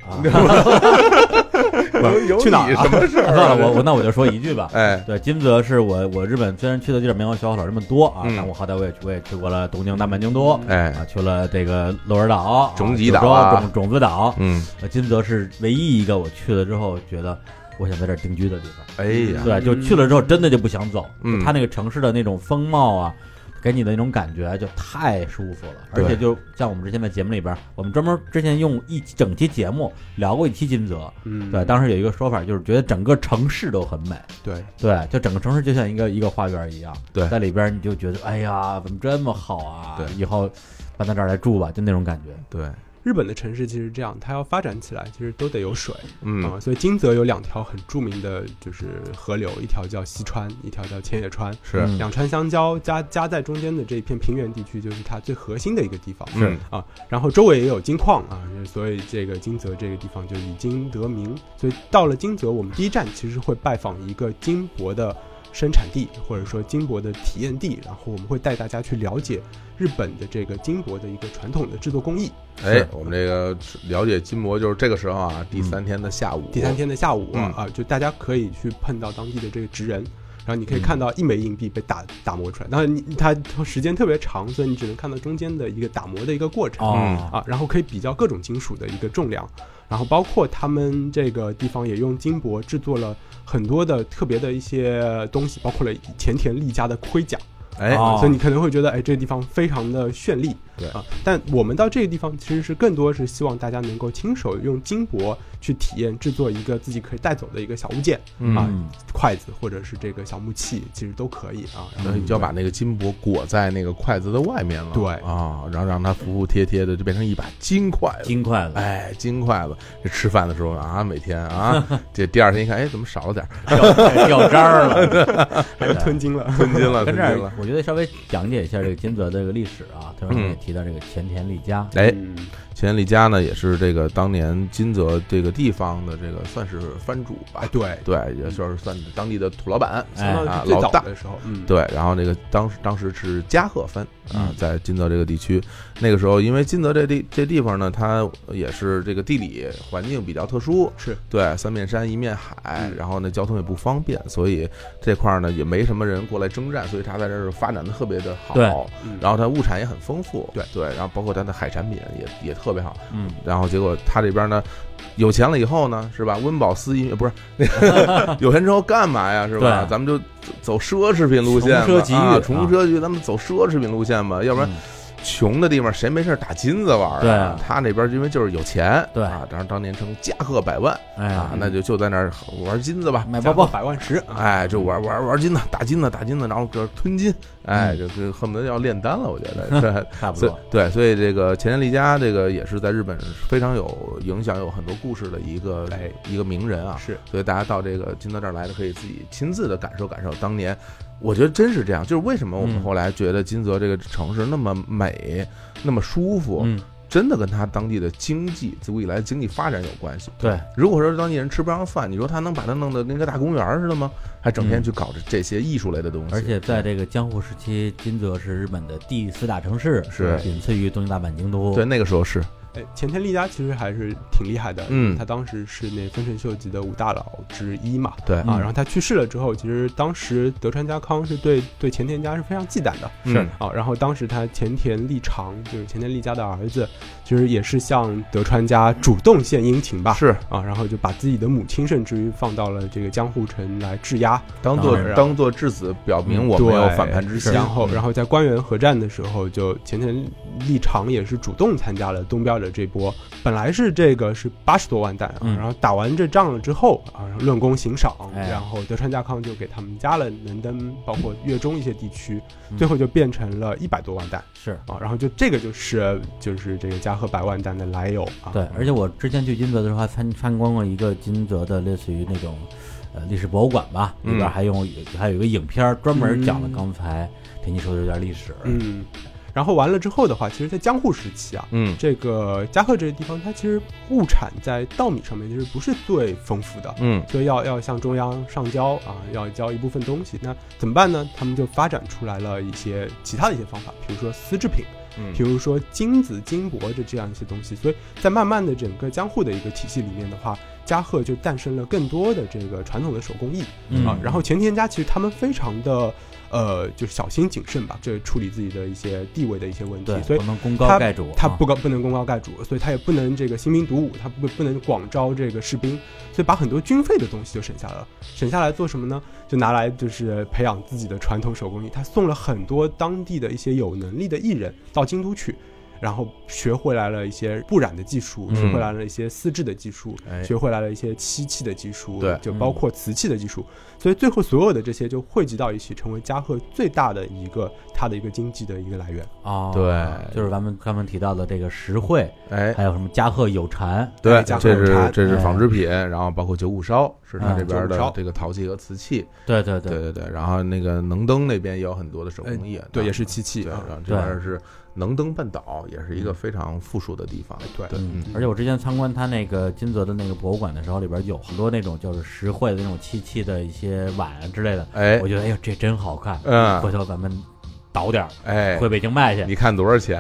Speaker 2: 啊！
Speaker 1: 有
Speaker 3: 去哪儿
Speaker 1: 你
Speaker 3: 啊
Speaker 1: 什么事儿啊？
Speaker 2: 算了，我我那我就说一句吧。
Speaker 1: 哎，
Speaker 2: 对，金泽是我我日本虽然去的地儿没有小火老这么多啊，
Speaker 1: 嗯
Speaker 2: 但我好歹我也去我也去过了东京、大阪、京都，
Speaker 1: 哎
Speaker 2: 啊，去了这个鹿儿岛、啊
Speaker 1: 种子岛
Speaker 2: 九州
Speaker 1: 啊
Speaker 2: 种种子岛。
Speaker 1: 嗯，
Speaker 2: 呃金泽是唯一一个我去了之后觉得我想在这儿定居的地方。
Speaker 1: 哎呀，
Speaker 2: 对，就去了之后真的就不想走，
Speaker 1: 嗯
Speaker 2: 就它那个城市的那种风貌啊，给你的那种感觉就太舒服了，
Speaker 1: 对
Speaker 2: 而且就像我们之前在节目里边，我们专门之前用一整期节目聊过一期金泽，
Speaker 3: 嗯，
Speaker 2: 对，当时有一个说法就是觉得整个城市都很美，
Speaker 3: 对，
Speaker 2: 对，就整个城市就像一个一个花园一样，
Speaker 1: 对
Speaker 2: 在里边你就觉得哎呀，怎么这么好啊？
Speaker 1: 对
Speaker 2: 以后搬到这儿来住吧，就那种感觉。
Speaker 1: 对，
Speaker 3: 日本的城市其实这样，它要发展起来，其实都得有水啊、
Speaker 1: 嗯
Speaker 3: 所以金泽有两条很著名的就是河流，一条叫西川，一条叫千叶川。
Speaker 1: 是
Speaker 2: 嗯
Speaker 3: 两川相交，夹夹在中间的这一片平原地区，就是它最核心的一个地方。
Speaker 1: 嗯
Speaker 3: 啊，然后周围也有金矿啊，所以这个金泽这个地方就以金得名。所以到了金泽，我们第一站其实会拜访一个金箔的生产地，或者说金箔的体验地，然后我们会带大家去了解日本的这个金箔的一个传统的制作工艺。
Speaker 1: 哎
Speaker 2: 是，
Speaker 1: 我们这个了解金箔就是这个时候啊，第三天的下午，
Speaker 3: 第三天的下午
Speaker 1: 嗯
Speaker 3: 啊、就大家可以去碰到当地的这个职人。然后你可以
Speaker 1: 嗯
Speaker 3: 看到一枚硬币被打打磨出来，然后你它时间特别长，所以你只能看到中间的一个打磨的一个过程。
Speaker 1: 嗯
Speaker 2: 哦，
Speaker 3: 啊，然后可以比较各种金属的一个重量，然后包括他们这个地方也用金箔制作了很多的特别的一些东西，包括了前田利家的盔甲
Speaker 1: 哎，
Speaker 2: 哦
Speaker 3: 啊，所以你可能会觉得，哎，这个地方非常的绚丽，
Speaker 1: 对
Speaker 3: 啊，但我们到这个地方其实是更多是希望大家能够亲手用金箔去体验制作一个自己可以带走的一个小物件，啊
Speaker 2: 嗯，
Speaker 3: 筷子或者是这个小木器，其实都可以啊，然后
Speaker 1: 然后你就要把那个金箔裹在那个筷子的外面了，
Speaker 3: 对
Speaker 1: 啊，然后让它服服帖帖的，就变成一把金筷子。
Speaker 2: 金筷子，
Speaker 1: 哎，金筷子，这吃饭的时候啊，每天啊，这第二天一看，哎，怎么少了点儿？哎
Speaker 2: 掉掉渣 儿了，
Speaker 3: 还有吞金了，
Speaker 1: 吞金了， 吞
Speaker 2: 跟这
Speaker 1: 金
Speaker 2: 儿
Speaker 1: 了。，
Speaker 2: 我觉得稍微讲解一下这个金泽的这个历史啊。他
Speaker 1: 嗯
Speaker 2: 也提到这个前田利家，
Speaker 1: 哎，
Speaker 3: 嗯，
Speaker 1: 钱利家呢，也是这个当年金泽这个地方的这个算是藩主吧
Speaker 3: 哎，， 对，
Speaker 1: 对，也算是算当地的土老板，
Speaker 2: 哎
Speaker 1: 啊
Speaker 3: 相当于是最
Speaker 1: 老
Speaker 3: 早
Speaker 1: 大
Speaker 3: 的时候，嗯，
Speaker 1: 对，然后这个当时当时是加贺藩啊
Speaker 2: 嗯，
Speaker 1: 在金泽这个地区，那个时候因为金泽这地这地方呢，它也是这个地理环境比较特殊，
Speaker 3: 是
Speaker 1: 对，三面山一面海，
Speaker 3: 嗯
Speaker 1: 然后呢交通也不方便，所以这块儿呢也没什么人过来征战，所以它在这儿发展的特别的好。
Speaker 2: 对
Speaker 3: 嗯
Speaker 1: 然后它物产也很丰富，
Speaker 3: 对
Speaker 1: 对，然后包括它的海产品也也特别好。
Speaker 2: 嗯，
Speaker 1: 然后结果他这边呢，有钱了以后呢，是吧？温饱思淫不是， 有钱之后干嘛呀？是吧？
Speaker 2: 对
Speaker 1: 咱们就走奢侈品路线吧，
Speaker 2: 穷奢极欲
Speaker 1: 啊
Speaker 2: 啊
Speaker 1: 穷奢极欲，咱们走奢侈品路线吧，要不然
Speaker 2: 嗯
Speaker 1: 穷的地方谁没事打金子玩
Speaker 2: 对
Speaker 1: 啊
Speaker 2: 啊？
Speaker 1: 他那边因为就是有钱，
Speaker 2: 对
Speaker 1: 啊，当然当年称家贺百万
Speaker 2: 哎
Speaker 1: 啊
Speaker 2: 呀，，
Speaker 1: 那就就在那儿玩金子吧。
Speaker 2: 买包包，
Speaker 3: 百万石啊，
Speaker 1: 哎，就玩玩玩金子，打金子，打金子，然后这吞金，哎，
Speaker 2: 嗯
Speaker 1: 就是恨不得要炼丹了，我觉得。 对
Speaker 2: 差不
Speaker 1: 所以
Speaker 2: 多，
Speaker 1: 对，所以这个前田利家这个也是在日本非常有影响、有很多故事的一个、
Speaker 3: 哎
Speaker 1: 一个名人啊。
Speaker 3: 是
Speaker 1: 所以大家到这个金泽这儿来的，可以自己亲自的感受感受当年。我觉得真是这样，就是为什么我们
Speaker 2: 嗯
Speaker 1: 后来觉得金泽这个城市那么美、那么舒服，
Speaker 2: 嗯，
Speaker 1: 真的跟它当地的经济自古以来经济发展有关系。
Speaker 2: 对，
Speaker 1: 如果说当地人吃不上饭，你说他能把它弄得跟个大公园儿似的吗？还整天
Speaker 2: 嗯
Speaker 1: 去搞这这些艺术类的东西，
Speaker 2: 而且在这个江户时期，金泽是日本的第四大城市，
Speaker 1: 是
Speaker 2: 仅次于东京、大阪、京都。
Speaker 1: 对，那个时候是
Speaker 3: 哎，前田利家其实还是挺厉害的，
Speaker 1: 嗯
Speaker 3: 他当时是那丰臣秀吉的五大佬之一嘛，
Speaker 1: 对
Speaker 3: 啊，
Speaker 2: 嗯
Speaker 3: 然后他去世了之后，其实当时德川家康是对对前田家是非常忌惮的
Speaker 1: 是嗯
Speaker 3: 啊，然后当时他前田利长就是前田利家的儿子，其实也是向德川家主动献殷勤吧，
Speaker 1: 是
Speaker 3: 啊，然后就把自己的母亲甚至于放到了这个江户城来质押，
Speaker 1: 当做
Speaker 3: 当然
Speaker 1: 当做质子，表明我
Speaker 3: 对
Speaker 1: 没有反叛之心。
Speaker 3: 然后，
Speaker 1: 嗯
Speaker 3: 然后在官员合战的时候，就前田立长也是主动参加了东标的这波。本来是这个是八十多万担啊，
Speaker 2: 嗯
Speaker 3: 然后打完这仗了之后啊，然后论功行赏，
Speaker 2: 哎
Speaker 3: 然后德川家康就给他们加了能登，包括越中一些地区，
Speaker 2: 嗯
Speaker 3: 最后就变成了一百多万担
Speaker 2: 是
Speaker 3: 啊。然后就这个就是就是这个加贺百万担的来由啊。
Speaker 2: 对，而且我之前去金泽的时候还参参观过一个金泽的类似于那种，呃，历史博物馆吧，
Speaker 1: 嗯
Speaker 2: 里边还用还有一个影片儿专门讲了刚才田鸡说的有点历史，
Speaker 3: 嗯，然后完了之后的话，其实，在江户时期啊，
Speaker 1: 嗯，
Speaker 3: 这个加贺这个地方，它其实物产在稻米上面其实不是最丰富的，
Speaker 1: 嗯
Speaker 3: 所以要要向中央上交啊，要交一部分东西。那怎么办呢？他们就发展出来了一些其他的一些方法，比如说丝制品，
Speaker 1: 嗯
Speaker 3: 比如说金子、金箔的这样一些东西。所以在慢慢的整个江户的一个体系里面的话，加贺就诞生了更多的这个传统的手工艺、
Speaker 2: 嗯
Speaker 3: 啊。然后前田家其实他们非常的呃，就是小心谨慎吧，这处理自己的一些地位的一些问题
Speaker 2: 对，，
Speaker 3: 所以
Speaker 2: 不能功
Speaker 3: 他
Speaker 2: 高盖主，
Speaker 3: 他
Speaker 2: 啊
Speaker 3: 不高不能功高盖主，所以他也不能这个兴兵黩武，他不不能广招这个士兵，所以把很多军费的东西就省下来了。省下来做什么呢？就拿来就是培养自己的传统手工艺。他送了很多当地的一些有能力的艺人到京都去，然后学回来了一些布染的技术，
Speaker 1: 嗯
Speaker 3: 学回来了一些丝织的技术，
Speaker 1: 哎
Speaker 3: 学回来了一些漆器的技术，
Speaker 1: 对
Speaker 2: 嗯
Speaker 3: 就包括瓷器的技术。所以最后所有的这些就汇集到一起，成为加贺最大的一个它的一个经济的一个来源。
Speaker 2: 哦，
Speaker 1: 对
Speaker 2: 就是咱们刚刚提到的这个实惠，
Speaker 1: 哎，
Speaker 2: 还有什么加贺有禅，
Speaker 1: 对，
Speaker 3: 加
Speaker 1: 这
Speaker 3: 贺有茶
Speaker 1: 是这是纺织品，然后包括九五烧是它
Speaker 2: 嗯
Speaker 1: 这边
Speaker 3: 九五烧
Speaker 1: 的这个陶器和瓷器，
Speaker 2: 对对
Speaker 1: 对，对对，然后那个能登那边也有很多的手工艺，
Speaker 3: 哎对，也是
Speaker 1: 漆
Speaker 3: 漆器
Speaker 1: 器，
Speaker 3: 啊
Speaker 1: 然。后这边是能登半岛，也是一个非常富庶的地方，
Speaker 3: 对
Speaker 1: 对，
Speaker 2: 嗯
Speaker 1: 嗯，
Speaker 2: 而且我之前参观他那个金泽的那个博物馆的时候，里边有很多那种就是实惠的那种漆器的一些碗啊之类的，
Speaker 1: 哎
Speaker 2: 我觉得哎呦这真好看，
Speaker 1: 嗯
Speaker 2: 回头咱们倒点儿
Speaker 1: 哎
Speaker 2: 回，北京卖去，
Speaker 1: 你看多少 钱？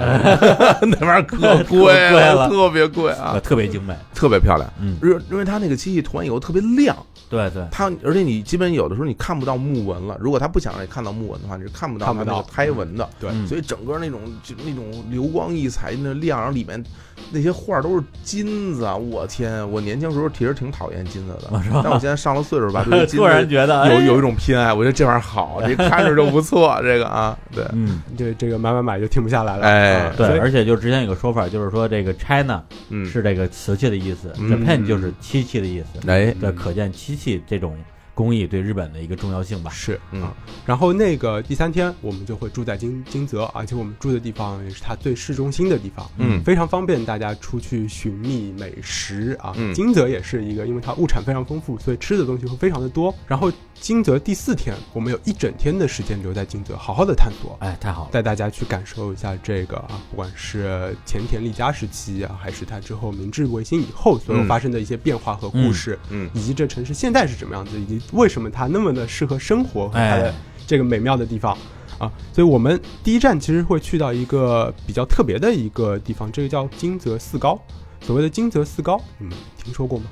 Speaker 1: 那玩意儿可贵
Speaker 2: 特贵了
Speaker 1: 了，特别贵啊
Speaker 2: 呃，特别精美，
Speaker 1: 特别漂亮。
Speaker 2: 嗯，
Speaker 1: 因为因为它那个漆器涂完以后特别亮，
Speaker 2: 对对，
Speaker 1: 它而且你基本有的时候你看不到木纹了。如果他不想让你看到木纹的话，你是看不到
Speaker 3: 看
Speaker 1: 它
Speaker 3: 不
Speaker 1: 那
Speaker 3: 到
Speaker 1: 个胎纹的。
Speaker 3: 对
Speaker 2: 嗯
Speaker 1: 所以整个那种就那种流光溢彩那亮，然后里面那些画都是金子啊。我天，我年轻时候其实挺讨厌金子的，但我现在上了岁数吧，对金
Speaker 2: 突然
Speaker 1: 子
Speaker 2: 觉得哎
Speaker 1: 有有一
Speaker 2: 种，
Speaker 1: 种偏爱。我觉得这玩意儿好，这看着就不错，这个啊，对，
Speaker 2: 嗯，
Speaker 3: 这这个买买买就停不下来了。
Speaker 1: 哎
Speaker 3: 啊
Speaker 2: 对
Speaker 3: 所，以
Speaker 2: 而且就之前有个说法，就是说这个 China
Speaker 1: 嗯，
Speaker 2: 是这个瓷器的意思
Speaker 1: 嗯
Speaker 2: ，Japan 就是漆器的意思，
Speaker 1: 哎，
Speaker 2: 对，可见漆器这种工艺对日本的一个重要性吧。
Speaker 3: 是
Speaker 1: 嗯
Speaker 3: 啊。然后那个第三天，我们就会住在金金泽，而且我们住的地方也是它最市中心的地方，
Speaker 1: 嗯
Speaker 3: 非常方便大家出去寻觅美食啊。
Speaker 1: 嗯
Speaker 3: 金泽也是一个，因为它物产非常丰富，所以吃的东西会非常的多。然后金泽第四天，我们有一整天的时间留在金泽，好好的探索。
Speaker 2: 哎，太好了，
Speaker 3: 带大家去感受一下这个啊，不管是前田利家时期啊，还是他之后明治维新以后所有
Speaker 1: 嗯
Speaker 3: 发生的一些变化和故事，
Speaker 1: 嗯
Speaker 3: 以及这城市现在是什么样子，以及为什么它那么的适合生活和它的
Speaker 2: 哎
Speaker 3: 这个美妙的地方。啊，所以我们第一站其实会去到一个比较特别的一个地方，这个叫金泽四高。所谓的金泽四高，你们听说过吗？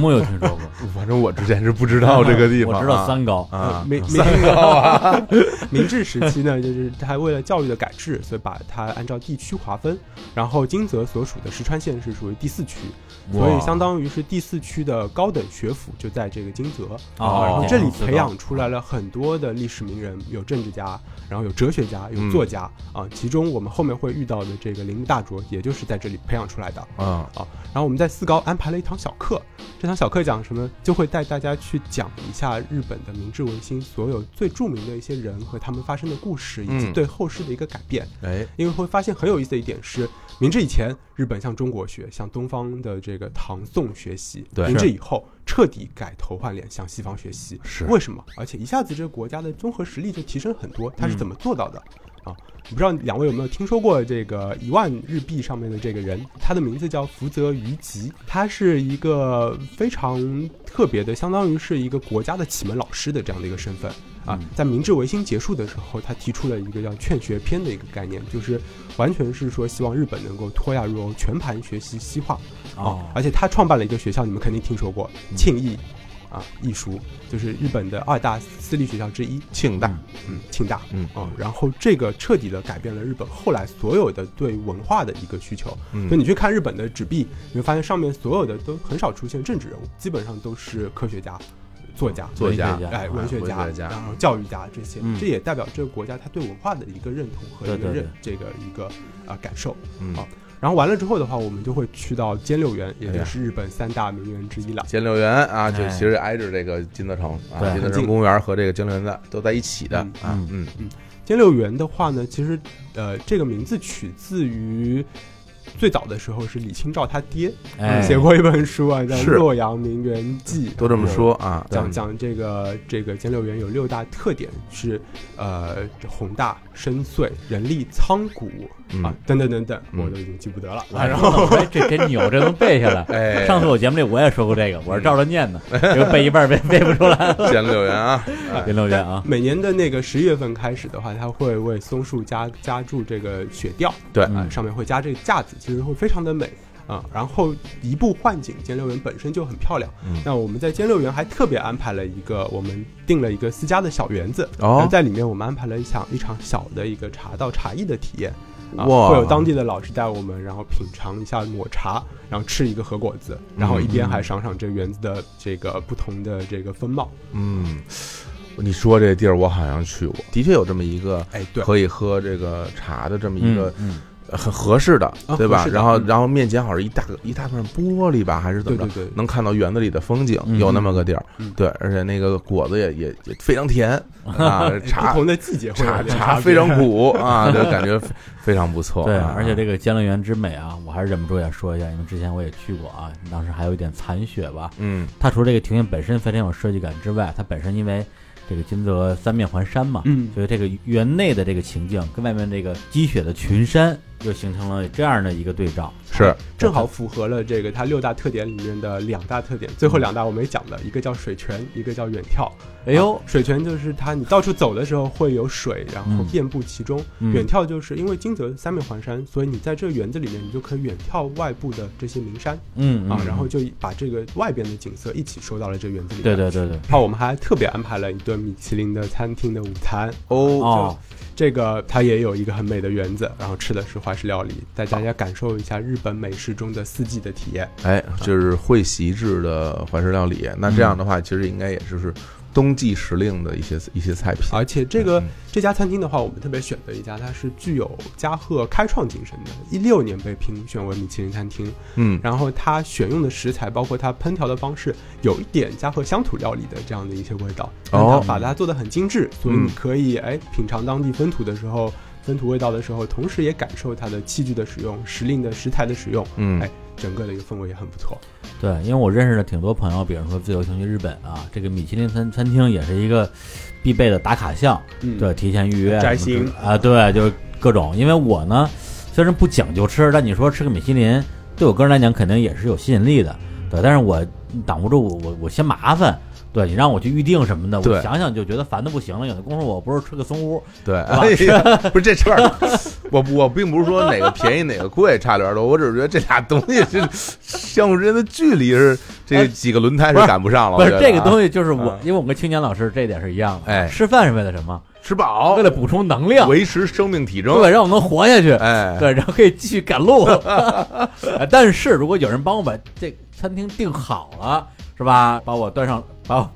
Speaker 2: 没哎有听说过，
Speaker 1: 反正我之前是 不知道这个地方啊，
Speaker 2: 我知道三高，
Speaker 1: 啊，
Speaker 3: 呃明明
Speaker 1: 三高啊，
Speaker 3: 明治时期呢，就是他为了教育的改制，所以把它按照地区划分。然后金泽所属的石川县是属于第四区，所以相当于是第四区的高等学府就在这个金泽。
Speaker 2: 哦
Speaker 3: 然后这里
Speaker 2: 知道
Speaker 3: 培养出来了很多的历史名人，有政治家，然后有哲学家，有作家、
Speaker 1: 嗯
Speaker 3: 啊。其中我们后面会遇到的这个铃木大拙，也就是在这里培养出来的。
Speaker 1: 啊，
Speaker 3: 然后我们在四高安排了一堂小课，这堂小课讲什么？就会带大家去讲一下日本的明治维新所有最著名的一些人和他们发生的故事，以及
Speaker 1: 嗯
Speaker 3: 对后世的一个改变。
Speaker 1: 哎，
Speaker 3: 因为会发现很有意思的一点是，明治以前日本向中国学，向东方的这个唐宋学习；
Speaker 1: 对
Speaker 3: 明
Speaker 1: 是
Speaker 3: 治以后彻底改头换脸，向西方学习。
Speaker 1: 是
Speaker 3: 为什么？而且一下子这个国家的综合实力就提升很多，它是怎么做到的？啊，我不知道两位有没有听说过这个一万日币上面的这个人，他的名字叫福泽谕吉，他是一个非常特别的，相当于是一个国家的启蒙老师的这样的一个身份啊
Speaker 2: 嗯。
Speaker 3: 在明治维新结束的时候，他提出了一个叫劝学篇的一个概念，就是完全是说希望日本能够脱亚入欧，全盘学习西化。
Speaker 2: 哦，
Speaker 3: 而且他创办了一个学校，你们肯定听说过
Speaker 2: 嗯
Speaker 3: 庆艺啊艺术，就是日本的二大私立学校之一，
Speaker 1: 庆大，
Speaker 3: 嗯，庆大，
Speaker 1: 嗯
Speaker 3: 哦，然后这个彻底的改变了日本后来所有的对文化的一个需求，
Speaker 1: 嗯
Speaker 3: 所以你去看日本的纸币，你会发现上面所有的都很少出现政治人物，基本上都是科学家、作家。
Speaker 1: 哦作家
Speaker 2: 文学家
Speaker 3: 哎，
Speaker 2: 啊
Speaker 3: 文学家，
Speaker 1: 文学家
Speaker 3: 然后教育家这些，
Speaker 2: 嗯
Speaker 3: 这也代表这个国家他对文化的一个认同和
Speaker 2: 对
Speaker 3: 一个
Speaker 2: 对
Speaker 3: 认这个一个啊感受。
Speaker 1: 嗯
Speaker 3: 好然后完了之后的话，我们就会去到兼六园，也就是日本三大名园之一了。
Speaker 1: 金柳园啊，就
Speaker 2: 哎
Speaker 1: 其实挨着这个金泽城啊
Speaker 2: 对，
Speaker 1: 金泽
Speaker 3: 很近
Speaker 1: 城公园和这个金柳园在都在一起的
Speaker 3: 嗯
Speaker 1: 啊，嗯，
Speaker 3: 兼六园的话呢，其实呃，这个名字取自于最早的时候是李清照他爹、
Speaker 1: 嗯
Speaker 2: 哎，
Speaker 3: 写过一本书啊，叫《
Speaker 1: 是
Speaker 3: 洛阳名园记》，
Speaker 1: 都这么说啊，
Speaker 3: 讲
Speaker 1: 嗯
Speaker 3: 讲这个这个兼六园有六大特点是，呃，宏大、深邃、人力、苍古啊
Speaker 1: 嗯，
Speaker 3: 等等等等，
Speaker 1: 嗯
Speaker 3: 我都已经记不得了。
Speaker 2: 我
Speaker 3: 啊
Speaker 2: 还
Speaker 3: 然
Speaker 2: 说
Speaker 3: 后
Speaker 2: 呢，我说这真牛，这能背下来。
Speaker 1: 哎，
Speaker 2: 上次我节目里我也说过这个，我是照着 念的，结果背一半儿背背不出来。
Speaker 1: 金柳园 啊，
Speaker 2: 林乐 园啊，
Speaker 3: 每年的那个十一月份开始的话，它会为松树加加注这个雪吊，
Speaker 1: 对
Speaker 3: 啊、
Speaker 2: 嗯
Speaker 3: 上面会加这个架子，其实会非常的美。啊、然后一步换景兼六园本身就很漂亮。
Speaker 1: 嗯
Speaker 3: 那我们在兼六园还特别安排了一个，我们定了一个私家的小园子，
Speaker 1: 哦
Speaker 3: 然后在里面我们安排了一场一场小的一个茶道茶艺的体验。啊，
Speaker 1: 哇
Speaker 3: 会有当地的老师带我们，然后品尝一下抹茶，然后吃一个核果子，然后一边还赏赏这园子的这个不同的这个风貌。
Speaker 1: 嗯，你说这地儿我好像去过，的确有这么一个
Speaker 3: 哎，对，
Speaker 1: 可以喝这个茶的这么一
Speaker 2: 嗯
Speaker 1: 个
Speaker 2: 嗯
Speaker 1: 很合适的，
Speaker 3: 啊
Speaker 1: 对吧
Speaker 3: 合？适的
Speaker 1: 然后
Speaker 3: 嗯
Speaker 1: 然后面前好像一大个一大片玻璃吧，还是怎么着？
Speaker 3: 对对对
Speaker 1: 能看到园子里的风景，
Speaker 2: 嗯
Speaker 1: 有那么个地儿。
Speaker 3: 嗯
Speaker 1: 对，而且那个果子也也也非常 甜啊，
Speaker 3: 不
Speaker 1: 茶
Speaker 3: 同的季节会有
Speaker 1: 茶
Speaker 3: 点
Speaker 1: 茶
Speaker 3: 别
Speaker 1: 非常苦啊，就感觉非非常不错。
Speaker 2: 对，
Speaker 1: 啊
Speaker 2: 而且这个江乐园之美啊，我还是忍不住要说一下，因为之前我也去过啊，当时还有一点残雪吧。
Speaker 1: 嗯
Speaker 2: 它除了这个庭院本身非常有设计感之外，它本身因为这个金泽三面环山嘛，
Speaker 3: 嗯
Speaker 2: 所以这个园内的这个情境跟外面这个积雪的群山又形成了这样的一个对照。
Speaker 1: 是
Speaker 3: 正好符合了这个它六大特点里面的两大特点，最后两大我没讲的，一个叫水泉，一个叫远眺。
Speaker 2: 哎呦
Speaker 3: 啊，水泉就是它你到处走的时候会有水，然后
Speaker 2: 嗯
Speaker 3: 遍布其中。
Speaker 2: 嗯
Speaker 3: 远眺就是因为金泽三面环山，所以你在这个园子里面，你就可以远眺外部的这些名山
Speaker 2: 嗯
Speaker 3: 啊，
Speaker 2: 嗯
Speaker 3: 然后就把这个外边的景色一起收到了这个园子里面。
Speaker 2: 对对对对，
Speaker 3: 然后我们还特别安排了一顿米其林的餐厅的午餐，
Speaker 1: 哦，
Speaker 2: 哦，
Speaker 3: 这个它也有一个很美的园子，然后吃的是怀石料理，带大家感受一下日本美食中的四季的体验。
Speaker 1: 哎，就是会席制的怀石料理。那这样的话，其实应该也就是冬季时令的一些一些菜品。
Speaker 3: 而且啊这个、
Speaker 1: 嗯
Speaker 3: 这家餐厅的话，我们特别选的一家，它是具有加贺开创精神的，一六年被评选为米其林餐厅。
Speaker 1: 嗯，
Speaker 3: 然后它选用的食材，包括它烹调的方式，有一点加贺乡土料理的这样的一些味道。但它
Speaker 1: 哦
Speaker 3: 把它做的很精致，所以
Speaker 1: 嗯
Speaker 3: 你可以哎品尝当地风土的时候。风土味道的时候，同时也感受它的器具的使用、时令的食材的使用，
Speaker 1: 嗯
Speaker 3: 哎，整个的一个氛围也很不错。
Speaker 2: 对，因为我认识了挺多朋友，比如说自由行去日本啊，这个米其林餐餐厅也是一个必备的打卡项，
Speaker 3: 嗯
Speaker 2: 对，提前预约
Speaker 3: 摘星
Speaker 2: 啊，对，就是各种。因为我呢，虽然不讲究吃，但你说吃个米其林，对我个人来讲肯定也是有吸引力的，对。但是我挡不住我我我嫌麻烦，对你让我去预定什么的，
Speaker 1: 对
Speaker 2: 我想想就觉得烦的不行了。有的功夫我不是吃个松屋，
Speaker 1: 对，哎
Speaker 2: 是
Speaker 1: 呀，不是这事儿，我我并不是说哪个便宜哪个贵，差点儿多，我只是觉得这俩东西是相互之间的距离是这几个轮胎是赶不上了。
Speaker 2: 不
Speaker 1: 我
Speaker 2: 是
Speaker 1: 觉得
Speaker 2: 这个
Speaker 1: 啊
Speaker 2: 东西，就是我
Speaker 1: 啊，
Speaker 2: 因为我跟青年老师这一点是一样的。
Speaker 1: 哎哦
Speaker 2: 吃饭是为了什么？
Speaker 1: 吃饱
Speaker 2: 为了补充能量，
Speaker 1: 维持生命体征，
Speaker 2: 对，让我能活下去。
Speaker 1: 哎，
Speaker 2: 对，然后可以继续赶路。 呃但是如果有人帮我把这餐厅定好了，是吧？把我端上，把我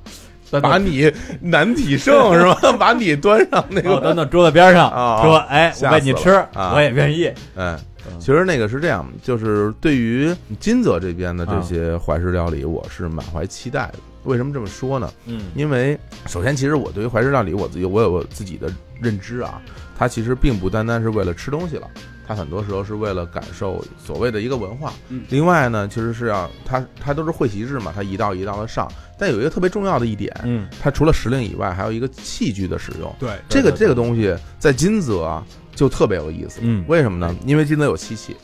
Speaker 2: 端
Speaker 1: 把
Speaker 2: 到
Speaker 1: 你难体盛是吧？把你端上那
Speaker 2: 把我
Speaker 1: 个，
Speaker 2: 端到哦桌子边上，
Speaker 1: 哦
Speaker 2: 说：“哎，我
Speaker 1: 吓
Speaker 2: 喂你
Speaker 1: 死
Speaker 2: 吃，
Speaker 1: 了啊
Speaker 2: 我也愿意。
Speaker 1: 哎。其实那个是这样，就是对于金泽这边的这
Speaker 2: 啊
Speaker 1: 些怀石料理，我是满怀期待的。为什么这么说呢？”
Speaker 2: 嗯
Speaker 1: 因为首先，其实我对于怀石料理，我自己我有我自己的认知啊，它其实并不单单是为了吃东西了，它很多时候是为了感受所谓的一个文化。
Speaker 3: 嗯
Speaker 1: 另外呢，其实是要它它都是会席制嘛，它一道一道的上，但有一个特别重要的一点，
Speaker 2: 嗯，
Speaker 1: 它除了时令以外，还有一个器具的使用。
Speaker 3: 对，
Speaker 1: 这个
Speaker 2: 对对
Speaker 1: 这个东西在金泽啊就特别有意思，
Speaker 2: 嗯
Speaker 1: 为什么呢？因为金泽有漆器，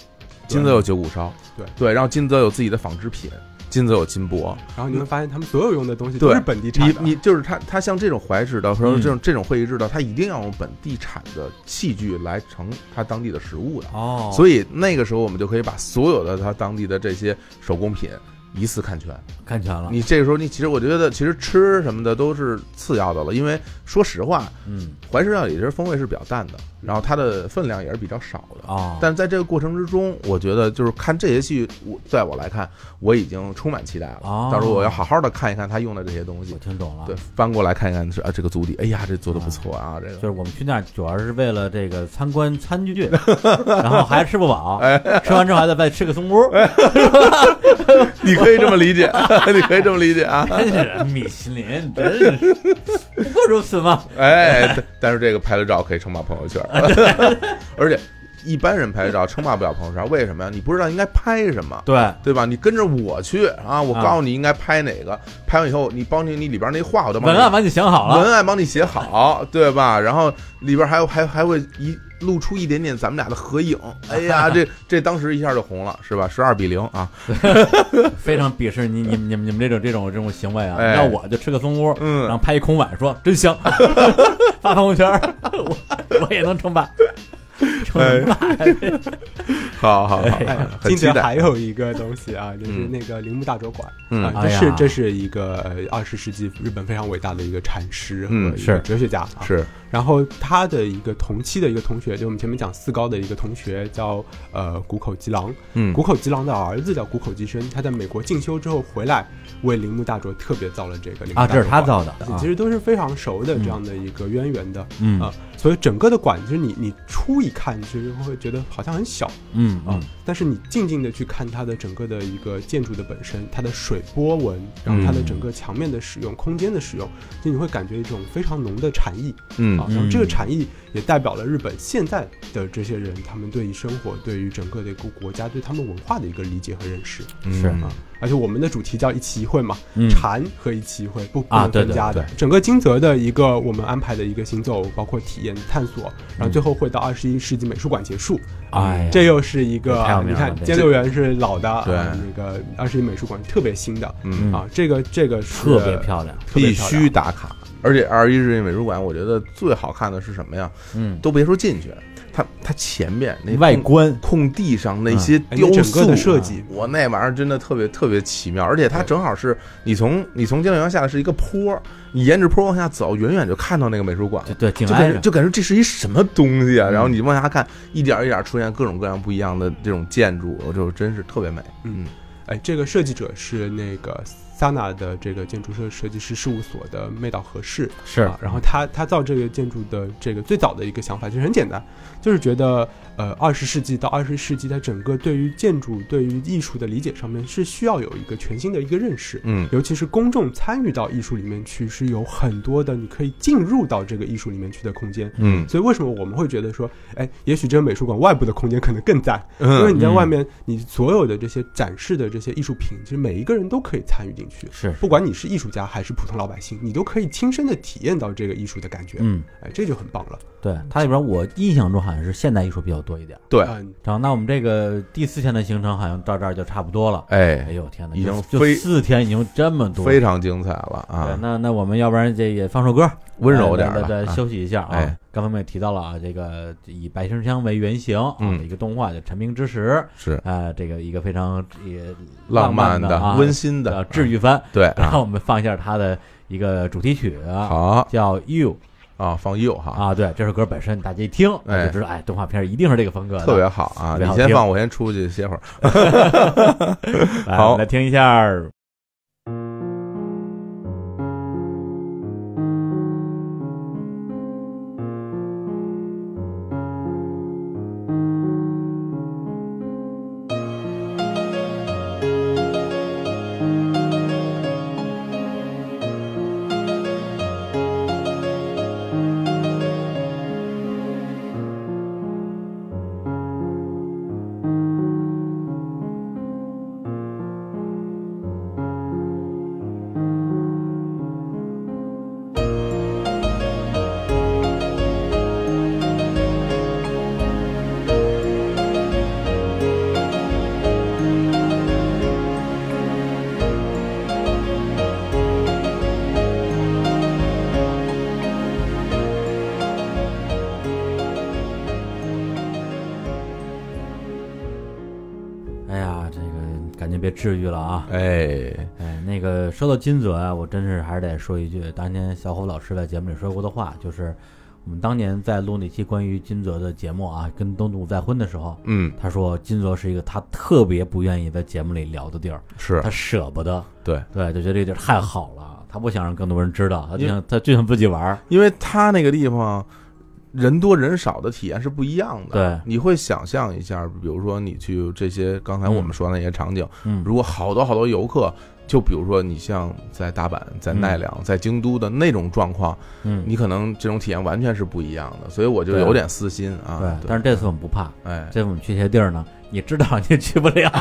Speaker 1: 金泽有九股烧，
Speaker 3: 对
Speaker 1: 对，然后金泽有自己的纺织品，金泽有金箔，
Speaker 3: 然后你会发现他们所有用的东西都
Speaker 1: 对
Speaker 3: 是本地产
Speaker 1: 你
Speaker 3: 的。
Speaker 1: 你就是它，它像这种怀石的，或者
Speaker 2: 嗯
Speaker 1: 这种这种会议制的，它一定要用本地产的器具来盛它当地的食物的。
Speaker 2: 哦，
Speaker 1: 所以那个时候，我们就可以把所有的它当地的这些手工品一次看全。
Speaker 2: 以看全了。
Speaker 1: 你这个时候，你其实我觉得，其实吃什么的都是次要的了，因为说实话，
Speaker 2: 嗯
Speaker 1: 怀石料理其实风味是比较淡的，然后它的分量也是比较少的。
Speaker 2: 哦，
Speaker 1: 但是在这个过程之中，我觉得就是看这些戏，我在我来看，我已经充满期待了。
Speaker 2: 哦
Speaker 1: 到时候我要好好的看一看他用的这些东西
Speaker 2: 我。听懂了。
Speaker 1: 对，翻过来看一看是啊，这个足底，哎呀，这做的不错啊，这
Speaker 2: 哦就是
Speaker 1: 个
Speaker 2: 我们去那儿主要是为了这个参观餐 具，然后还吃不饱，
Speaker 1: 哎
Speaker 2: 吃完之后还得再吃个松屋，
Speaker 1: 你可以这么理解， 你可以这么理解啊。
Speaker 2: 真是米其林，真是不过如此吗？
Speaker 1: 哎，但但是这个拍了照可以称霸朋友圈儿， 而且一般人拍照称霸不了朋友圈儿，为什么呀？你不知道应该拍什么。
Speaker 2: 对，
Speaker 1: 对吧？你跟着我去啊！我
Speaker 2: 啊
Speaker 1: 告诉你应该拍哪个，拍完以后你帮你你里边那话我都帮
Speaker 2: 文
Speaker 1: 你
Speaker 2: 案完就想好啊了，
Speaker 1: 文案帮你写好， 对吧？然后里边还有还还会一露出一点点咱们俩的合影。哎呀，这这当时一下就红了，是吧？十二比零啊，
Speaker 2: 非常鄙视你你们你们你们这种这种这种行为啊！
Speaker 1: 嗯哎
Speaker 2: 要我就吃个松屋，
Speaker 1: 嗯
Speaker 2: 然后拍一空碗说 真香，发朋友圈儿，我我也能称霸，称霸呀，
Speaker 1: 哎 好好好
Speaker 3: 哎，，
Speaker 1: 很
Speaker 3: 金
Speaker 1: 期
Speaker 3: 德
Speaker 1: 待。
Speaker 3: 还有一个东西啊，就是
Speaker 1: 嗯
Speaker 3: 那个铃木大酒馆
Speaker 1: 嗯
Speaker 3: 啊，
Speaker 2: 哎
Speaker 3: 这
Speaker 2: 呀
Speaker 3: 是这是一个二十世纪日本非常伟大的一个禅师和
Speaker 1: 嗯
Speaker 3: 一
Speaker 2: 是
Speaker 3: 个哲学家啊。
Speaker 1: 是，
Speaker 3: 然后他的一个同期的一个同学，就我们前面讲四高的一个同学叫呃谷口吉郎，
Speaker 1: 嗯
Speaker 3: 谷口吉郎的儿子叫谷口吉生，他在美国进修之后回来，为铃木大拙特别造了这个铃木
Speaker 2: 啊，
Speaker 3: 大
Speaker 2: 这是
Speaker 3: 拙
Speaker 2: 他
Speaker 3: 馆
Speaker 2: 造的
Speaker 3: 对
Speaker 2: 啊
Speaker 3: 其，实都是非常熟的
Speaker 2: 嗯
Speaker 3: 这样的一个渊源的。
Speaker 2: 嗯
Speaker 3: 啊，所以整个的馆就是你你初一看，其实会觉得好像很小
Speaker 2: 嗯
Speaker 3: 啊
Speaker 2: 嗯，
Speaker 3: 但是你静静的去看它的整个的一个建筑的本身，它的水波纹，然后它的整个墙面的使用、空间的使用，就你会感觉一种非常浓的禅意
Speaker 1: 嗯
Speaker 3: 啊。
Speaker 2: 嗯
Speaker 3: 然后这个禅意也代表了日本现在的这些人，他们对于生活、对于整个的一个国家、对他们文化的一个理解和认识
Speaker 2: 是
Speaker 1: 嗯
Speaker 3: 啊。而且我们的主题叫一期一会嘛，
Speaker 2: 嗯
Speaker 3: 禅和一期一会不不
Speaker 2: 啊
Speaker 3: 能
Speaker 2: 对
Speaker 3: 分家
Speaker 2: 对
Speaker 3: 的。整个金泽的一个我们安排的一个行走，包括体验探索，然后最后会到二十一世纪美术馆结束。
Speaker 2: 嗯哎呀
Speaker 3: 这又是一个
Speaker 2: 太有名
Speaker 3: 你
Speaker 2: 了
Speaker 3: 看
Speaker 2: 这
Speaker 3: 尖六园是老的，
Speaker 1: 对
Speaker 3: 啊那个二十一美术馆特别新的
Speaker 1: 嗯
Speaker 3: 啊，这个这个是
Speaker 2: 特别漂亮，
Speaker 3: 特别
Speaker 1: 必
Speaker 3: 漂
Speaker 1: 须
Speaker 3: 亮
Speaker 1: 打卡。而且二十一世纪美术馆，我觉得最好看的是什么呀？
Speaker 2: 嗯，
Speaker 1: 都别说进去，它它前面那
Speaker 2: 外
Speaker 1: 空
Speaker 2: 观
Speaker 1: 空地上那
Speaker 2: 嗯
Speaker 1: 些
Speaker 3: 哎
Speaker 1: 雕
Speaker 3: 整
Speaker 1: 塑
Speaker 3: 个
Speaker 1: 啊
Speaker 3: 的设计，
Speaker 1: 我那玩意儿真的特别特别奇妙，而且它正好是你从你从江陵园下来是一个坡，你沿着坡往下走，远远就看到那个美术馆了
Speaker 2: 对。对，景
Speaker 1: 就感
Speaker 2: 安
Speaker 1: 觉
Speaker 2: 人
Speaker 1: 就感觉这是一什么东西啊！
Speaker 2: 嗯
Speaker 1: 然后你往下看，一点儿一点儿出现各种各样不一样的这种建筑，我就真是特别美。
Speaker 3: 嗯哎，这个设计者是那个 Sana 的这个建筑设设计师事务所的妹岛和世，
Speaker 2: 是
Speaker 3: 啊，然后他他造这个建筑的这个最早的一个想法其实很简单，就是觉得呃二十世纪到二十世纪，它整个对于建筑、对于艺术的理解上面是需要有一个全新的一个认识。
Speaker 1: 嗯
Speaker 3: 尤其是公众参与到艺术里面去，是有很多的你可以进入到这个艺术里面去的空间。
Speaker 1: 嗯
Speaker 3: 所以为什么我们会觉得说，哎，也许这个美术馆外部的空间可能更赞，因为
Speaker 1: 嗯
Speaker 3: 你在外面，你所有的这些展示的这些艺术品，其实每一个人都可以参与进去。
Speaker 2: 是，
Speaker 3: 不管你是艺术家还是普通老百姓，你都可以亲身的体验到这个艺术的感觉，
Speaker 2: 嗯，
Speaker 3: 哎，这就很棒了。
Speaker 2: 对，
Speaker 1: 嗯
Speaker 2: 它里边我印象中好像是现代艺术比较多一点。
Speaker 1: 对，
Speaker 3: 嗯，
Speaker 2: 然后，那我们这个第四天的行程好像到这儿就差不多了。哎
Speaker 1: 哎，
Speaker 2: 呦天哪，
Speaker 1: 已经
Speaker 2: 就就
Speaker 1: 非
Speaker 2: 四天已经这么多了，
Speaker 1: 非常精彩了
Speaker 2: 对
Speaker 1: 啊！
Speaker 2: 那那我们要不然这也放首歌，
Speaker 1: 温柔点儿
Speaker 2: 来来
Speaker 1: 了
Speaker 2: 来
Speaker 1: 啊
Speaker 2: 休息一下啊。
Speaker 1: 哎
Speaker 2: 刚才我们也提到了啊，这个以白生香为原型啊、
Speaker 1: 嗯
Speaker 2: 的一个动画叫《陈明之时》，
Speaker 1: 是
Speaker 2: 呃，这个一个非常也
Speaker 1: 浪
Speaker 2: 漫
Speaker 1: 漫
Speaker 2: 的、啊、
Speaker 1: 温馨
Speaker 2: 呃
Speaker 1: 的
Speaker 2: 治愈番。
Speaker 1: 对
Speaker 2: 然
Speaker 1: 啊
Speaker 2: 后，我们放一下它的一个主题曲啊，
Speaker 1: 好
Speaker 2: 叫《You
Speaker 1: 啊，放右》哈，
Speaker 2: 啊，对，这首歌本身大家一听
Speaker 1: 哎
Speaker 2: 就知道，哎，动画片一定是这个风格的，
Speaker 1: 特别好啊！你
Speaker 2: 特别好
Speaker 1: 先
Speaker 2: 听
Speaker 1: 放，我先出去歇会儿。
Speaker 2: 来
Speaker 1: 好
Speaker 2: 我们来听一下。哎呀，这个感觉被治愈了啊！
Speaker 1: 哎，
Speaker 2: 哎，那个说到金泽啊，我真是还是得说一句，当年小虎老师在节目里说过的话，就是我们当年在录那期关于金泽的节目啊，跟东东再婚的时候，
Speaker 1: 嗯，
Speaker 2: 他说金泽是一个他特别不愿意在节目里聊的地儿，
Speaker 1: 是
Speaker 2: 他舍不得，
Speaker 1: 对，
Speaker 2: 对，就觉得这地儿太好了，他不想让更多人知道，他
Speaker 1: 因
Speaker 2: 就
Speaker 1: 为
Speaker 2: 想他就想自己玩儿，
Speaker 1: 因为他那个地方人多人少的体验是不一样的。
Speaker 2: 对
Speaker 1: 你会想象一下，比如说你去这些刚才我们说的那些场景，
Speaker 2: 嗯，
Speaker 1: 如果好多好多游客，就比如说你像在大阪、在奈良、在京都的那种状况，
Speaker 2: 嗯，
Speaker 1: 你可能这种体验完全是不一样的。所以我就
Speaker 2: 对
Speaker 1: 有点私心
Speaker 2: 对
Speaker 1: 啊。，
Speaker 2: 但是这次我们不怕，
Speaker 1: 哎，
Speaker 2: 这次我们去这些地儿呢，你知道你也去不了，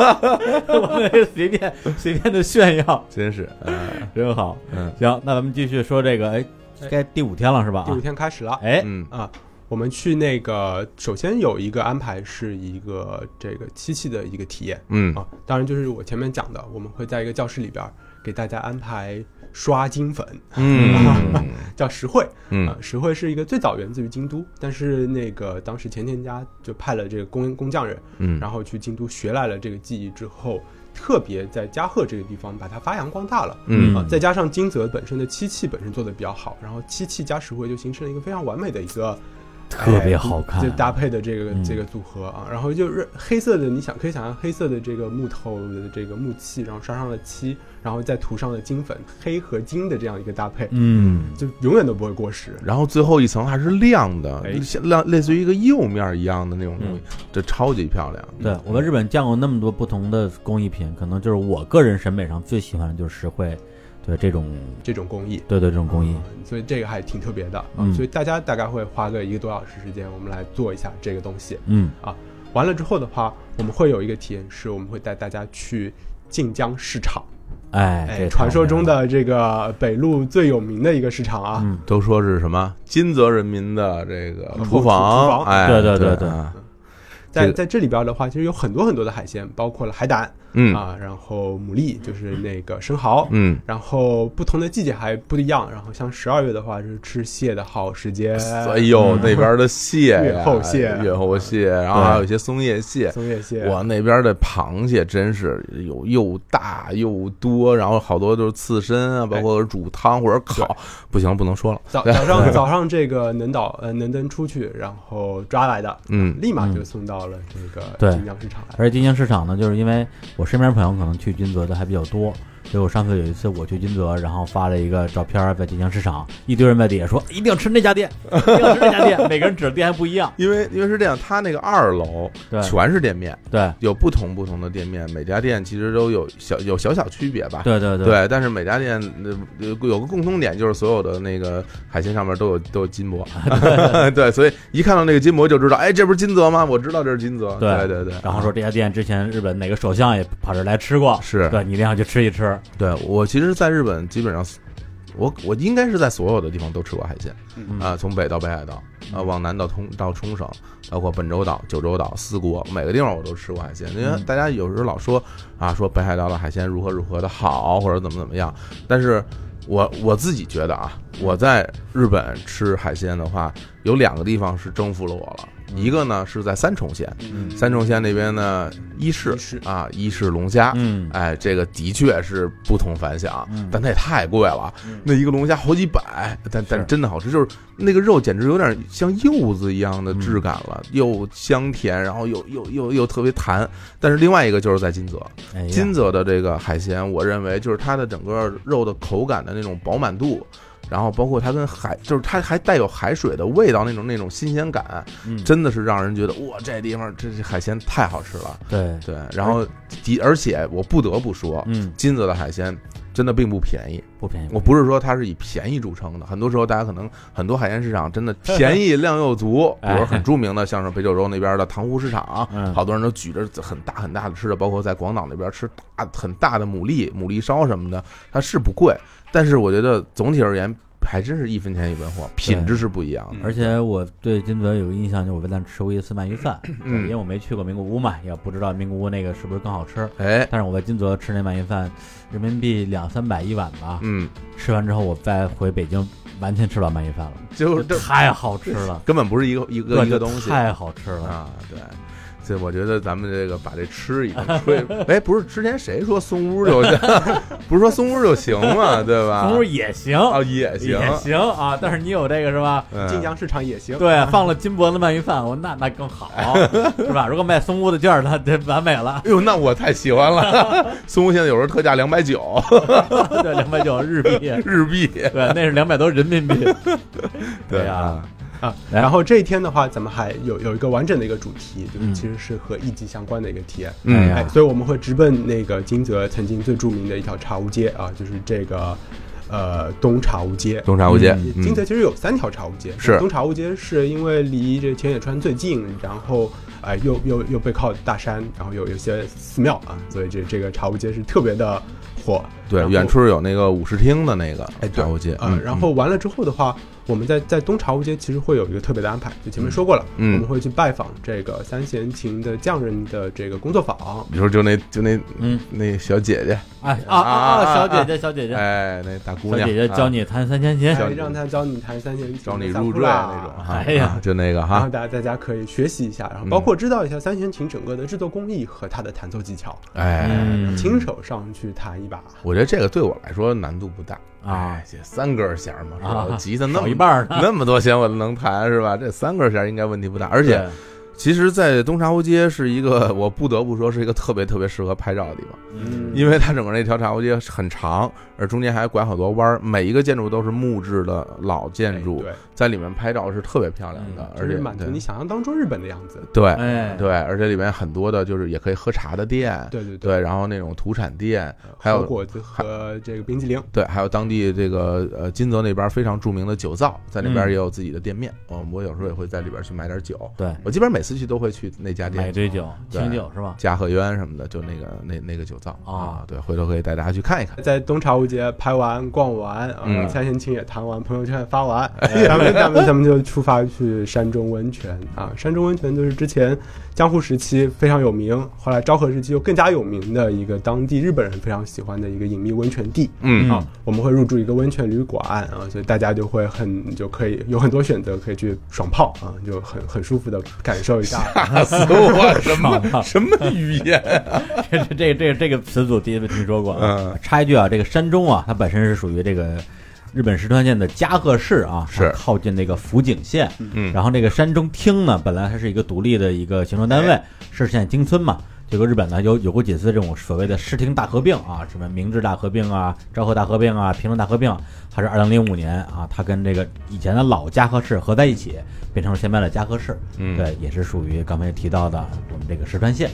Speaker 2: 我们也随便随便的炫耀，
Speaker 1: 真是，哎
Speaker 2: 真好。
Speaker 1: 嗯
Speaker 2: 行，那咱们继续说这个，哎，该第五天了是吧？
Speaker 3: 哎第五天开始了，
Speaker 2: 哎，
Speaker 1: 嗯
Speaker 3: 啊，我们去那个，首先有一个安排是一个这个漆器的一个体验
Speaker 1: 嗯
Speaker 3: 啊，当然就是我前面讲的，我们会在一个教室里边儿给大家安排刷金粉，
Speaker 1: 嗯
Speaker 3: 叫石绘啊
Speaker 1: 嗯，
Speaker 3: 石绘是一个最早源自于京都，但是那个当时前田家就派了这个工工匠人，
Speaker 1: 嗯，
Speaker 3: 然后去京都学来了这个技艺之后，特别在加贺这个地方把它发扬光大了。
Speaker 1: 嗯
Speaker 3: 啊，再加上金泽本身的漆器本身做的比较好，然后漆器加石灰就形成了一个非常完美的一个哎
Speaker 2: 特别好看
Speaker 3: 就搭配的这个、
Speaker 2: 嗯
Speaker 3: 这个组合啊。然后就是黑色的，你想可以想象黑色的这个木头的这个木器，然后刷上了漆，然后再涂上了金粉，黑和金的这样一个搭配，
Speaker 2: 嗯，
Speaker 3: 就永远都不会过时。
Speaker 1: 然后最后一层还是亮的
Speaker 3: 哎，
Speaker 1: 像亮类似于一个釉面一样的那种东西，这超级漂亮。
Speaker 3: 嗯
Speaker 2: 对我在日本见过那么多不同的工艺品，可能就是我个人审美上最喜欢的就是石灰，对这种，
Speaker 3: 这种工艺，
Speaker 2: 对对这种工艺，
Speaker 3: 所以这个还挺特别的啊。
Speaker 2: 嗯
Speaker 3: 所以大家大概会花个一个多小时时间，我们来做一下这个东西。
Speaker 2: 嗯
Speaker 3: 完了之后的话，我们会有一个体验是，我们会带大家去晋江市场，
Speaker 2: 哎，这
Speaker 3: 哎，
Speaker 2: 个
Speaker 3: 传说中
Speaker 2: 太美了，
Speaker 3: 的这个北路最有名的一个市场啊。
Speaker 2: 嗯，
Speaker 1: 都说是什么金泽人民的这个
Speaker 3: 嗯
Speaker 1: 啊厨
Speaker 3: 厨
Speaker 1: 房，
Speaker 3: 房
Speaker 1: 哎，
Speaker 2: 对对对
Speaker 1: 对
Speaker 2: 对
Speaker 1: 啊这
Speaker 3: 在
Speaker 1: 个
Speaker 3: 在这里边的话，其实有很多很多的海鲜，包括了海胆
Speaker 1: 嗯
Speaker 3: 啊，然后牡蛎就是那个生蚝，
Speaker 1: 嗯，
Speaker 3: 然后不同的季节还不一样。然后像十二月的话是吃蟹的好时节，
Speaker 1: 哎呦，那边的蟹呀，
Speaker 3: 越后蟹
Speaker 1: 越后蟹，然后还有一些松叶蟹。
Speaker 3: 松叶蟹，
Speaker 1: 哇，那边的螃蟹真是有又大又多，然后好多都是刺身啊，包括煮汤或者烤。不行，不能说了。
Speaker 3: 早早上早上这个能岛呃能登出去，然后抓来的，
Speaker 1: 嗯
Speaker 3: 立马就送到了这个
Speaker 2: 对嗯
Speaker 3: 晋江市场来。
Speaker 2: 而且金江市场呢，就是因为我身边朋友可能去金泽的还比较多，所以我上次有一次我去金泽，然后发了一个照片儿在金江市场，一堆人在底下说一定要吃那家店，一定要吃那家 店，每个人指的店还不一样。
Speaker 1: 因为因为是这样，它那个二楼
Speaker 2: 对
Speaker 1: 全是店面，
Speaker 2: 对
Speaker 1: 有不同不同的店面，每家店其实都有小有小小区别吧。
Speaker 2: 对对对，
Speaker 1: 但是每家店呃呃有个共通点，就是所有的那个海鲜上面都有都有金 箔，对，所以一看到那个金箔就知道，哎，这不是金泽吗？我知道这是金泽，
Speaker 2: 对
Speaker 1: 对对对。
Speaker 2: 然后说这家店之前日本哪个首相也跑这儿来吃过，
Speaker 1: 是
Speaker 2: 对你一定要去吃一吃。
Speaker 1: 对我其实，在日本基本上，我我应该是在所有的地方都吃过海鲜
Speaker 3: 嗯
Speaker 1: 啊、从北到北海道，啊、往南到冲到冲绳，包括本州岛、九州岛、四国，每个地方我都吃过海鲜。因为
Speaker 2: 嗯
Speaker 1: 大家有时候老说啊，说北海道的海鲜如何如何的好，或者怎么怎么样，但是。我我自己觉得啊，我在日本吃海鲜的话，有两个地方是征服了我了。一个呢是在三重县，
Speaker 3: 嗯
Speaker 1: 三重县那边呢，伊势
Speaker 3: 伊势
Speaker 1: 啊，伊势龙虾，
Speaker 2: 嗯，
Speaker 1: 哎，这个的确是不同凡响，
Speaker 2: 嗯
Speaker 1: 但它也太贵了，
Speaker 3: 嗯
Speaker 1: 那一个龙虾好几百，但但
Speaker 2: 是
Speaker 1: 真的好吃，就是那个肉简直有点像柚子一样的
Speaker 2: 嗯
Speaker 1: 质感了，又香甜，然后又又又又特别弹。但是另外一个就是在金泽，
Speaker 2: 哎呀
Speaker 1: 金泽的这个海鲜，我认为就是它的整个肉的口感的那种饱满度。然后包括它跟海，就是它还带有海水的味道，那种那种新鲜感，
Speaker 2: 嗯
Speaker 1: 真的是让人觉得哇，这地方这这海鲜太好吃了。
Speaker 2: 对，
Speaker 1: 对，然后的而且我不得不说，
Speaker 2: 嗯，
Speaker 1: 金泽的海鲜真的并不便宜。
Speaker 2: 不便宜。
Speaker 1: 我不是说它是以便宜著称的，很多时候大家可能很多海鲜市场真的 便宜量又足，比
Speaker 2: 哎
Speaker 1: 如很著名的像是北九州那边的塘沽市场
Speaker 2: 嗯，
Speaker 1: 好多人都举着很大很大的吃的，包括在广岛那边吃大很大的牡蛎、牡蛎烧什么的，它是不贵，但是我觉得总体而言还真是一分钱一文货，品质是不一样的。
Speaker 3: 嗯
Speaker 2: 而且我对金泽有个印象，就是我在那吃过一次鳗鱼饭，
Speaker 1: 嗯
Speaker 2: 因为我没去过名古屋嘛，也不知道名古屋那个是不是更好吃。
Speaker 1: 哎，
Speaker 2: 但是我在金泽吃那鳗鱼饭，人民币两三百一碗吧，
Speaker 1: 嗯，
Speaker 2: 吃完之后我再回北京，完全吃不了鳗鱼饭了，
Speaker 1: 就
Speaker 2: 这
Speaker 1: 这
Speaker 2: 太好吃了，
Speaker 1: 根本不是一个一
Speaker 2: 对
Speaker 1: 个一个
Speaker 2: 这
Speaker 1: 东西，
Speaker 2: 太好吃了。
Speaker 1: 啊，对。所以我觉得咱们这个把这吃已经吹，哎，不是之前谁说松屋就， 不是说松屋就行嘛，对吧？
Speaker 2: 猪也行，
Speaker 1: 啊也行，
Speaker 2: 也行啊，但是你有这个是吧？
Speaker 1: 嗯
Speaker 3: 晋江市场也行。
Speaker 2: 对，放了金箔的鳗鱼饭，我那那 更好，是吧？如果卖松屋的券儿，那这完美了，
Speaker 1: 哎呦，那我太喜欢了。松屋现在有时候特价两百九
Speaker 2: 对，两百九 日币，
Speaker 1: 日币，
Speaker 2: 对，那是两百多人 民币，对啊
Speaker 1: 啊，
Speaker 3: 啊，
Speaker 2: 来
Speaker 3: 然后这一天的话，咱们还有有一个完整的一个主题，就是
Speaker 2: 嗯
Speaker 3: 其实是和艺伎相关的一个体验。
Speaker 2: 哎
Speaker 1: 嗯
Speaker 2: 呀
Speaker 3: 哎，所以我们会直奔那个金泽曾经最著名的一条茶屋街啊，就是这个呃东茶屋街。
Speaker 1: 东茶屋街
Speaker 2: 嗯，
Speaker 1: 嗯
Speaker 3: 金泽其实有三条茶屋街，
Speaker 1: 是
Speaker 3: 东茶屋街是因为离这浅野川最近，然后哎，又又又背靠大山，然后有有些寺庙啊，所以这这个茶屋街是特别的火。然
Speaker 1: 对，
Speaker 3: 后
Speaker 1: 远处有那个舞狮厅的那个
Speaker 3: 哎，对
Speaker 1: 茶屋街，
Speaker 3: 呃
Speaker 1: 嗯，
Speaker 3: 然后完了之后的话，我们在在东茶屋街其实会有一个特别的安排，就前面说过了，
Speaker 1: 嗯
Speaker 3: 我们会去拜访这个三弦琴的匠人的这个工作坊。
Speaker 1: 你说就那就那
Speaker 2: 嗯，
Speaker 1: 那小姐姐，
Speaker 2: 哎啊啊
Speaker 1: 啊
Speaker 2: 啊，
Speaker 1: 啊
Speaker 2: 小姐姐，小姐姐，
Speaker 1: 哎，那大姑
Speaker 2: 小
Speaker 1: 娘，
Speaker 2: 姐姐教
Speaker 1: 啊
Speaker 2: 你弹三千琴，
Speaker 1: 教
Speaker 3: 哎
Speaker 1: 你
Speaker 3: 让他教你弹三弦琴，
Speaker 1: 教你
Speaker 3: 萨
Speaker 1: 入
Speaker 3: 库
Speaker 1: 赘啊
Speaker 3: 拉
Speaker 1: 那种，哈
Speaker 2: 哎呀
Speaker 1: 啊就嗯那个
Speaker 3: 然后
Speaker 1: 哈，
Speaker 3: 大家大家可以学习一下，然后包括知道一下三弦琴整个的制作工艺和它的弹奏技巧，
Speaker 1: 哎，
Speaker 2: 嗯
Speaker 3: 亲手上去弹一把。
Speaker 1: 我觉得这个对我来说难度不大
Speaker 2: 啊
Speaker 1: 哎这三根弦嘛，是吧
Speaker 2: 啊？
Speaker 1: 我吉他那
Speaker 2: 少
Speaker 1: 么
Speaker 2: 一半 儿呢
Speaker 1: 那么多弦我都能弹是吧？这三根弦应该问题不大，而且
Speaker 2: 对
Speaker 1: 其实，在东茶屋街是一个我不得不说是一个特别特别适合拍照的地方，
Speaker 3: 嗯
Speaker 1: 因为它整个那条茶屋街很长，而中间还拐好多弯儿，每一个建筑都是木质的老建筑，
Speaker 3: 哎对，嗯
Speaker 1: 在里面拍照是特别漂亮的，
Speaker 3: 就
Speaker 1: 而
Speaker 3: 是
Speaker 1: 且
Speaker 3: 满足
Speaker 1: 对
Speaker 3: 你想象当中日本的样子。
Speaker 1: 对
Speaker 2: 哎，
Speaker 1: 对，而且里面很多的就是也可以喝茶的店，
Speaker 3: 对嗯对，
Speaker 1: 哎对，然后那种土产店，还
Speaker 3: 和
Speaker 1: 有
Speaker 3: 果子和这个冰激凌。
Speaker 1: 对，还有当地这个呃金泽那边非常著名的酒造，在那边
Speaker 2: 嗯
Speaker 1: 也有自己的店面，嗯，我有时候也会在里边去买点酒，
Speaker 2: 对，
Speaker 1: 我基本上每次去都会去那家
Speaker 2: 买
Speaker 1: 店。
Speaker 2: 醉酒，
Speaker 1: 对
Speaker 2: 清酒是吧？
Speaker 1: 嘉禾园什么的，就那个那那个酒造
Speaker 2: 啊
Speaker 1: 对，回头可以带大家去看一看。
Speaker 3: 在东茶屋街拍完、逛完，啊
Speaker 1: 嗯，
Speaker 3: 三弦琴也弹完，朋友圈也发 完，咱们咱们咱们就出发去山中温泉啊！山中温泉就是之前江户时期非常有名，后来昭和时期又更加有名的一个当地日本人非常喜欢的一个隐秘温泉地。
Speaker 1: 嗯
Speaker 2: 嗯
Speaker 3: 我们会入住一个温泉旅馆啊，所以大家就会很就可以有很多选择，可以去爽泡啊，就很很舒服的感受 一下。
Speaker 1: 打死我！什
Speaker 2: 么
Speaker 1: 什么语 言？
Speaker 2: 这这这这这个词组第一次听说过啊。
Speaker 1: 嗯
Speaker 2: 插一句啊，这个山中啊，它本身是属于这个日本石川县的加贺市啊，
Speaker 1: 是
Speaker 2: 它靠近那个福井县。
Speaker 1: 嗯
Speaker 2: 然后这个山中町呢，本来它是一个独立的一个行政单
Speaker 1: 哎
Speaker 2: 位，是县町村嘛。结果日本呢有有过几次这种所谓的市町大合并啊，什么明治大合并啊、昭和大合并啊、平成大合并啊，它是二零零五年啊，它跟这个以前的老加贺市合在一起，变成了现在的加贺市。
Speaker 1: 嗯
Speaker 2: 对，也是属于刚才提到的我们这个石川县。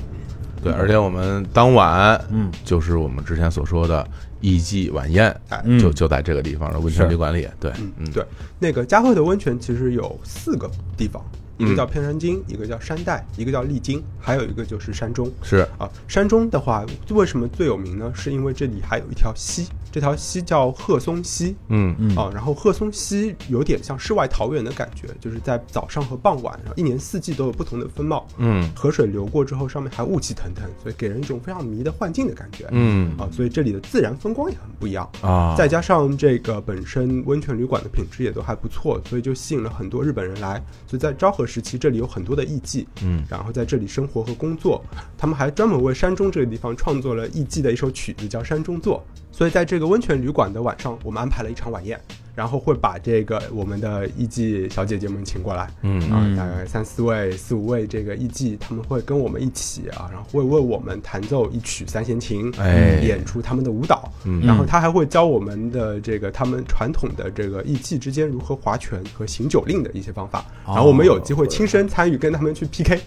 Speaker 1: 对，而且我们当晚，
Speaker 2: 嗯，
Speaker 1: 就是我们之前所说的艺伎晚宴，哎
Speaker 2: 嗯
Speaker 1: 就就在这个地方的温泉旅馆里。对，嗯，
Speaker 3: 对，那个加贺的温泉其实有四个地方，一个
Speaker 1: 嗯
Speaker 3: 叫片山津，一个叫山代，一个叫丽津，还有一个就是山中。
Speaker 1: 是，
Speaker 3: 啊，山中的话，为什么最有名呢？是因为这里还有一条溪，这条溪叫鹤松溪。
Speaker 1: 嗯
Speaker 2: 嗯
Speaker 3: 啊，然后鹤松溪有点像世外桃源的感觉，就是在早上和傍晚，然后一年四季都有不同的风貌。
Speaker 1: 嗯
Speaker 3: 河水流过之后，上面还雾气腾腾，所以给人一种非常迷的幻境的感觉。
Speaker 1: 嗯
Speaker 3: 啊，所以这里的自然风光也很不一样。
Speaker 1: 啊，
Speaker 3: 再加上这个本身温泉旅馆的品质也都还不错，所以就吸引了很多日本人来。所以在昭和时期，这里有很多的艺妓，
Speaker 1: 嗯
Speaker 3: 然后在这里生活和工作。他们还专门为山中这个地方创作了艺妓的一首曲子，叫《山中作》。所以在这个温泉旅馆的晚上，我们安排了一场晚宴，然后会把这个我们的艺妓小姐姐们请过来。
Speaker 1: 嗯
Speaker 3: 啊
Speaker 2: 嗯，
Speaker 3: 大概三四位、四五位这个艺妓，他们会跟我们一起啊，然后会为我们弹奏一曲三弦琴，嗯
Speaker 1: 哎
Speaker 3: 演出他们的舞蹈，
Speaker 1: 嗯
Speaker 3: 然后他还会教我们的这个他们传统的这个艺妓之间如何划拳和行酒令的一些方法，
Speaker 2: 哦
Speaker 3: 然后我们有机会亲身参与跟他们去 PK。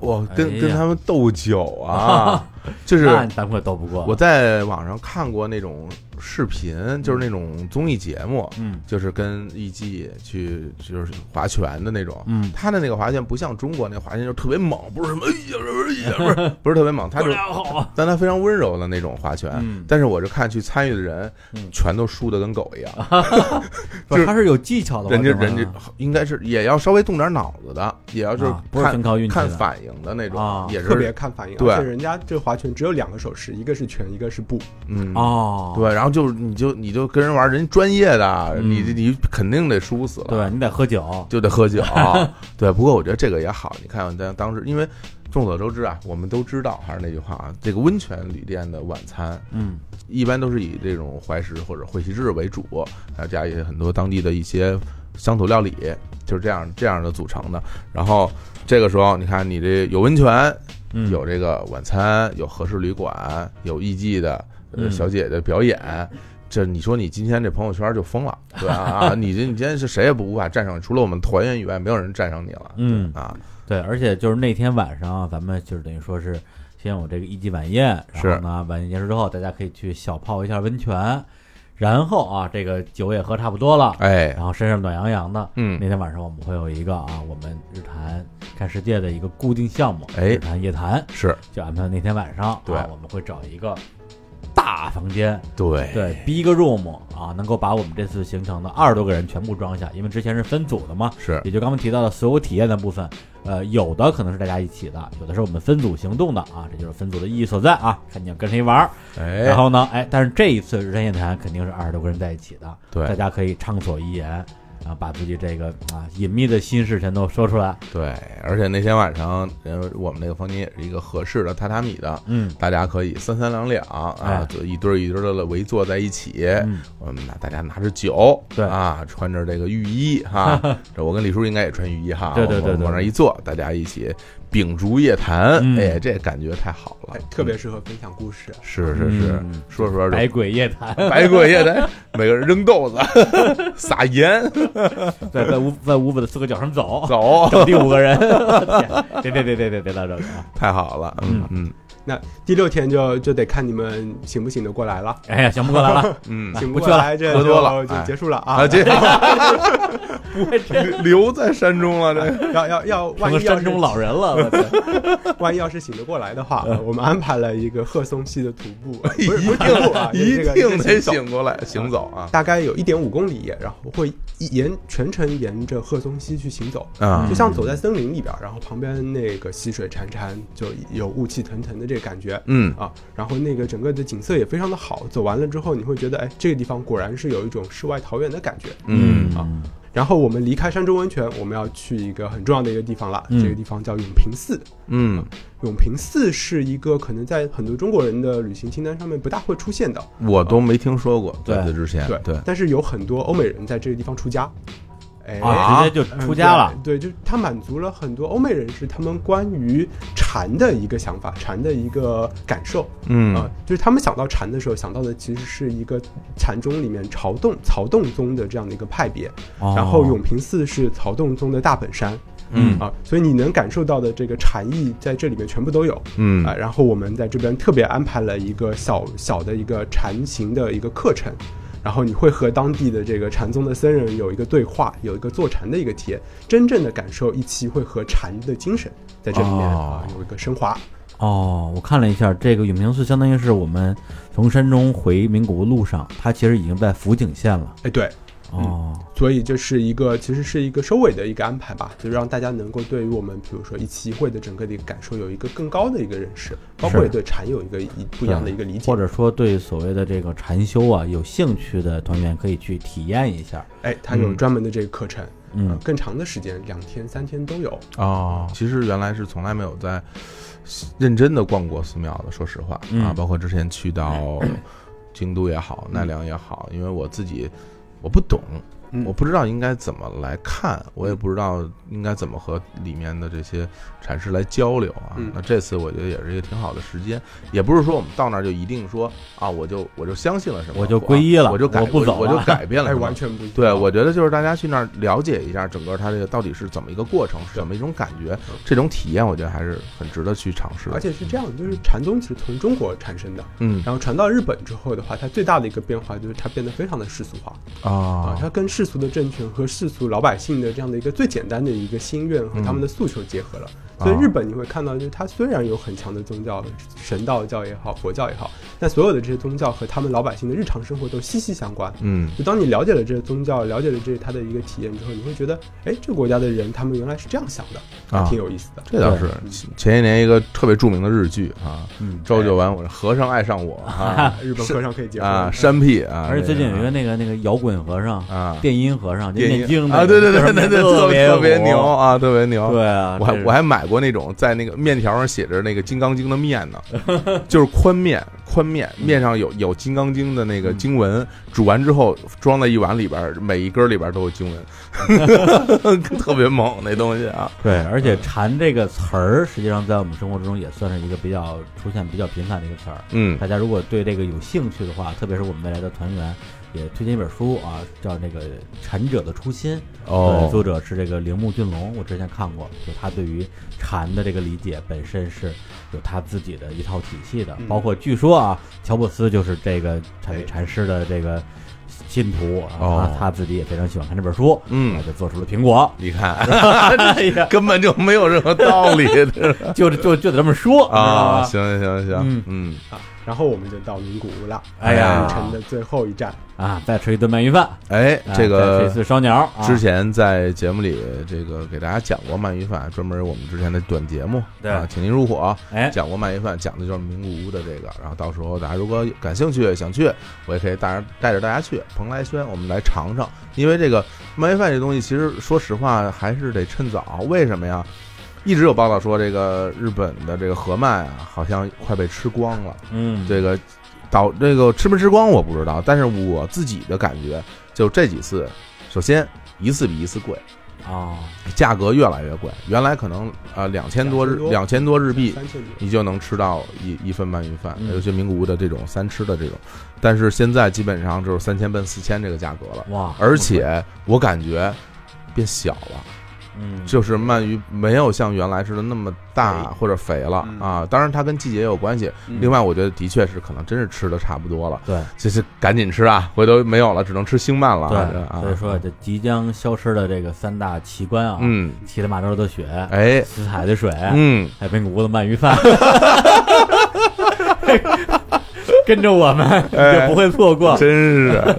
Speaker 1: 我
Speaker 2: 哎
Speaker 1: 跟
Speaker 2: 呀
Speaker 1: 跟他们斗酒啊， 就是
Speaker 2: 那咱们可斗不过。
Speaker 1: 我在网上看过那种视频，就是那种综艺节目，
Speaker 2: 嗯
Speaker 1: 就是跟艺伎去就是划拳的那种。
Speaker 2: 嗯
Speaker 1: 他的那个划拳不像中国那划拳，就特别猛，不是什么哎呀不是 不是不是特别猛，他就
Speaker 2: 好啊！
Speaker 1: 但他非常温柔的那种划拳。
Speaker 2: 嗯
Speaker 1: 但是我是看去参与的人，
Speaker 2: 嗯
Speaker 1: 全都输的跟狗一样，
Speaker 2: 不
Speaker 1: 就是
Speaker 2: 是，他是有技巧的
Speaker 1: 人
Speaker 2: 玩
Speaker 1: 家
Speaker 2: 法吗，
Speaker 1: 人家应该是也要稍微动点脑子的，也要就是
Speaker 2: 啊不是
Speaker 1: 看、
Speaker 2: 全靠运气
Speaker 1: 看
Speaker 2: 的
Speaker 1: 反应的那种，
Speaker 2: 啊
Speaker 1: 也是
Speaker 3: 特别看反应，
Speaker 1: 对
Speaker 3: 而且人家这划拳只有两个手势，一个是拳，一个是步。
Speaker 1: 嗯。
Speaker 2: 哦，
Speaker 1: 对，然后就是你就你就跟人玩，人家专业的，
Speaker 2: 嗯
Speaker 1: 你你肯定得输死了。
Speaker 2: 对你得喝酒，
Speaker 1: 就得喝 酒。对，不过我觉得这个也好，你看咱当时，因为众所周知啊，我们都知道，还是那句话啊，这个温泉旅店的晚餐
Speaker 2: 嗯
Speaker 1: 一般都是以这种怀石或者会席制为主，还有加一些很多当地的一些乡土料理，就是这样这样的组成的。然后这个时候，你看你这有温泉，
Speaker 2: 嗯，
Speaker 1: 有这个晚餐，有合适旅馆，有艺妓的、呃
Speaker 2: 嗯
Speaker 1: 小姐的表演。这你说你今天这朋友圈就疯了，对 吧？啊，你这你今天是谁也不无法战胜，除了我们团员以外，没有人战胜你了。
Speaker 2: 嗯
Speaker 1: 对啊，
Speaker 2: 对，而且就是那天晚上，啊咱们就是等于说是先有这个一级晚宴，然后
Speaker 1: 是
Speaker 2: 呢，晚宴结束之后，大家可以去小泡一下温泉，然后啊，这个酒也喝差不多了，
Speaker 1: 哎，
Speaker 2: 然后身上暖洋洋的。
Speaker 1: 嗯
Speaker 2: 那天晚上我们会有一个啊，我们日坛看世界的一个固定项目，
Speaker 1: 哎
Speaker 2: 日坛夜谈，
Speaker 1: 是
Speaker 2: 就安排那天晚上，
Speaker 1: 对
Speaker 2: 啊我们会找一个大房间，
Speaker 1: 对
Speaker 2: 对，big room 啊，能够把我们这次行程的二十多个人全部装下，因为之前是分组的嘛，
Speaker 1: 是
Speaker 2: 也就刚刚提到的所有体验的部分，呃，有的可能是大家一起的，有的是我们分组行动的啊，这就是分组的意义所在啊，看你要跟谁玩儿。
Speaker 1: 哎，
Speaker 2: 然后呢，哎，但是这一次日山夜谈肯定是二十多个人在一起的，
Speaker 1: 对
Speaker 2: 大家可以畅所欲言，啊，把自己这个啊隐秘的心事全都说出来，
Speaker 1: 对，而且那天晚上，呃，我们那个房间也是一个合适的榻榻米的，
Speaker 2: 嗯，
Speaker 1: 大家可以三三两两
Speaker 2: 哎
Speaker 1: 啊，就一堆儿一堆的围坐在一起。
Speaker 2: 嗯
Speaker 1: 嗯，那大家拿着酒，
Speaker 2: 对
Speaker 1: 啊，穿着这个浴衣哈，这我跟李叔应该也穿浴衣哈，
Speaker 2: 对对对
Speaker 1: 我们
Speaker 2: 对
Speaker 1: 往那
Speaker 2: 对
Speaker 1: 一坐，大家一起秉烛夜谈，
Speaker 2: 嗯
Speaker 1: 哎，这感觉太好了嗯
Speaker 3: 哎，特别适合分享故事。
Speaker 1: 是是是，
Speaker 2: 嗯
Speaker 1: 说说
Speaker 2: 百鬼夜谈，
Speaker 1: 白鬼夜谈，每个人扔豆子， 撒盐，
Speaker 2: 在在屋在屋子的四个角上走，
Speaker 1: 走，
Speaker 2: 找第五个人，天别别别别别别到这个啊，
Speaker 1: 太好了，嗯嗯
Speaker 3: 那第六天就就得看你们醒不醒得过来了，
Speaker 2: 哎呀，想不过来了，
Speaker 1: 嗯，
Speaker 3: 醒
Speaker 2: 不
Speaker 3: 过
Speaker 2: 去
Speaker 3: 来这
Speaker 1: 喝
Speaker 3: 就
Speaker 1: 多了
Speaker 3: 就
Speaker 1: 哎
Speaker 3: 结束了啊
Speaker 1: 啊，。这
Speaker 2: 不会这
Speaker 1: 留留在山中了，这
Speaker 3: 要要要，
Speaker 2: 成
Speaker 3: 万
Speaker 2: 了
Speaker 3: 一要
Speaker 2: 山
Speaker 3: 是
Speaker 2: 中老人 了，我天
Speaker 3: 万一要是醒得过来的话，我们安排了一个鹤松溪的徒 步，
Speaker 1: 嗯一
Speaker 3: 不是不是徒步啊，
Speaker 1: 一
Speaker 3: 就是这个
Speaker 1: 定得，
Speaker 3: 这个
Speaker 1: 醒过来，行走啊
Speaker 3: 大概有一点五公里，然后会一沿全程沿着鹤松溪去行走，
Speaker 1: 啊
Speaker 3: 就像走在森林里边儿，然后旁边那个溪水潺潺，就有雾气腾腾的这个感觉。
Speaker 1: 嗯
Speaker 3: 啊，然后那个整个的景色也非常的好，走完了之后你会觉得，哎，这个地方果然是有一种世外桃源的感觉。
Speaker 1: 嗯
Speaker 3: 啊然后我们离开山中温泉，我们要去一个很重要的一个地方了，
Speaker 2: 嗯
Speaker 3: 这个地方叫永平寺。
Speaker 1: 嗯，
Speaker 3: 永平寺是一个可能在很多中国人的旅行清单上面不大会出现的，
Speaker 1: 我都没听说过，
Speaker 2: 对
Speaker 1: 在此之前，
Speaker 3: 对
Speaker 1: 对，
Speaker 3: 但是有很多欧美人在这个地方出家，哎，
Speaker 2: 啊，直接就
Speaker 3: 嗯
Speaker 2: 出家了，
Speaker 3: 对，对就是它满足了很多欧美人士他们关于禅的一个想法，禅的一个感受。啊、
Speaker 1: 嗯
Speaker 3: 就是他们想到禅的时候，想到的其实是一个禅宗里面曹洞曹洞宗的这样的一个派别，
Speaker 2: 哦
Speaker 3: 然后永平寺是曹洞宗的大本山
Speaker 1: 嗯
Speaker 3: 啊、所以你能感受到的这个禅意在这里面全部都有
Speaker 1: 嗯
Speaker 3: 啊、然后我们在这边特别安排了一个小小的一个禅行的一个课程。然后你会和当地的这个禅宗的僧人有一个对话，有一个坐禅的一个体验，真正的感受一期会和禅的精神在这里面
Speaker 1: 哦
Speaker 3: 啊、有一个升华。
Speaker 2: 哦，我看了一下，这个永平寺相当于是我们从山中回名古屋路上，它其实已经在福井县了。
Speaker 3: 哎，对，
Speaker 1: 嗯
Speaker 2: 哦，
Speaker 3: 所以这是一个其实是一个收尾的一个安排吧，就是让大家能够对于我们比如说一期会的整个的一个感受有一个更高的一个认识，包括也对禅有一个一不一样的一个理解。
Speaker 2: 或者说对所谓的这个禅修啊有兴趣的团员可以去体验一下。
Speaker 3: 哎，它有
Speaker 1: 嗯
Speaker 3: 专门的这个课程，呃
Speaker 2: 嗯，
Speaker 3: 更长的时间，两天三天都有。
Speaker 1: 哦，其实原来是从来没有在认真的逛过寺庙的，说实话
Speaker 2: 嗯
Speaker 1: 啊，包括之前去到京都也好，奈良也好，因为我自己我不懂，
Speaker 3: 嗯
Speaker 1: 我不知道应该怎么来看，我也不知道应该怎么和里面的这些禅师来交流啊。
Speaker 3: 嗯
Speaker 1: 那这次我觉得也是一个挺好的时间，也不是说我们到那儿就一定说啊，我就我就相信了什么，
Speaker 2: 我就皈依了
Speaker 1: 我就改
Speaker 2: 我不走
Speaker 1: 我
Speaker 2: 了
Speaker 1: 就改变了
Speaker 3: 哎，
Speaker 1: 什么，
Speaker 3: 完全不一样。
Speaker 1: 对，我觉得就是大家去那儿了解一下整个它这个到底是怎么一个过程，是
Speaker 3: 对
Speaker 1: 怎么一种感觉，这种体验我觉得还是很值得去尝试的。
Speaker 3: 而且是这样，就是禅宗是从中国产生的，
Speaker 1: 嗯
Speaker 3: 然后传到日本之后的话，它最大的一个变化就是它变得非常的世俗化。啊
Speaker 1: 啊，
Speaker 3: 它跟世俗的政权和世俗老百姓的这样的一个最简单的一个心愿和他们的诉求结合了。
Speaker 1: 嗯
Speaker 3: 所以
Speaker 1: 啊
Speaker 3: 日本你会看到，就是它虽然有很强的宗教，神道教也好，佛教也好，但所有的这些宗教和他们老百姓的日常生活都息息相关。
Speaker 1: 嗯
Speaker 3: 就当你了解了这些宗教，了解了这它的一个体验之后，你会觉得，哎，这个国家的人他们原来是这样想的，还
Speaker 1: 啊
Speaker 3: 挺有意思的。
Speaker 1: 这倒是前些年一个特别著名的日剧啊，
Speaker 2: 嗯
Speaker 1: 朝九晚五，和尚爱上我 啊
Speaker 3: 日本和尚可以结婚
Speaker 1: 啊，山屁啊，
Speaker 2: 而且最近有一
Speaker 1: 这
Speaker 2: 个那个那个摇滚和尚、
Speaker 1: 啊
Speaker 2: 电音和尚，就
Speaker 1: 电
Speaker 2: 念经
Speaker 1: 影
Speaker 2: 的
Speaker 1: 啊，对对对对对，
Speaker 2: 特
Speaker 1: 特特别
Speaker 2: 火
Speaker 1: 牛。啊，特别牛。
Speaker 2: 对啊，
Speaker 1: 我
Speaker 2: 这
Speaker 1: 还
Speaker 2: 是
Speaker 1: 我还买过那种在那个面条上写着那个《金刚经》的面 呢，就是宽面，宽面面上有有《金刚经》的那
Speaker 2: 嗯
Speaker 1: 个经文，煮完之后装在一碗里边儿，每一根儿里边儿都有经 文，特别猛那东西啊。
Speaker 2: 对，而且“禅”这个词儿，实际上在我们生活中也算是一个比较出现比较频繁的一个词儿。
Speaker 1: 嗯
Speaker 2: 大家如果对这个有兴趣的话，特别是我们未来的团员，也推荐一本书啊，叫那个《禅者的初心》。
Speaker 1: 哦
Speaker 2: 对作者是这个铃木俊龙，我之前看过，就他对于禅的这个理解本身是有他自己的一套体系的，
Speaker 3: 嗯
Speaker 2: 包括据说啊，乔布斯就是这个
Speaker 3: 哎
Speaker 2: 禅禅师的这个信徒啊，
Speaker 1: 哦
Speaker 2: 他他自己也非常喜欢看这本书，
Speaker 1: 嗯。
Speaker 2: 啊就做出了苹果
Speaker 1: 你看，
Speaker 2: 哎呀，
Speaker 1: 根本就没有任何道理
Speaker 2: 就就就得这么说
Speaker 1: 啊！
Speaker 2: 你知道吗
Speaker 1: 行行行行，嗯，
Speaker 3: 啊，然后我们就到名古屋了，
Speaker 2: 哎
Speaker 1: 呀
Speaker 3: 旅程的最后一站，
Speaker 2: 啊，再吃一顿鳗鱼饭，
Speaker 1: 哎
Speaker 2: 啊，
Speaker 1: 这
Speaker 2: 再
Speaker 1: 个
Speaker 2: 吃一次烧鸟，啊
Speaker 1: 之前在节目里，这个给大家讲过鳗鱼饭，专门我们之前的短节目
Speaker 2: 对
Speaker 1: 啊，请您入伙，
Speaker 2: 哎
Speaker 1: 讲过鳗鱼饭，讲的就是名古屋的这个。然后到时候大家如果感兴趣想去，我也可以带着带着大家去蓬莱轩，我们来尝尝。因为这个鳗鱼饭这东西，其实说实话还是得趁早。为什么呀？一直有报道说，这个日本的这个河鳗啊，好像快被吃光了。
Speaker 2: 嗯，
Speaker 1: 这个导这个吃没吃光我不知道，但是我自己的感觉就这几次，首先一次比一次贵，
Speaker 2: 啊，
Speaker 1: 价格越来越贵。原来可能呃两千多日两千多日币
Speaker 3: 三千多，
Speaker 1: 你就能吃到一一份鳗鱼饭，
Speaker 2: 嗯
Speaker 1: 尤其名古屋的这种三吃的这种，但是现在基本上就是三千奔四千这个价格了，
Speaker 2: 哇，
Speaker 1: 而且我感觉变小了。
Speaker 2: 嗯，
Speaker 1: 就是鳗鱼没有像原来似的那么大
Speaker 3: 肥
Speaker 1: 或者肥了
Speaker 3: 嗯
Speaker 1: 啊。当然它跟季节也有关系。
Speaker 3: 嗯
Speaker 1: 另外，我觉得的确是可能真是吃的差不多了，
Speaker 2: 对
Speaker 1: 就是赶紧吃啊，回头没有了只能吃星鳗了啊。这
Speaker 2: 对，
Speaker 1: 啊
Speaker 2: 所以说这即将消失的这个三大奇观啊，，
Speaker 1: 嗯，
Speaker 2: 骑着马洲的雪，
Speaker 1: 哎，
Speaker 2: 死海的水，
Speaker 1: 嗯，
Speaker 2: 海滨谷的鳗鱼饭， 跟着我们
Speaker 1: 哎
Speaker 2: 就不会错过。
Speaker 1: 真 是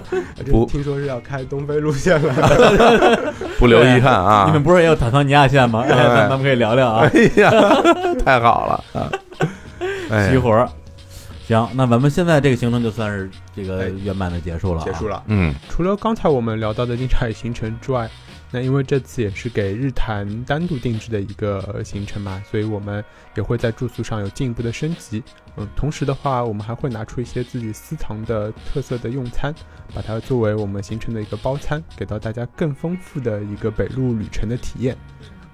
Speaker 1: 不
Speaker 3: 这听说是要开东非路线了，
Speaker 1: 不留遗憾啊
Speaker 2: 你。们不是也有坦桑尼亚线吗？哎，
Speaker 1: 哎
Speaker 2: 咱咱们可以聊聊啊
Speaker 1: 哎，呀， 太好了啊！哎
Speaker 2: 齐，活儿。行，那咱们现在这个行程就算是这个
Speaker 3: 哎
Speaker 2: 圆满的结束了、啊
Speaker 3: 结束
Speaker 2: 了。
Speaker 3: 了。
Speaker 1: 嗯，
Speaker 3: 除了刚才我们聊到的精彩行程之外，那因为这次也是给日坛单独定制的一个呃行程嘛，所以我们也会在住宿上有进一步的升级。嗯，同时的话，我们还会拿出一些自己私藏的特色的用餐，把它作为我们行程的一个包餐，给到大家更丰富的一个北路旅程的体验。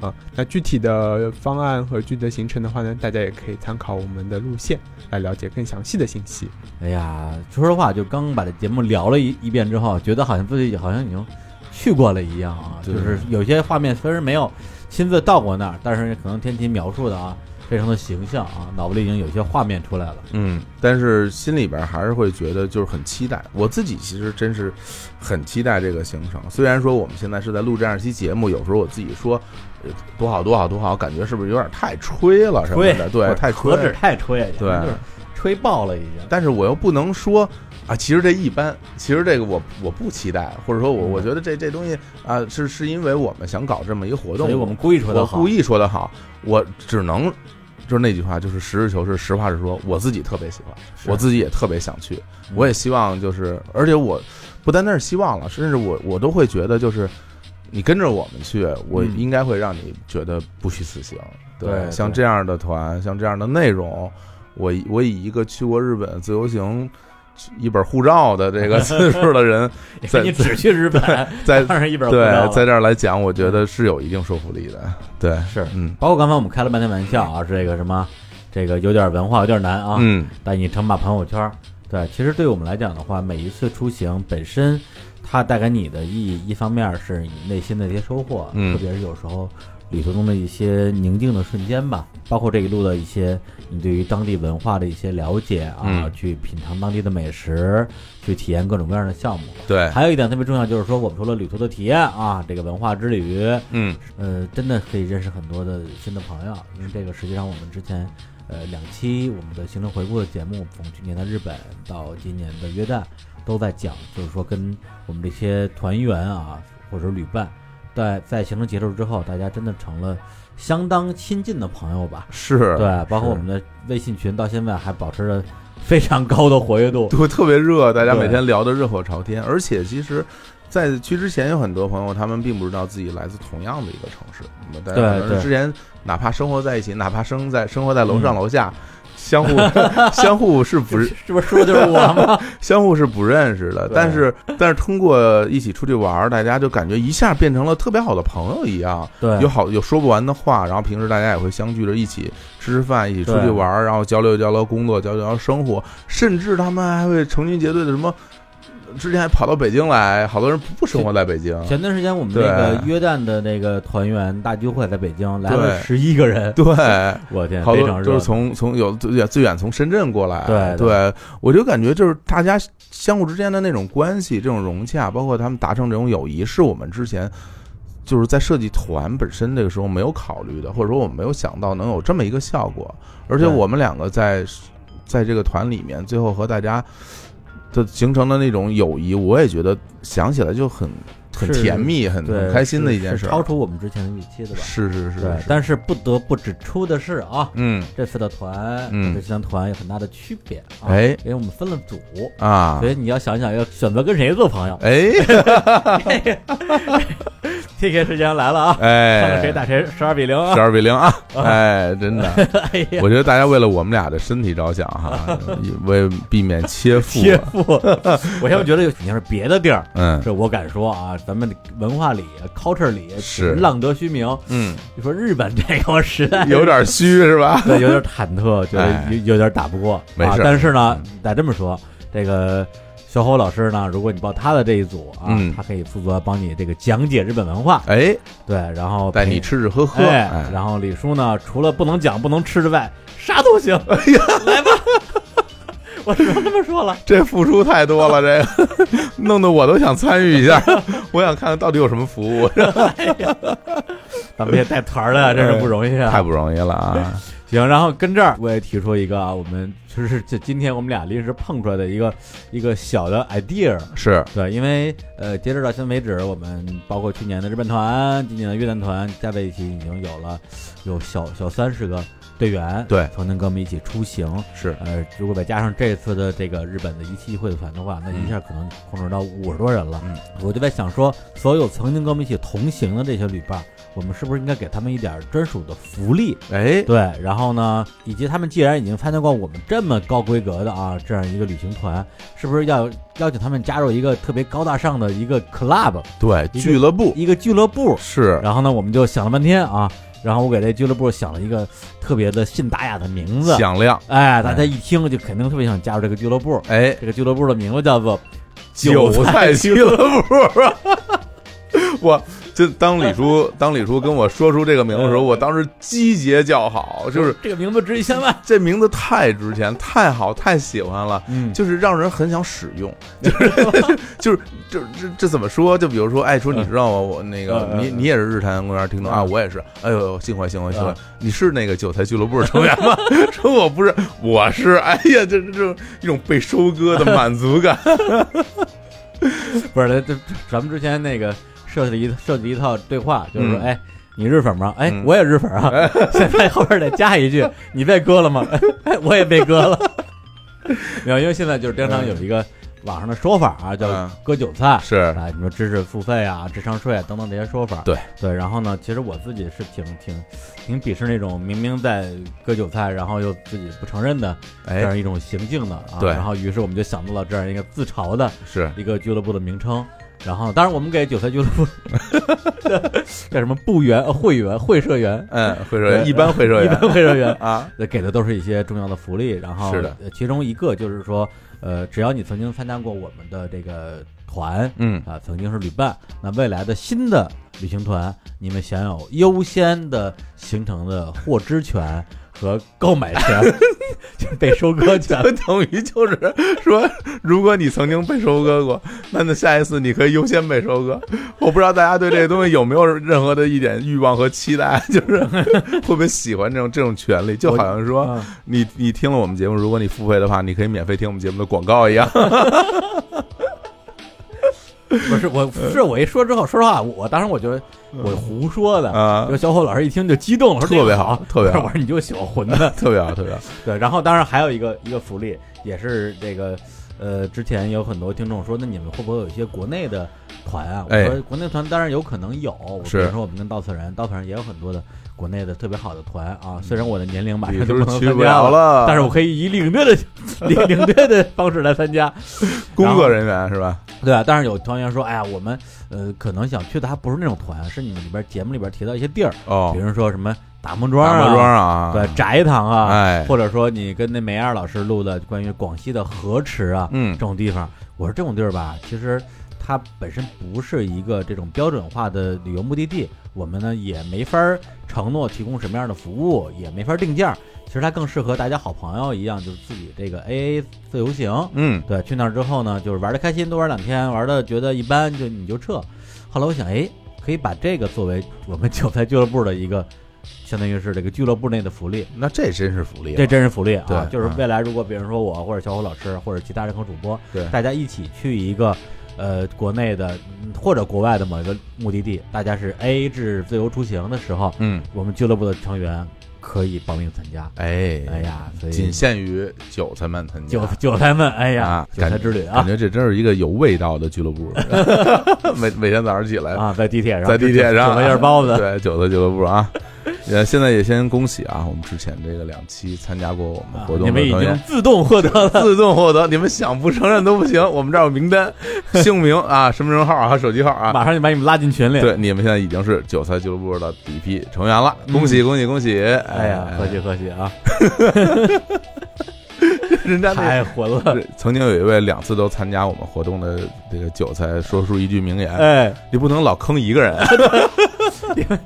Speaker 3: 啊，那具体的方案和具体的行程的话呢，大家也可以参考我们的路线来了解更详细的信息。
Speaker 2: 哎呀，说实话，就刚把这节目聊了一一遍之后，觉得好像自己好像已经去过了一样啊。
Speaker 1: 对
Speaker 2: 就是有些画面虽然没有亲自到过那儿，但是可能天琴描述的啊，非常的形象啊，脑子里已经有些画面出来了。
Speaker 1: 嗯，但是心里边还是会觉得就是很期待。我自己其实真是很期待这个行程。虽然说我们现在是在录这样一期节目，有时候我自己说呃多好多好多好，感觉是不是有点太吹了什么的？对，太吹
Speaker 2: 何止。太吹，
Speaker 1: 对，
Speaker 2: 吹爆了已经。
Speaker 1: 但是我又不能说啊，其实这一般，其实这个我我不期待，或者说我
Speaker 2: 嗯
Speaker 1: 我觉得这这东西啊，是是因为我们想搞这么一个活动，
Speaker 2: 所以我们故意说的
Speaker 1: 我
Speaker 2: 好，
Speaker 1: 故意说的好，我只能就是那句话，就是实事求是，实话实说，我自己特别喜欢，
Speaker 2: 是
Speaker 1: 我自己也特别想去，
Speaker 2: 嗯
Speaker 1: 我也希望就是，而且我不单单是希望了，甚至我我都会觉得就是。你跟着我们去，我
Speaker 2: 嗯
Speaker 1: 应该会让你觉得不虚此行。
Speaker 2: 对
Speaker 1: 像
Speaker 2: 对
Speaker 1: 这样的团，像这样的内容，我以我以一个去过日本自由行、一本护照的这个次数的人，在
Speaker 2: 你只去 日本，
Speaker 1: 在
Speaker 2: 当然一本儿不知道
Speaker 1: 对
Speaker 2: 了
Speaker 1: 在这儿来讲，我觉得是有一定说服力的。对，
Speaker 2: 是
Speaker 1: 嗯
Speaker 2: 包括刚才我们开了半天玩笑啊，这个什么，这个有点文化，有点难啊。
Speaker 1: 嗯，
Speaker 2: 带你称霸朋友圈儿。对，其实对我们来讲的话，每一次出行本身，它带给你的意义，一方面是你内心的一些收获，
Speaker 1: 嗯
Speaker 2: 特别是有时候旅途中的一些宁静的瞬间吧，包括这一路的一些你对于当地文化的一些了解啊，
Speaker 1: 嗯
Speaker 2: 去品尝当地的美食，去体验各种各样的项目。
Speaker 1: 对，
Speaker 2: 还有一点特别重要，就是说我们除了旅途的体验啊，这个文化之旅，
Speaker 1: 嗯，
Speaker 2: 呃，真的可以认识很多的新的朋友，因为这个实际上我们之前，呃，两期我们的行程回顾的节目，从去年的日本到今年的约旦，都在讲，就是说跟我们这些团员啊，或者旅伴，在在行程结束之后，大家真的成了相当亲近的朋友吧？
Speaker 1: 是，
Speaker 2: 对，包括我们的微信群到现在还保持着非常高的活跃度。
Speaker 1: 对特别热，大家
Speaker 2: 对
Speaker 1: 每天聊得热火朝天，而且其实。在去之前，有很多朋友他们并不知道自己来自同样的一个城市。那么大家
Speaker 2: 对
Speaker 1: 可能
Speaker 2: 对
Speaker 1: 之前哪怕生活在一起，哪怕生在生活在楼上
Speaker 2: 嗯
Speaker 1: 楼下，相 互相互是不
Speaker 2: 是是不是说的就是我吗？
Speaker 1: 相互是不认识的，
Speaker 2: 对
Speaker 1: 但是但是通过一起出去玩儿，大家就感觉一下变成了特别好的朋友一样，
Speaker 2: 对，
Speaker 1: 有好有说不完的话，然后平时大家也会相聚着一起吃吃饭，一起出去玩儿，然后交流交流工作，交流交流生活，甚至他们还会成群结队的什么。之前还跑到北京来，好多人不不生活在北京，
Speaker 2: 前段时间我们那个
Speaker 1: 对
Speaker 2: 约旦的那个团员大聚会在北京来了
Speaker 1: 对
Speaker 2: 十一个人，
Speaker 1: 对，
Speaker 2: 我天，
Speaker 1: 好
Speaker 2: 呃非
Speaker 1: 多
Speaker 2: 常热
Speaker 1: 就
Speaker 2: 闹
Speaker 1: 是从从有最远最远从深圳过来，
Speaker 2: 对对
Speaker 1: 对，我就感觉就是大家相互之间的那种关系，这种融洽，包括他们达成这种友谊，是我们之前就是在设计团本身这个时候没有考虑的，或者说我们没有想到能有这么一个效果，而且
Speaker 2: 对
Speaker 1: 我们两个在在这个团里面，最后和大家的形成的那种友谊，我也觉得想起来就很很
Speaker 2: 是
Speaker 1: 甜蜜、很
Speaker 2: 对
Speaker 1: 很开心的
Speaker 2: 是
Speaker 1: 一件
Speaker 2: 是
Speaker 1: 事儿，
Speaker 2: 超出我们之前的预期的吧？
Speaker 1: 是是是
Speaker 2: 对，，
Speaker 1: 是
Speaker 2: 但是不得不指出的是啊，
Speaker 1: 嗯
Speaker 2: 这次的团，
Speaker 1: 嗯
Speaker 2: 这次的团有很大的区别啊，
Speaker 1: 哎
Speaker 2: 因为我们分了组，
Speaker 1: 啊
Speaker 2: 所。以你要想想要选择跟谁 做朋友。
Speaker 1: 哎
Speaker 2: PK 时间来了啊，
Speaker 1: 哎，
Speaker 2: 看看谁打谁，十二比零
Speaker 1: 十
Speaker 2: 啊！
Speaker 1: 二比零 啊！哎，真的，
Speaker 2: 哎呀，
Speaker 1: 我觉得大家为了我们俩的身体着想 哈，也为避免切腹，啊
Speaker 2: 切腹！ 我现在觉得有肯定是别的地儿，
Speaker 1: 嗯
Speaker 2: 这我敢说啊，咱们文化里、culture 里
Speaker 1: 是
Speaker 2: 浪得虚名。
Speaker 1: 嗯，
Speaker 2: 你说日本这个我实在是
Speaker 1: 有点虚是吧？
Speaker 2: 对，有点忐忑，觉得
Speaker 1: 哎
Speaker 2: 有有点打不过
Speaker 1: 没
Speaker 2: 啊
Speaker 1: 事。儿
Speaker 2: 但是呢，得这么说，这个小侯老师呢，如果你报他的这一组啊，
Speaker 1: 嗯
Speaker 2: 他可以负责帮你这个讲解日本文化，
Speaker 1: 哎，
Speaker 2: 对，然后
Speaker 1: 带你
Speaker 2: 陪。
Speaker 1: 吃吃喝喝，
Speaker 2: 哎，
Speaker 1: 哎，
Speaker 2: 然后李叔呢，除了不能讲、不能吃之外，啥都行。哎呀，来吧， 我只能这么说了。
Speaker 1: 这付出太多了，这个 弄得我都想参与一 下，我想看看到底有什么服务，
Speaker 2: 哎咱们也带团儿的，真是不容易啊！
Speaker 1: 太不容易了啊！
Speaker 2: 行，然后跟这儿我也提出一个啊，我们就是这今天我们俩临时碰出来的一个一个小的 idea，
Speaker 1: 是，
Speaker 2: 对，因为呃，截止到现在为止，我们包括去年的日本团、今年的越南团加在一起，已经有了有小小三十个队员，
Speaker 1: 对
Speaker 2: 曾经跟我们一起出行。
Speaker 1: 是，
Speaker 2: 呃，如果再加上这次的这个日本的一期会团的话，那一下可能控制到五十多人了。
Speaker 1: 嗯，
Speaker 2: 我就在想说，所有曾经跟我们一起同行的这些旅伴，我们是不是应该给他们一点专属的福利？
Speaker 1: 哎，
Speaker 2: 对，然后呢，以及他们既然已经参加过我们这么高规格的啊这样一个旅行团，是不是要邀请他们加入一个特别高大上的一个 club
Speaker 1: 对，俱乐部
Speaker 2: 一个俱乐部？
Speaker 1: 是
Speaker 2: 然后呢，我们就想了半天啊，然后我给这俱乐部想了一个特别的信达雅的名字，
Speaker 1: 响亮，
Speaker 2: 哎，大家一听就肯定特别想加入这个俱乐部。
Speaker 1: 哎，
Speaker 2: 这个俱乐部的名字叫做
Speaker 1: 韭
Speaker 2: 菜
Speaker 1: 菜俱乐部。 我这当李叔当李叔跟我说出这个名字的时候，我当时击节叫好，就是
Speaker 2: 这个名字值一千万，
Speaker 1: 这名字太值钱，太好，太喜欢了。
Speaker 2: 嗯，
Speaker 1: 就是让人很想使 用，就是就是这这这怎么说？就比如说，哎，说你知道吗？我那个
Speaker 2: 嗯嗯
Speaker 1: 你
Speaker 2: 嗯
Speaker 1: 你也是日坛公园听众啊，
Speaker 2: 嗯
Speaker 1: 我也是。哎呦，幸会幸会幸会
Speaker 2: 嗯！
Speaker 1: 你是那个韭菜俱乐部成员吗？ 说我不是，我是。哎呀，这这这一种被收割的满足感。
Speaker 2: 不是，这这咱们之前那个设计了一设计了一套对话，就是说，
Speaker 1: 嗯
Speaker 2: 哎，你日粉吗？哎，
Speaker 1: 嗯
Speaker 2: 我也日粉 啊。现在后边得加一句，你被割了吗？哎，我也被割了。 没有，因为现在就是经常有一个网上的说法啊，叫
Speaker 1: 嗯
Speaker 2: 割韭菜。
Speaker 1: 是，
Speaker 2: 啊，你说知识付费啊、智商税啊等等这些说法，
Speaker 1: 对
Speaker 2: 对，然后呢，其实我自己是挺挺挺鄙视那种明明在割韭菜，然后又自己不承认的这
Speaker 1: 哎，
Speaker 2: 样一种行径的啊。
Speaker 1: 对
Speaker 2: 然后于是我们就想到了这样一个自嘲的
Speaker 1: 是
Speaker 2: 一个俱乐部的名称。然后，当然我们给韭菜俱乐部 叫什么部员、呃会员、会社员、
Speaker 1: 嗯，会社员
Speaker 2: 对
Speaker 1: 一般会社
Speaker 2: 一
Speaker 1: 员
Speaker 2: 般会社员
Speaker 1: 啊，
Speaker 2: 呃给的都是一些重要的福利。然后，
Speaker 1: 是的
Speaker 2: 呃，其中一个就是说，呃，只要你曾经参加过我们的这个团啊、
Speaker 1: 嗯，
Speaker 2: 曾经是旅伴，那未来的新的旅行团，你们享有优先的行程的获知权和购买权， 就是被收割权。
Speaker 1: 等于就是说，如果你曾经被收割过，那那下一次你可以优先被收割。我不知道大家对这个东西有没有任何的一点欲望和期待，就是会不会喜欢这种这种权利？就好像说，
Speaker 2: 嗯
Speaker 1: 你你听了我们节目，如果你付费的话，你可以免费听我们节目的广告一样。
Speaker 2: 不是我，是我一说之后，说实话，我当时我觉得我胡说的。
Speaker 1: 嗯啊
Speaker 2: 就小伙老师一听就激动了，说
Speaker 1: 特别
Speaker 2: 这个
Speaker 1: 好特别好，
Speaker 2: 我说你就喜欢混的
Speaker 1: 特别好，特别好，
Speaker 2: 对。然后当然还有一个一个福利，也是这个，呃，之前有很多听众说，那你们会不会有一些国内的团啊？我
Speaker 1: 哎
Speaker 2: 说国内团当然有可能有，我比
Speaker 1: 是
Speaker 2: 如说我们跟稻草人，稻草人也有很多的国内的特别好的团
Speaker 1: 嗯
Speaker 2: 啊。虽然我的年龄马
Speaker 1: 你
Speaker 2: 上就
Speaker 1: 都
Speaker 2: 不能
Speaker 1: 去
Speaker 2: 参
Speaker 1: 不
Speaker 2: 加
Speaker 1: 了，了。
Speaker 2: 但是我可以以领队的 领领队的方式来参加。
Speaker 1: 工作人员是吧？
Speaker 2: 对啊，但是有团员说，哎呀，我们呃可能想去的还不是那种团，是你们里边节目里边提到一些地儿，
Speaker 1: 哦
Speaker 2: 比，如说什么打木桩
Speaker 1: 打
Speaker 2: 啊，
Speaker 1: 磨庄啊，
Speaker 2: 对，翟堂啊，
Speaker 1: 哎
Speaker 2: 或者说你跟那梅二老师录的关于广西的河池啊，
Speaker 1: 嗯
Speaker 2: 这种地方，我说这种地儿吧，其实它本身不是一个这种标准化的旅游目的地，我们呢也没法儿承诺提供什么样的服务，也没法儿定价儿。其实它更适合大家好朋友一样，就是自己这个 A A 自由行，
Speaker 1: 嗯
Speaker 2: 对，去那儿之后呢，就是玩的开心，多玩两天，玩的觉得一般就你就撤。后来我想，哎，可以把这个作为我们韭菜俱乐部的一个，相当于是这个俱乐部内的福利，
Speaker 1: 那这真是福利了，
Speaker 2: 这真是福利啊！
Speaker 1: 对
Speaker 2: 就是
Speaker 1: 嗯
Speaker 2: 未来如果比如说我或者小虎老师或者其他任何主播，
Speaker 1: 对
Speaker 2: 大家一起去一个。呃，国内的嗯或者国外的某一个目的地，大家是 A 制自由出行的时候，
Speaker 1: 嗯，
Speaker 2: 我们俱乐部的成员可以报名参加。
Speaker 1: 哎
Speaker 2: 哎，呀，所以
Speaker 1: 仅限于韭菜们参加，
Speaker 2: 韭韭菜们，哎呀，
Speaker 1: 啊
Speaker 2: 韭菜
Speaker 1: 感
Speaker 2: 之旅啊
Speaker 1: 感觉这真是一个有味道的俱乐 部，每每天早上起来
Speaker 2: 啊，在地铁上，
Speaker 1: 在地铁上
Speaker 2: 韭菜馅儿包子，
Speaker 1: 对，韭菜俱乐部啊。呃，现在也先恭喜啊，我们之前这个两期参加过我们活动
Speaker 2: 啊你
Speaker 1: 的
Speaker 2: 们
Speaker 1: 朋
Speaker 2: 已
Speaker 1: 友
Speaker 2: 经，自动获得了。
Speaker 1: 自动获得，你们想不承认都不行。我们这儿有名单、姓名啊、身份证号啊、手机号啊。
Speaker 2: 马上就把你们拉进群里。，
Speaker 1: 对，你们现在已经是韭菜俱乐部的第一批成员了，恭喜恭喜恭喜！
Speaker 2: 哎
Speaker 1: 哎
Speaker 2: 呀，客气客气啊，
Speaker 1: 人家哎那
Speaker 2: 太混了。
Speaker 1: 是曾经有一位两次都参加我们活动的这个韭菜说出一句名言：
Speaker 2: 哎，
Speaker 1: 你不能老坑一个人。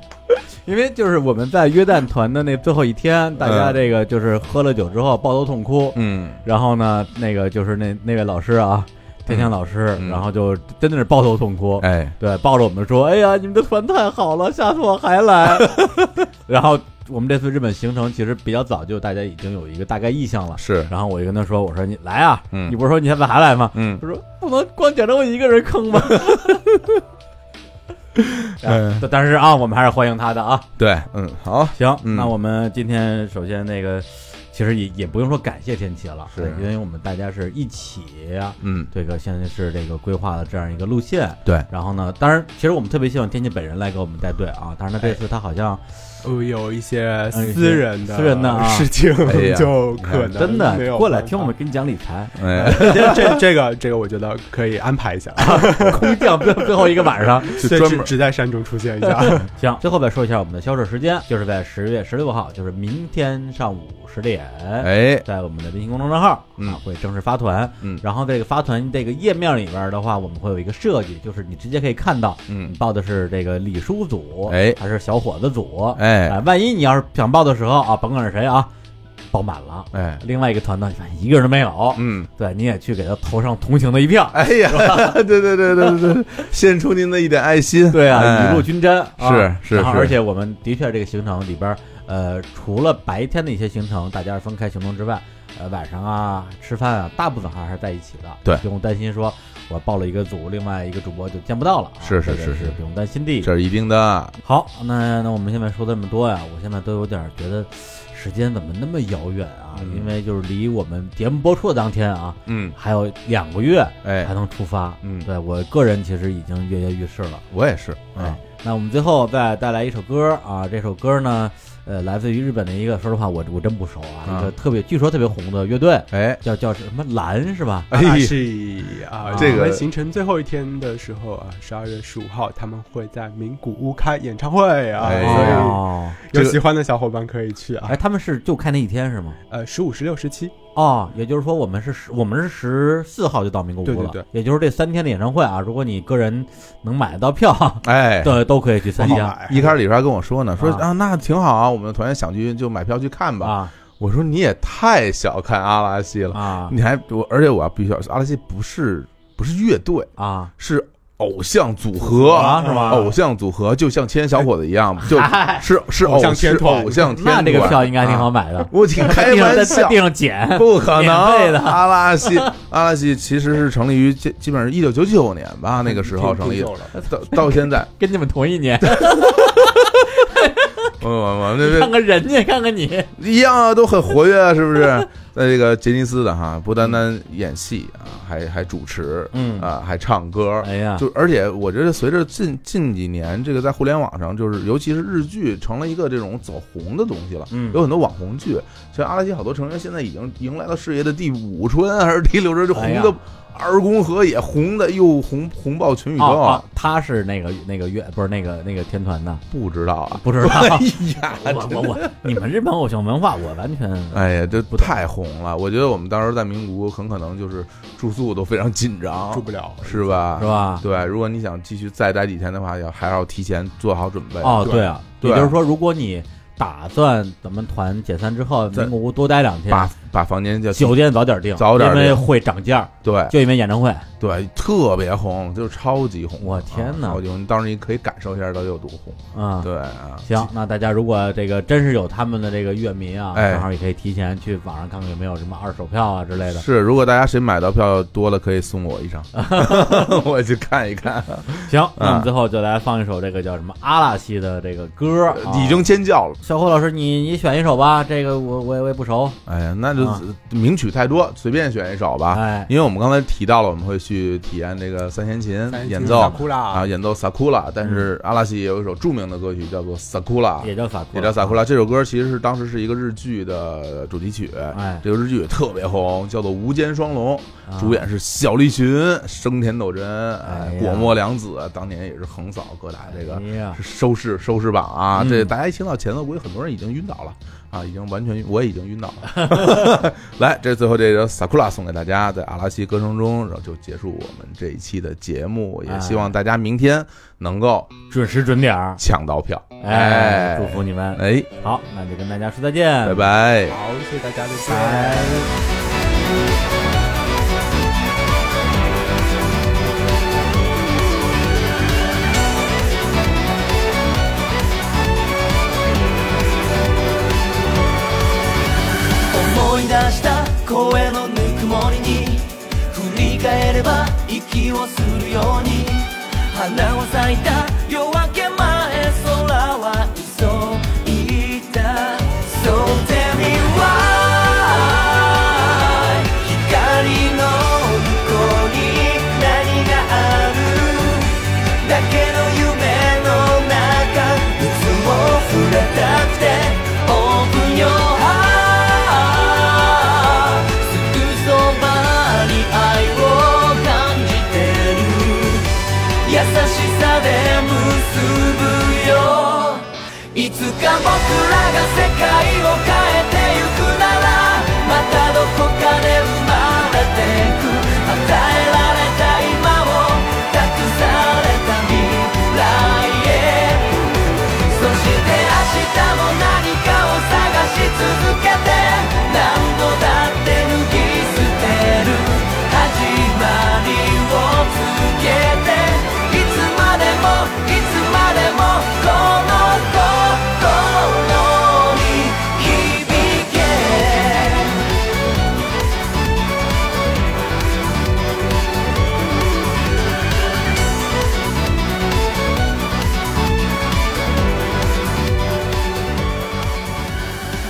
Speaker 2: 因为就是我们在约旦团的那最后一天，大家这个就是喝了酒之后抱头痛哭，
Speaker 1: 嗯，
Speaker 2: 然后呢，那个就是那那位老师啊，天翔老师，
Speaker 1: 嗯
Speaker 2: 然后就真的是抱头痛哭，
Speaker 1: 哎，
Speaker 2: 对，抱着我们说：“哎呀，你们的团太好了，下次我还来。” 然后我们这次日本行程其实比较早，就大家已经有一个大概意向了。
Speaker 1: 是，
Speaker 2: 然后我就跟他说：“我说你来啊，
Speaker 1: 嗯
Speaker 2: 你不是说你下次还来吗？”
Speaker 1: 嗯，
Speaker 2: 他说不能光捡着我一个人 坑吧。
Speaker 1: 嗯
Speaker 2: 但但是啊，我们还是欢迎他的啊。
Speaker 1: 对，嗯，好，
Speaker 2: 行，
Speaker 1: 嗯
Speaker 2: 那我们今天首先那个，其实也也不用说感谢天奇了，
Speaker 1: 是
Speaker 2: 对因为我们大家是一起啊
Speaker 1: 嗯，
Speaker 2: 这个现在是这个规划了这样一个路线。
Speaker 1: 对，
Speaker 2: 然后呢，当然，其实我们特别希望天奇本人来给我们带队啊，但是呢，
Speaker 1: 哎
Speaker 2: 这次他好像
Speaker 3: 呃，有一些
Speaker 2: 嗯
Speaker 3: 私人的
Speaker 2: 私人的啊
Speaker 3: 事情
Speaker 1: 哎呀，
Speaker 3: 就可能
Speaker 2: 真
Speaker 3: 没
Speaker 2: 的
Speaker 3: 有
Speaker 2: 过来
Speaker 3: 办法
Speaker 2: 听我们。 给你讲理财，
Speaker 1: 哎，
Speaker 3: 这这这个这个，我觉得可以安排一下，
Speaker 2: 空降最最后一个晚上。
Speaker 1: 就
Speaker 3: 对
Speaker 1: 专
Speaker 3: 只
Speaker 1: 门
Speaker 3: 只在山中出现一下。
Speaker 2: 行，最后再说一下我们的销售时间，就是在十月十六号，就是明天上午十点。
Speaker 1: 哎，
Speaker 2: 在我们的微信公众号
Speaker 1: 嗯
Speaker 2: 啊会正式发团，
Speaker 1: 嗯
Speaker 2: 然后这个发团这个页面里边的话，我们会有一个设计，就是你直接可以看到你
Speaker 1: 嗯，
Speaker 2: 报的是这个李叔组，
Speaker 1: 哎
Speaker 2: 还是小伙子组，
Speaker 1: 哎，
Speaker 2: 啊万一你要是想报的时候啊，甭管是谁啊，报满了，
Speaker 1: 哎，
Speaker 2: 另外一个团呢，反正一个人都没有，
Speaker 1: 嗯，
Speaker 2: 对，你也去给他投上同情的一票，
Speaker 1: 哎呀， 对对对对对对，献出您的一点爱心，
Speaker 2: 对啊，
Speaker 1: 哎
Speaker 2: 雨露均沾，啊
Speaker 1: 是是
Speaker 2: 然后
Speaker 1: 是
Speaker 2: 而且我们的确这个行程里边儿，呃，除了白天的一些行程大家是分开行动之外，呃，晚上啊吃饭啊，大部分还是在一起的，
Speaker 1: 对
Speaker 2: 不用担心说我报了一个组，另外一个主播就见不到了啊，
Speaker 1: 是是
Speaker 2: 这个
Speaker 1: 是
Speaker 2: 是
Speaker 1: 是
Speaker 2: 不用担心的。
Speaker 1: 这是一定的，
Speaker 2: 好，那那我们现在说这么多呀，我现在都有点儿觉得时间怎么那么遥远啊，
Speaker 1: 嗯
Speaker 2: 因为就是离我们节目播出的当天啊，
Speaker 1: 嗯，
Speaker 2: 还有两个月
Speaker 1: 哎
Speaker 2: 才，能出发，
Speaker 1: 嗯
Speaker 2: 对我个人其实已经跃跃欲试了。
Speaker 1: 我也是，
Speaker 2: 哎
Speaker 1: 嗯，，
Speaker 2: 那我们最后再带来一首歌啊，这首歌呢，呃，来自于日本的一个，说实话我我真不熟啊，
Speaker 1: 啊
Speaker 2: 一个特别据说特别红的乐队，
Speaker 1: 哎，
Speaker 2: 叫叫什么蓝是吧？
Speaker 1: 哎
Speaker 3: 那是以啊，
Speaker 2: 这
Speaker 1: 个
Speaker 3: 我们行程最后一天的时候啊，十二月十五号他们会在名古屋开演唱会啊，
Speaker 1: 哎
Speaker 3: 所
Speaker 2: 哦，
Speaker 3: 以有喜欢的小伙伴可以去啊
Speaker 2: 哎，。他们是就开那一天是吗？
Speaker 3: 呃，十五、十六、十七，
Speaker 2: 哦，也就是说我们是十，我们是十四号就到名古屋了，
Speaker 3: 对对
Speaker 2: 也就是这三天的演唱会啊，如果你个人能买得到票，
Speaker 1: 哎，
Speaker 2: 对，都可以去参
Speaker 3: 不好
Speaker 2: 加
Speaker 3: 买
Speaker 1: 一开始李莎跟我说呢，说
Speaker 2: 啊
Speaker 1: 啊，那挺好啊，我们团员想去就买票去看吧。
Speaker 2: 啊
Speaker 1: 我说你也太小看阿拉西了，
Speaker 2: 啊
Speaker 1: 你还我，而且我要必须要说，阿拉西不是不是乐队，
Speaker 2: 啊
Speaker 1: 是偶像组合
Speaker 2: 啊是吗？
Speaker 1: 偶像组合就像千小伙子一样，就是是偶
Speaker 3: 偶像天
Speaker 1: 是
Speaker 3: 团
Speaker 1: 偶像天
Speaker 2: 那
Speaker 1: 团。啊
Speaker 2: 这个票应该挺好买的，
Speaker 1: 我 挺开
Speaker 2: 地上在
Speaker 1: 玩
Speaker 2: 在
Speaker 1: 笑
Speaker 2: 地，上捡，
Speaker 1: 不可能
Speaker 2: 免费的
Speaker 1: 阿拉西，阿拉西其实是成立于基基本上一九九九年吧，那个时候成立的，到到现在，
Speaker 2: 跟你们同一年。
Speaker 1: 我嗯我我 那
Speaker 2: 看看人家，看看你，
Speaker 1: 一样啊，都很活跃啊，是不 是？在这个杰尼斯的哈，不单单演戏啊，还还主持，
Speaker 2: 嗯
Speaker 1: 啊，还唱歌。
Speaker 2: 哎呀，
Speaker 1: 就而且我觉得，随着近近几年，这个在互联网上，就是尤其是日剧，成了一个这种走红的东西了。
Speaker 2: 嗯
Speaker 1: 有很多网红剧，像阿拉西好多成员现在已经迎来了事业的第五春还是第六春，就红
Speaker 2: 哎呀
Speaker 1: 的、二宫和也红的又红红爆群宇宙啊
Speaker 2: 哦哦，他是那个那个乐不是那个那个天团的，
Speaker 1: 不知道啊。
Speaker 2: 不知道
Speaker 1: 哎。呀，
Speaker 2: 我我我，你们日本偶像文化，我完全
Speaker 1: 哎呀，这
Speaker 2: 不懂
Speaker 1: 太红了！我觉得我们到时候在名古屋很可能就是住宿都非常紧张，
Speaker 3: 住不了，
Speaker 1: 哦是吧？
Speaker 2: 是？吧？
Speaker 1: 对，如果你想继续再待几天的话，要还要提前做好准备。
Speaker 2: 哦，
Speaker 3: 对
Speaker 2: 对啊，
Speaker 1: 对
Speaker 2: 也就是说，如果你打算咱们团解散之后，
Speaker 1: 在
Speaker 2: 名古屋多待两天
Speaker 1: 把，把房间就
Speaker 2: 酒店早点订，
Speaker 1: 早点哎
Speaker 2: 因
Speaker 1: 订
Speaker 2: 为会涨价，
Speaker 1: 对
Speaker 2: 就因为演唱会。
Speaker 1: 对，特别红，就是超级红。
Speaker 2: 我天
Speaker 1: 哪！
Speaker 2: 哪
Speaker 1: 超级红，你到时候你可以感受一下到底有多红。
Speaker 2: 嗯，
Speaker 1: 对啊，
Speaker 2: 行，那大家如果这个真是有他们的这个乐迷啊，
Speaker 1: 哎
Speaker 2: 正好也可以提前去网上看看有没有什么二手票啊之类的。
Speaker 1: 是，如果大家谁买到票多了，可以送我一 张，我去看一看。
Speaker 2: 行，那我
Speaker 1: 嗯
Speaker 2: 们最后就来放一首这个叫什么阿拉西的这个歌，啊
Speaker 1: 呃已经尖叫了，
Speaker 2: 小虎老师，你你选一首吧，这个我我也我也不熟。
Speaker 1: 哎呀，那就
Speaker 2: 啊
Speaker 1: 名曲太多，随便选一首吧。
Speaker 2: 哎，
Speaker 1: 因为我们刚才提到了，我们会去体验这个三弦琴演奏
Speaker 3: 哭啦
Speaker 1: 啊，演奏《Sakura》，但
Speaker 2: 嗯
Speaker 1: 是阿拉西也有一首著名的歌曲叫做《Sakura》，
Speaker 2: 也叫法国，
Speaker 1: 啊也叫《Sakura》。这首歌其实是当时是一个日剧的主题曲，
Speaker 2: 哎
Speaker 1: 这个日剧也特别红，叫做《无间双龙》，
Speaker 2: 啊
Speaker 1: 主演是小栗旬、生田斗真、
Speaker 2: 哎呀
Speaker 1: 广末凉子，当年也是横扫各大这个
Speaker 2: 哎呀
Speaker 1: 收视收视榜啊！这
Speaker 2: 嗯
Speaker 1: 大家一听到前奏，估计很多人已经晕倒了啊，已经完全晕我也已经晕倒了。 来，这最后这首《Sakura》送给大家，在阿拉西歌声中，然后就结束我们这一期的节目。也希望大家明天能够
Speaker 2: 准时准点儿，
Speaker 1: 抢到票。
Speaker 2: 哎
Speaker 1: 哎，，
Speaker 2: 祝福你们。
Speaker 1: 哎，
Speaker 2: 好，那就跟大家说再见，
Speaker 1: 拜。拜。
Speaker 3: 好，谢谢大家的支
Speaker 2: 拜
Speaker 3: 持。
Speaker 5: 思い出した声のぬくもりに振り返れば息をするように花を咲いた夜明け前空は急いだ So tell me why 光の向こうに何があるだけの夢の中いつも触れたくて Open your heart すぐそばに愛を感じてる優しさで結ぶよいつか僕らが世界を変えてゆくならまたどこかで生まれてく与えられた今を託された未来へそして明日も何かを探し続けて何度だって脱ぎ捨てる始まりをつけていつまでもいつまでもこの心に響け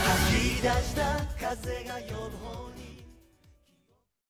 Speaker 5: 走り出した風が呼ぶ方に